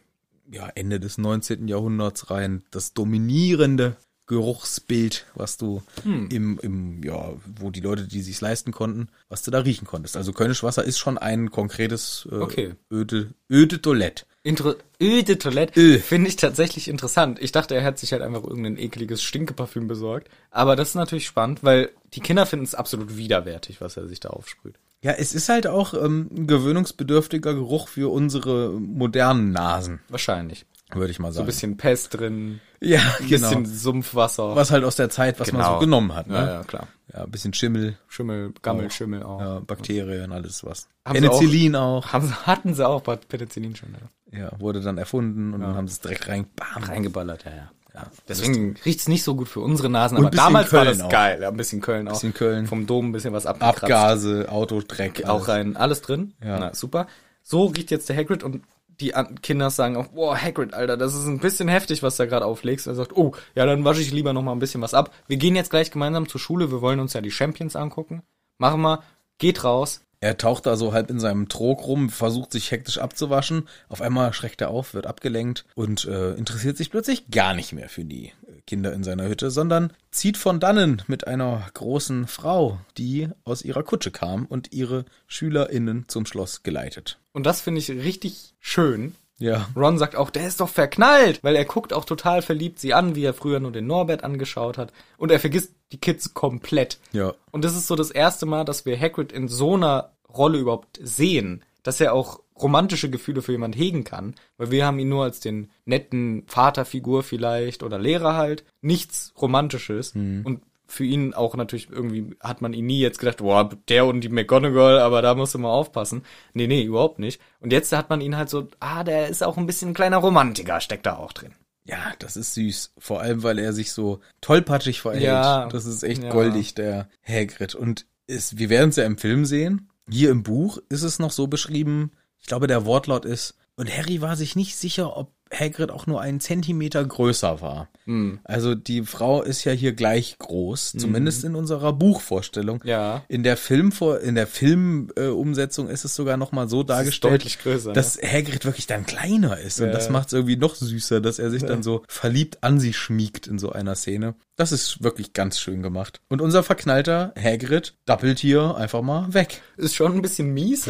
ja, Ende des 19. Jahrhunderts rein das dominierende Geruchsbild, was du Hm. im, im, ja, wo die Leute, die sich's leisten konnten, was du da riechen konntest. Also Kölnisch Wasser ist schon ein konkretes äh, Okay. öde, öde Toilette. Intro öde Toilette Ö. finde ich tatsächlich interessant. Ich dachte, er hat sich halt einfach irgendein ekliges Stinkeparfüm besorgt. Aber das ist natürlich spannend, weil die Kinder finden es absolut widerwärtig, was er sich da aufsprüht. Ja, es ist halt auch ähm, ein gewöhnungsbedürftiger Geruch für unsere modernen Nasen, Wahrscheinlich. würde ich mal So ein sagen. bisschen Pest drin, Ja, ein genau. bisschen Sumpfwasser. was halt aus der Zeit, was man so genommen hat. Ne? Genau. Ja, ja, klar. Ja, ein bisschen Schimmel, Schimmel, Gammelschimmel auch. ja, Bakterien, alles was. Haben sie Penicillin auch. Haben sie, hatten sie auch bei Penicillin schon, ja. Ja, wurde dann erfunden und dann haben sie es direkt rein, bam, Reingeballert, ja, ja. Ja, Deswegen riecht's nicht so gut für unsere Nasen, Und aber ein bisschen damals war Köln das auch. geil. Ja, ein bisschen Köln auch. Bisschen Köln. Vom Dom ein bisschen was abgekratzt. Abgase, Autodreck. auch alles. rein, alles drin. Ja. Na, super. So riecht jetzt der Hagrid und die an- Kinder sagen auch, boah, Hagrid, Alter, das ist ein bisschen heftig, was da gerade auflegst. Er sagt, oh, ja, dann wasche ich lieber noch mal ein bisschen was ab. Wir gehen jetzt gleich gemeinsam zur Schule, wir wollen uns ja die Champions angucken. Machen wir, geht raus. Er taucht da so halb in seinem Trog rum, versucht sich hektisch abzuwaschen. Auf einmal schreckt er auf, wird abgelenkt und äh, interessiert sich plötzlich gar nicht mehr für die äh, Kinder in seiner Hütte, sondern zieht von dannen mit einer großen Frau, die aus ihrer Kutsche kam und ihre SchülerInnen zum Schloss geleitet. Und das finde ich richtig schön. Ja. Ron sagt auch, der ist doch verknallt, weil er guckt auch total verliebt sie an, wie er früher nur den Norbert angeschaut hat. Und er vergisst die Kids komplett. Ja. Und das ist so das erste Mal, dass wir Hagrid in so einer Rolle überhaupt sehen, dass er auch romantische Gefühle für jemand hegen kann, weil wir haben ihn nur als den netten Vaterfigur vielleicht oder Lehrer halt, nichts Romantisches Mhm. und für ihn auch natürlich irgendwie hat man ihn nie jetzt gedacht, boah, der und die McGonagall, aber da musst du mal aufpassen. Nee, nee, überhaupt nicht. Und jetzt hat man ihn halt so, ah, der ist auch ein bisschen ein kleiner Romantiker, steckt da auch drin. Ja, das ist süß. Vor allem, weil er sich so tollpatschig verhält. Ja. Das ist echt Ja. goldig, der Hagrid. Und es, wir werden es ja im Film sehen. Hier im Buch ist es noch so beschrieben. Ich glaube, der Wortlaut ist, und Harry war sich nicht sicher, ob Hagrid auch nur einen Zentimeter größer war. Also die Frau ist ja hier gleich groß, zumindest in unserer Buchvorstellung. Ja. In der Filmvor in der Filmumsetzung äh, Umsetzung ist es sogar noch mal so dargestellt, deutlich größer, ne? dass Hagrid wirklich dann kleiner ist. Und Ja. das macht es irgendwie noch süßer, dass er sich dann so verliebt an sie schmiegt in so einer Szene. Das ist wirklich ganz schön gemacht. Und unser verknallter Hagrid dappelt hier einfach mal weg. ist schon ein bisschen mies.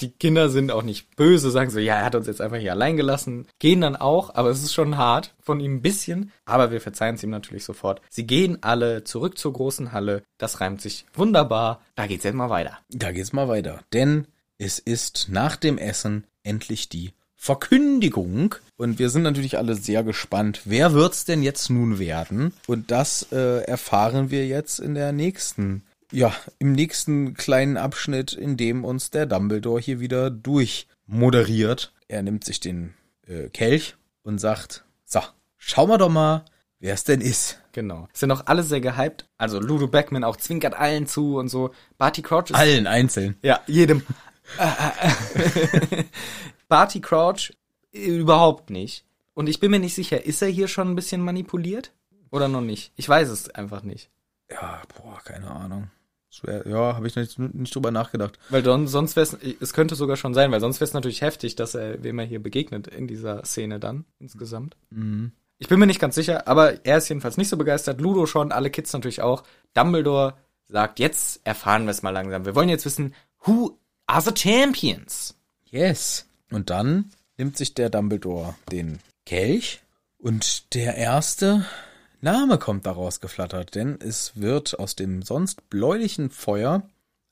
Die Kinder sind auch nicht böse, sagen so, ja, er hat uns jetzt einfach hier allein gelassen. Gehen dann auch, aber es ist schon hart von ihm ein bisschen. Aber wir verzeihen es ihm natürlich sofort. Sie gehen alle zurück zur großen Halle. Das reimt sich wunderbar. Da geht's jetzt mal weiter. Da geht's mal weiter. Denn es ist nach dem Essen endlich die Verkündigung. Und wir sind natürlich alle sehr gespannt. Wer wird's denn jetzt nun werden? Und das äh, erfahren wir jetzt in der nächsten. Ja, im nächsten kleinen Abschnitt, in dem uns der Dumbledore hier wieder durchmoderiert. Er nimmt sich den äh, Kelch und sagt: So, schauen wir doch mal, wer es denn ist. Genau. Sind auch alle sehr gehypt. Also Ludo Beckman auch zwinkert allen zu und so. Barty Crouch ist Allen einzeln. Ja, jedem. Barty Crouch äh, überhaupt nicht. Und ich bin mir nicht sicher, ist er hier schon ein bisschen manipuliert? Oder noch nicht? Ich weiß es einfach nicht. Ja, boah, keine Ahnung. Das wär- Ja, habe ich nicht, nicht drüber nachgedacht. Weil don, sonst wäre es könnte sogar schon sein, weil sonst wäre es natürlich heftig, dass er wem er hier begegnet in dieser Szene dann insgesamt. Ich bin mir nicht ganz sicher, aber er ist jedenfalls nicht so begeistert. Ludo schon, alle Kids natürlich auch. Dumbledore sagt, jetzt erfahren wir es mal langsam. Wir wollen jetzt wissen, who are the champions? Yes. Und dann nimmt sich der Dumbledore den Kelch und der erste Name kommt daraus geflattert, denn es wird aus dem sonst bläulichen Feuer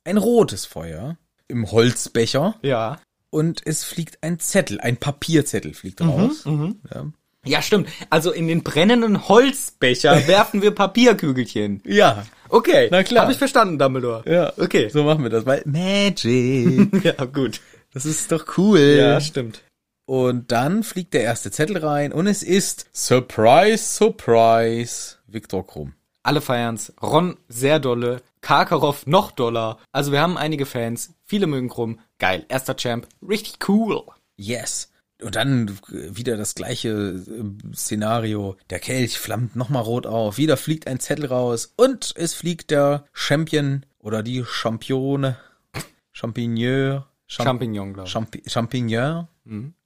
ein rotes Feuer im Holzbecher Ja. und es fliegt ein Zettel, ein Papierzettel fliegt raus. Ja. Ja, stimmt. Also in den brennenden Holzbecher werfen wir Papierkügelchen. ja, Okay. Na klar. Hab ich verstanden, Dumbledore. Ja. Okay. so machen wir das, weil Magic, Ja, gut. Äh, das ist doch cool. Ja, stimmt. Und dann fliegt der erste Zettel rein und es ist Surprise, Surprise, Viktor Krumm. Alle feiern's. Ron sehr dolle. Karkaroff noch doller. Also wir haben einige Fans. Viele mögen Krumm. Geil. Erster Champ. Richtig cool. Yes. Und dann äh, wieder das gleiche äh, Szenario. Der Kelch flammt nochmal rot auf. Wieder fliegt ein Zettel raus. Und es fliegt der Champion oder die Champione. Champignon. Champ- Champignon, glaube ich. Mhm. Champi Champignon.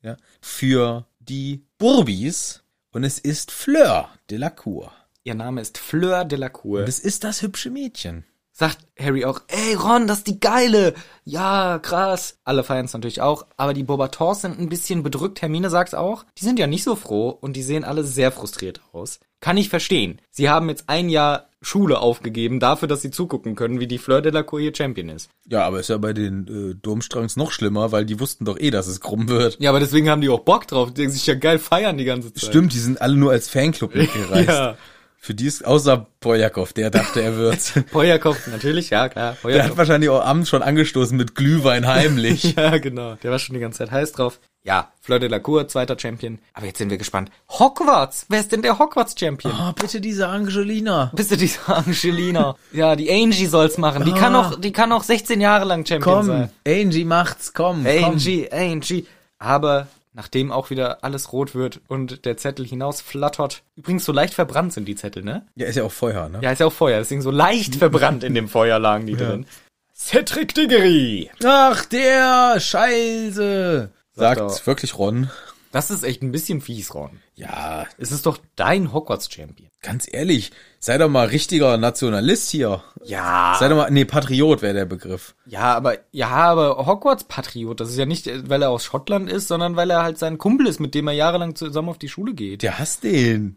Ja, für die Burbis. Und es ist Fleur de la Cour. Ihr Name ist Fleur Delacour. Das ist das hübsche Mädchen. Sagt Harry auch, ey Ron, das ist die geile. Ja, krass. Alle feiern's natürlich auch. Aber die Bobatons sind ein bisschen bedrückt. Hermine sagt's auch. Die sind ja nicht so froh und die sehen alle sehr frustriert aus. Kann ich verstehen. Sie haben jetzt ein Jahr Schule aufgegeben dafür, dass sie zugucken können, wie die Fleur Delacour ihr Champion ist. Ja, aber ist ja bei den äh, Durmstrangs noch schlimmer, weil die wussten doch eh, dass es krumm wird. Ja, aber deswegen haben die auch Bock drauf. Die denken sich ja geil feiern die ganze Zeit. Stimmt, die sind alle nur als Fanclub mitgereist. Ja. Für die ist, außer Bojakov, der dachte, er wird's. Feuerkopf, natürlich, ja, Der klar. hat Feuerkopf. wahrscheinlich auch abends schon angestoßen mit Glühwein heimlich. Ja, genau. Der war schon die ganze Zeit heiß drauf. Ja, Fleur de la Cour, zweiter Champion. Aber jetzt sind wir gespannt. Hogwarts! Wer ist denn der Hogwarts-Champion? oh, bitte diese Angelina. Bist du diese Angelina? Ja, die Angie soll's machen. Die kann Ah. noch, die kann noch 16 Jahre lang Champion Komm, sein. Angie macht's, komm. Angie, Angie. Aber nachdem auch wieder alles rot wird und der Zettel hinausflattert. Übrigens, so leicht verbrannt sind die Zettel, ne? Komm. Ja, ist ja auch Feuer, ne? Ja, ist ja auch Feuer, deswegen so leicht verbrannt in dem Feuer lagen die drin. Cedric Diggory! Ach, der Scheiße. Sagt Sagt er. wirklich Ron. Das ist echt ein bisschen fies, Ron. Ja, Es ist doch dein Hogwarts-Champion. ganz ehrlich, sei doch mal richtiger Nationalist hier. Ja. Sei doch mal, nee, Patriot wäre der Begriff. Ja, aber, ja, aber Hogwarts-Patriot, das ist ja nicht, äh, weil er aus Schottland ist, sondern weil er halt sein Kumpel ist, mit dem er jahrelang zusammen auf die Schule geht. Der hasst den.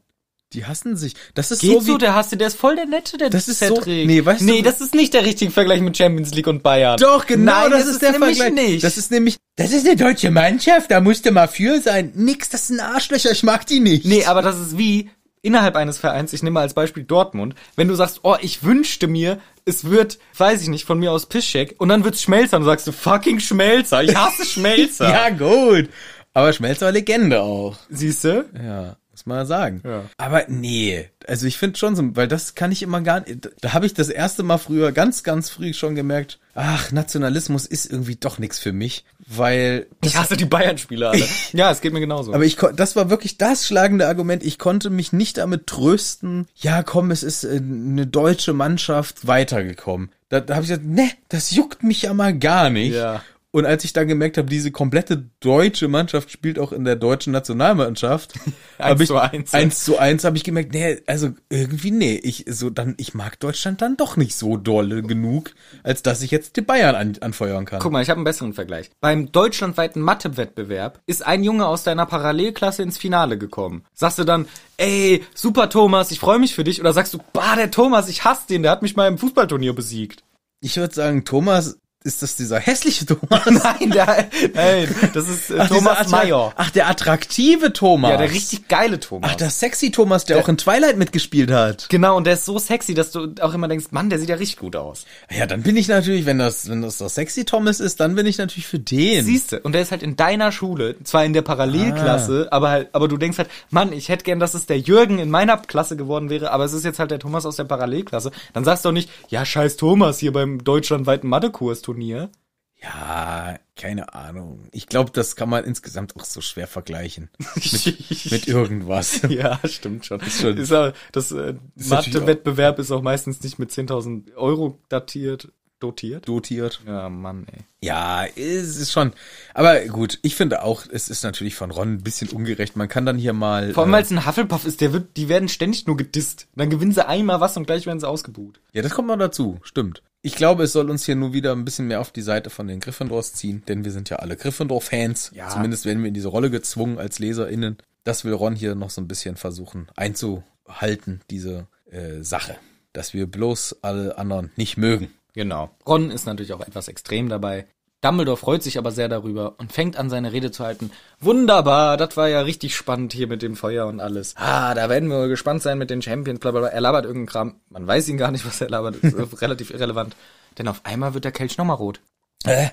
Die hassen sich. Das ist Geht so so, wie der Hasse, der ist voll der Nette, der Das ist so- Cedric. nee, weißt du- Nee, das ist nicht der richtige Vergleich mit Champions League und Bayern. Doch, genau, Nein, das, es ist, der nämlich Vergleich. Nicht. Das ist nämlich, das ist eine deutsche Mannschaft, da musst du mal für sein. Nix, das sind Arschlöcher, ich mag die nicht. Nee, aber das ist wie innerhalb eines Vereins, ich nehme mal als Beispiel Dortmund, wenn du sagst, oh, ich wünschte mir, es wird, weiß ich nicht, von mir aus Pischek und dann wird's Schmelzer und du sagst du fucking Schmelzer, ich hasse Schmelzer. Ja, gut. Aber Schmelzer war Legende auch. Siehst du? Ja, muss man sagen. Ja. Aber nee, also ich finde schon so, weil das kann ich immer gar nicht, da habe ich das erste Mal früher ganz, ganz früh schon gemerkt, ach, Nationalismus ist irgendwie doch nichts für mich, weil Ich hasse die Bayern-Spieler alle. ja, es geht mir genauso. Aber ich kon- das war wirklich das schlagende Argument. Ich konnte mich nicht damit trösten. Ja, komm, es ist äh, eine deutsche Mannschaft weitergekommen. Da, da habe ich gesagt, ne, das juckt mich ja mal gar nicht. Ja. Und als ich dann gemerkt habe, diese komplette deutsche Mannschaft spielt auch in der deutschen Nationalmannschaft, Eins habe ich zu eins. eins zu eins habe ich gemerkt, nee, also irgendwie nee, ich so dann ich mag Deutschland dann doch nicht so dolle genug, als dass ich jetzt die Bayern an, anfeuern kann. Guck mal, ich habe einen besseren Vergleich. Beim deutschlandweiten Mathe-Wettbewerb ist ein Junge aus deiner Parallelklasse ins Finale gekommen. Sagst du dann, ey, super Thomas, ich freue mich für dich? Oder sagst du, bah, der Thomas, ich hasse den, der hat mich mal im Fußballturnier besiegt? Ich würde sagen, Thomas, ist das dieser hässliche Thomas? Nein, der, nein, das ist äh, Thomas dieser Attra- Mayer. Ach, der attraktive Thomas. Ja, der richtig geile Thomas. Ach, der sexy Thomas, der auch in Twilight mitgespielt hat. genau, und der ist so sexy, dass du auch immer denkst, Mann, der sieht ja richtig gut aus. Ja, dann bin ich natürlich, wenn das, wenn das der sexy Thomas ist, dann bin ich natürlich für den. Siehste, und der ist halt in deiner Schule, zwar in der Parallelklasse, aber halt, aber du denkst halt, Mann, ich hätte gern, dass es der Jürgen in meiner Klasse geworden wäre, aber es ist jetzt halt der Thomas aus der Parallelklasse. Dann sagst du auch nicht, ja, scheiß Thomas hier beim deutschlandweiten Mathekurs-Turnier. Ja, keine Ahnung. Ich glaube, das kann man insgesamt auch so schwer vergleichen. Mit irgendwas. ja, stimmt schon. Ist schon- aber, das äh, Ist natürlich Mathe-Wettbewerb ist auch meistens nicht mit 10.000 Euro datiert, dotiert. Dotiert. Ja, Mann, ey. Ja, es ist schon. Aber gut, ich finde auch, es ist natürlich von Ron ein bisschen ungerecht. Man kann dann hier mal. Vor allem, äh, weil es ein Hufflepuff ist, der wird, die werden ständig nur gedisst. Dann gewinnen sie einmal was und gleich werden sie ausgebuht. Ja, das kommt noch dazu, stimmt. Ich glaube, es soll uns hier nur wieder ein bisschen mehr auf die Seite von den Gryffindors ziehen, denn wir sind ja alle Gryffindor-Fans. Ja. Zumindest werden wir in diese Rolle gezwungen als LeserInnen. Das will Ron hier noch so ein bisschen versuchen einzuhalten, diese äh, Sache. Dass wir bloß alle anderen nicht mögen. Genau. Ron ist natürlich auch etwas extrem dabei. Dumbledore freut sich aber sehr darüber und fängt an, seine Rede zu halten. Wunderbar, das war ja richtig spannend hier mit dem Feuer und alles. Ah, da werden wir gespannt sein mit den Champions, bla bla bla. Er labert irgendeinen Kram. Man weiß ihn gar nicht, was er labert. Ist äh, relativ irrelevant. Denn auf einmal wird der Kelch nochmal rot. Äh?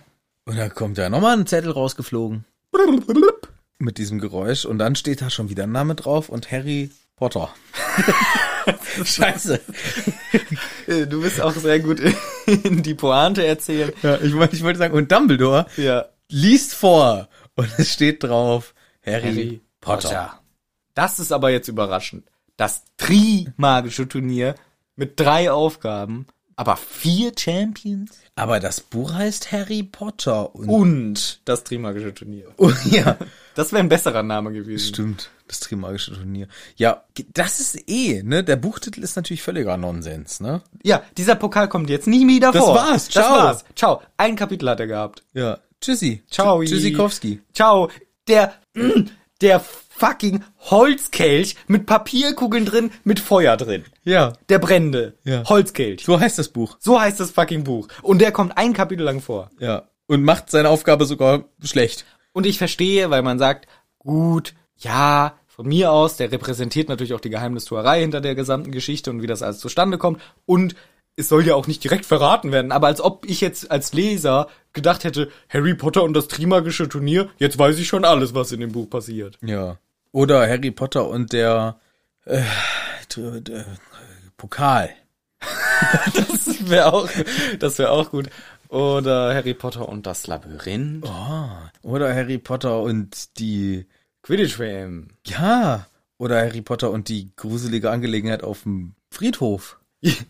Und da kommt ja nochmal ein Zettel rausgeflogen. Mit diesem Geräusch. Und dann steht da schon wieder ein Name drauf und Harry Potter. Scheiße. Äh, Du bist auch sehr gut in die Pointe erzählen. Ja, ich, wollte- ich wollte sagen, und Dumbledore Ja. liest vor und es steht drauf Harry, Harry Potter. Das ist aber jetzt überraschend. Das Tri-magische Turnier mit drei Aufgaben, aber vier Champions Aber das Buch heißt Harry Potter und und das Tri-magische Turnier. oh, ja, Das wäre ein besserer Name gewesen. stimmt, das Trimagische Turnier. Ja, das ist eh, ne, der Buchtitel ist natürlich völliger Nonsens, ne? Ja, dieser Pokal kommt jetzt nie wieder Das vor. war's. Ciao. Das war's. Ciao. Ein Kapitel hat er gehabt. Ja, tschüssi. Ciao. Tschüssikowski. Ciao. Der mm, der fucking Holzkelch mit Papierkugeln drin, mit Feuer drin. Ja, Der brennende Ja. Holzkelch. so heißt das Buch. So heißt das fucking Buch. Und der kommt ein Kapitel lang vor. Ja, und macht seine Aufgabe sogar schlecht. Und ich verstehe, weil man sagt, gut, ja, von mir aus, der repräsentiert natürlich auch die Geheimnistuerei hinter der gesamten Geschichte und wie das alles zustande kommt. Und es soll ja auch nicht direkt verraten werden, aber als ob ich jetzt als Leser gedacht hätte, Harry Potter und das Trimagische Turnier, jetzt weiß ich schon alles, was in dem Buch passiert. Ja. Oder Harry Potter und der äh, Tr- äh, Pokal. Das wäre auch, das wäre auch gut. Oder Harry Potter und das Labyrinth. Oder Harry Potter und die Quidditch-WM. Ja, oder Harry Potter und die gruselige Angelegenheit auf dem Friedhof.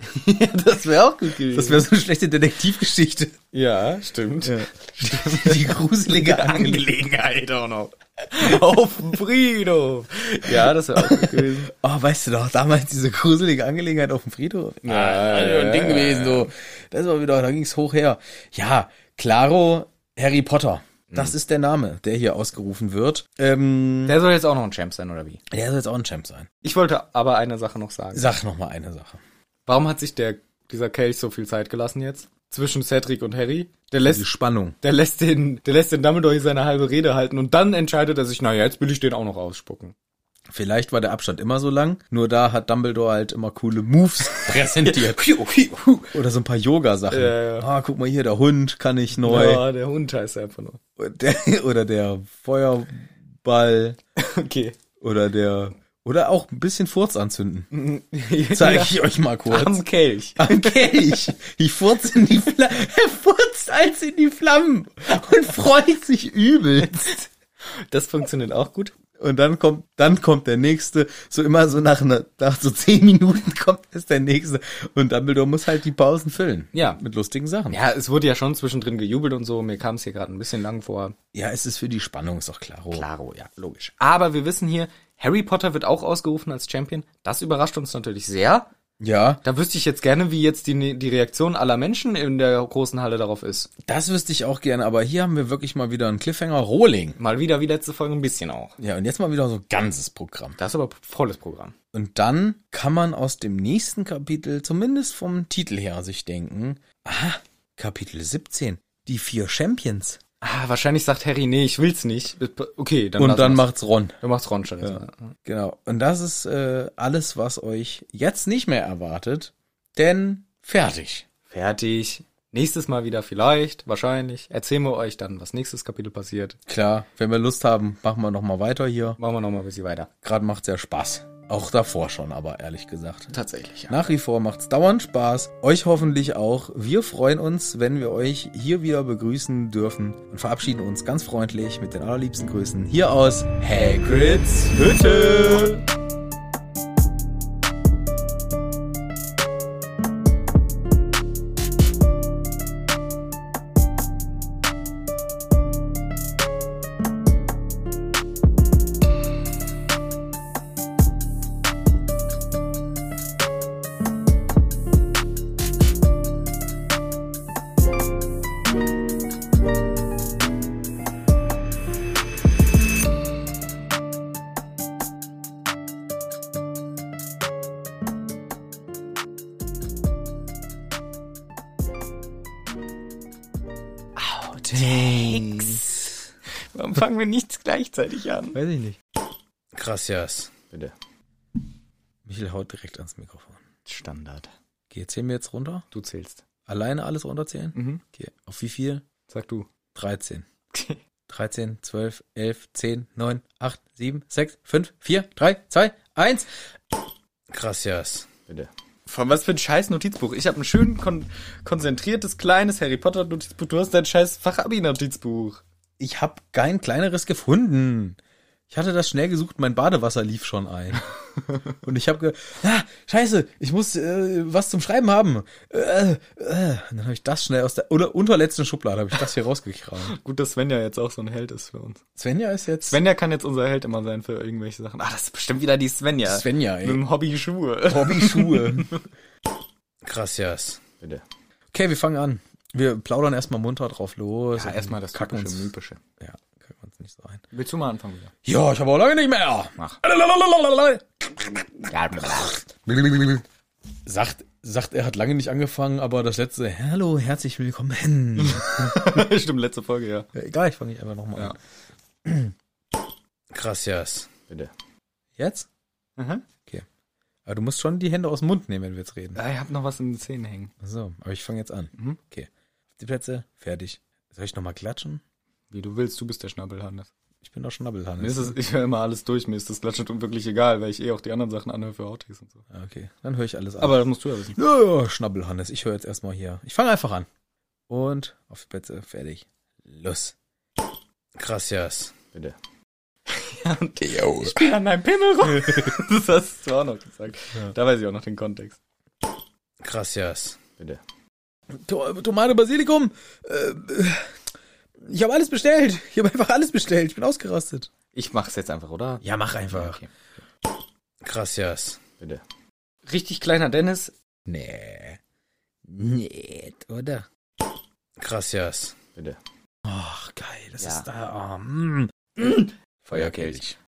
das wäre auch gut gewesen. Das wäre so eine schlechte Detektivgeschichte. ja, stimmt. Die gruselige Angelegenheit. Angelegenheit auch noch. Auf dem Friedhof. Ja, das wäre auch gut gewesen. Oh, weißt du doch, damals diese gruselige Angelegenheit auf dem Friedhof. Ja, Ah, ja, ein Ding gewesen so. Das war wieder, da ging's hoch her. Ja, claro, Harry Potter. Mhm. Das ist der Name, der hier ausgerufen wird. Ähm, Der soll jetzt auch noch ein Champ sein, oder wie? der soll jetzt auch ein Champ sein. Ich wollte aber eine Sache noch sagen. Sag noch mal eine Sache. Warum hat sich der, dieser Kelch so viel Zeit gelassen jetzt? Zwischen Cedric und Harry? Der lässt, Die Spannung. der lässt den, der lässt den Dumbledore hier seine halbe Rede halten und dann entscheidet er sich, naja, jetzt will ich den auch noch ausspucken. Vielleicht war der Abstand immer so lang, nur da hat Dumbledore halt immer coole Moves präsentiert. Oder so ein paar Yoga-Sachen. Ja, ja. Ah, guck mal hier, der Hund kann ich neu. Ja, der Hund heißt einfach nur. Der, oder der Feuerball. Okay. Oder der. Oder auch ein bisschen Furz anzünden. Zeige Zeig ich euch mal kurz. Am Kelch. Am Kelch. Ich furze in die Flammen. Er furzt als in die Flammen und freut sich übelst. Das funktioniert auch gut. Und dann kommt, dann kommt der nächste, so immer so nach, einer, nach so zehn Minuten kommt erst der nächste. Und Dumbledore muss halt die Pausen füllen. Ja. Mit lustigen Sachen. Ja, es wurde ja schon zwischendrin gejubelt und so. Mir kam es hier gerade ein bisschen lang vor. Ja, es ist für die Spannung, ist doch klar. Klaro, ja, logisch. Aber wir wissen hier, Harry Potter wird auch ausgerufen als Champion. Das überrascht uns natürlich sehr. Ja, Da wüsste ich jetzt gerne, wie jetzt die, die Reaktion aller Menschen in der großen Halle darauf ist. das wüsste ich auch gerne, aber hier haben wir wirklich mal wieder einen Cliffhanger Rohling. Mal wieder wie letzte Folge ein bisschen auch. Ja, und jetzt mal wieder so ein ganzes Programm. Das ist aber volles Programm. Und dann kann man aus dem nächsten Kapitel, zumindest vom Titel her, sich denken, aha, Kapitel 17, die vier Champions. Ah, wahrscheinlich sagt Harry, nee, ich will's nicht. Okay, dann Und lassen dann wir's. macht's Ron. dann macht's Ron schon erstmal. Genau. Und das ist äh, alles, was euch jetzt nicht mehr erwartet, denn fertig. Fertig. Nächstes Mal wieder vielleicht, wahrscheinlich. Erzählen wir euch dann, was nächstes Kapitel passiert. Klar, wenn wir Lust haben, machen wir nochmal weiter hier. Machen wir nochmal ein bisschen weiter. Gerade macht's ja Spaß. Auch davor schon, aber ehrlich gesagt. Tatsächlich, ja. Nach wie vor macht's dauernd Spaß. Euch hoffentlich auch. Wir freuen uns, wenn wir euch hier wieder begrüßen dürfen und verabschieden uns ganz freundlich mit den allerliebsten Grüßen hier aus Hagrids Hütte. Outtakes. Warum fangen wir nichts gleichzeitig an? Weiß ich nicht. Gracias. Bitte. Michel haut direkt ans Mikrofon. Standard. Okay, zählen wir jetzt runter? Du zählst. Alleine alles runterzählen? Mhm. Okay, auf wie viel? Sag du. 13. 13, 12, 11, 10, 9, 8, 7, 6, 5, 4, 3, 2, 1. Gracias. Bitte. Von was für ein scheiß Notizbuch? Ich habe ein schön kon konzentriertes, kleines Harry Potter Notizbuch. Du hast dein scheiß Fachabi-Notizbuch. Ich habe kein kleineres gefunden. Ich hatte das schnell gesucht, mein Badewasser lief schon ein. Und ich habe ge... Ah, scheiße, ich muss äh, was zum Schreiben haben. Äh, äh. Und dann habe ich das schnell aus der oder unterletzten Schublade habe ich das hier rausgekramt. Gut, dass Svenja jetzt auch so ein Held ist für uns. Svenja ist jetzt Svenja kann jetzt unser Held immer sein für irgendwelche Sachen. Ah, das ist bestimmt wieder die Svenja. Svenja, Mit dem Hobby Schuhe. Hobbyschuhe. Gracias. Bitte. Okay, wir fangen an. Wir plaudern erstmal munter drauf los. Ja, und erstmal das kacken typische uns, Mythische. Ja, kacken uns nicht so ein. Willst du mal anfangen wieder? Ja, ich habe auch lange nicht mehr. Mach. Sagt, sagt, er hat lange nicht angefangen, aber das letzte Hallo, herzlich willkommen. Stimmt, letzte Folge, ja. Ja, Egal, ich fange nicht einfach nochmal Ja. an. Gracias. Bitte. Jetzt? Aha. Aber du musst schon die Hände aus dem Mund nehmen, wenn wir jetzt reden. Ah, ich hab noch was in den Zähnen hängen. So, aber ich fange jetzt an. Mhm. Okay. Auf die Plätze, fertig. Soll ich nochmal klatschen? Wie du willst, du bist der Schnabelhannes. Ich bin doch Mir Schnabbelhannes. ist es, ich höre immer alles durch, mir ist das Klatschen und wirklich egal, weil ich eh auch die anderen Sachen anhöre für Outtakes und so. Ah, Okay, dann höre ich alles an. Aber das musst du ja wissen. Ja, Schnabbelhannes, ich höre jetzt erstmal hier. Ich fange einfach an. Und auf die Plätze, fertig. Los. Gracias. Bitte. Ich bin an meinem Pimmel rum. das hast du auch noch gesagt. Ja. Da weiß ich auch noch den Kontext. Gracias. Bitte. To Tomate, Basilikum. Äh, ich habe alles bestellt. Ich habe einfach alles bestellt. Ich bin ausgerastet. Ich mach's jetzt einfach, oder? Ja, mach Ja, einfach. okay. Gracias. Bitte. Richtig kleiner Dennis. Nee. Nee, oder? Gracias. Bitte. Ach, geil. Das Ja. ist da. Oh, mm. Feuerkelch.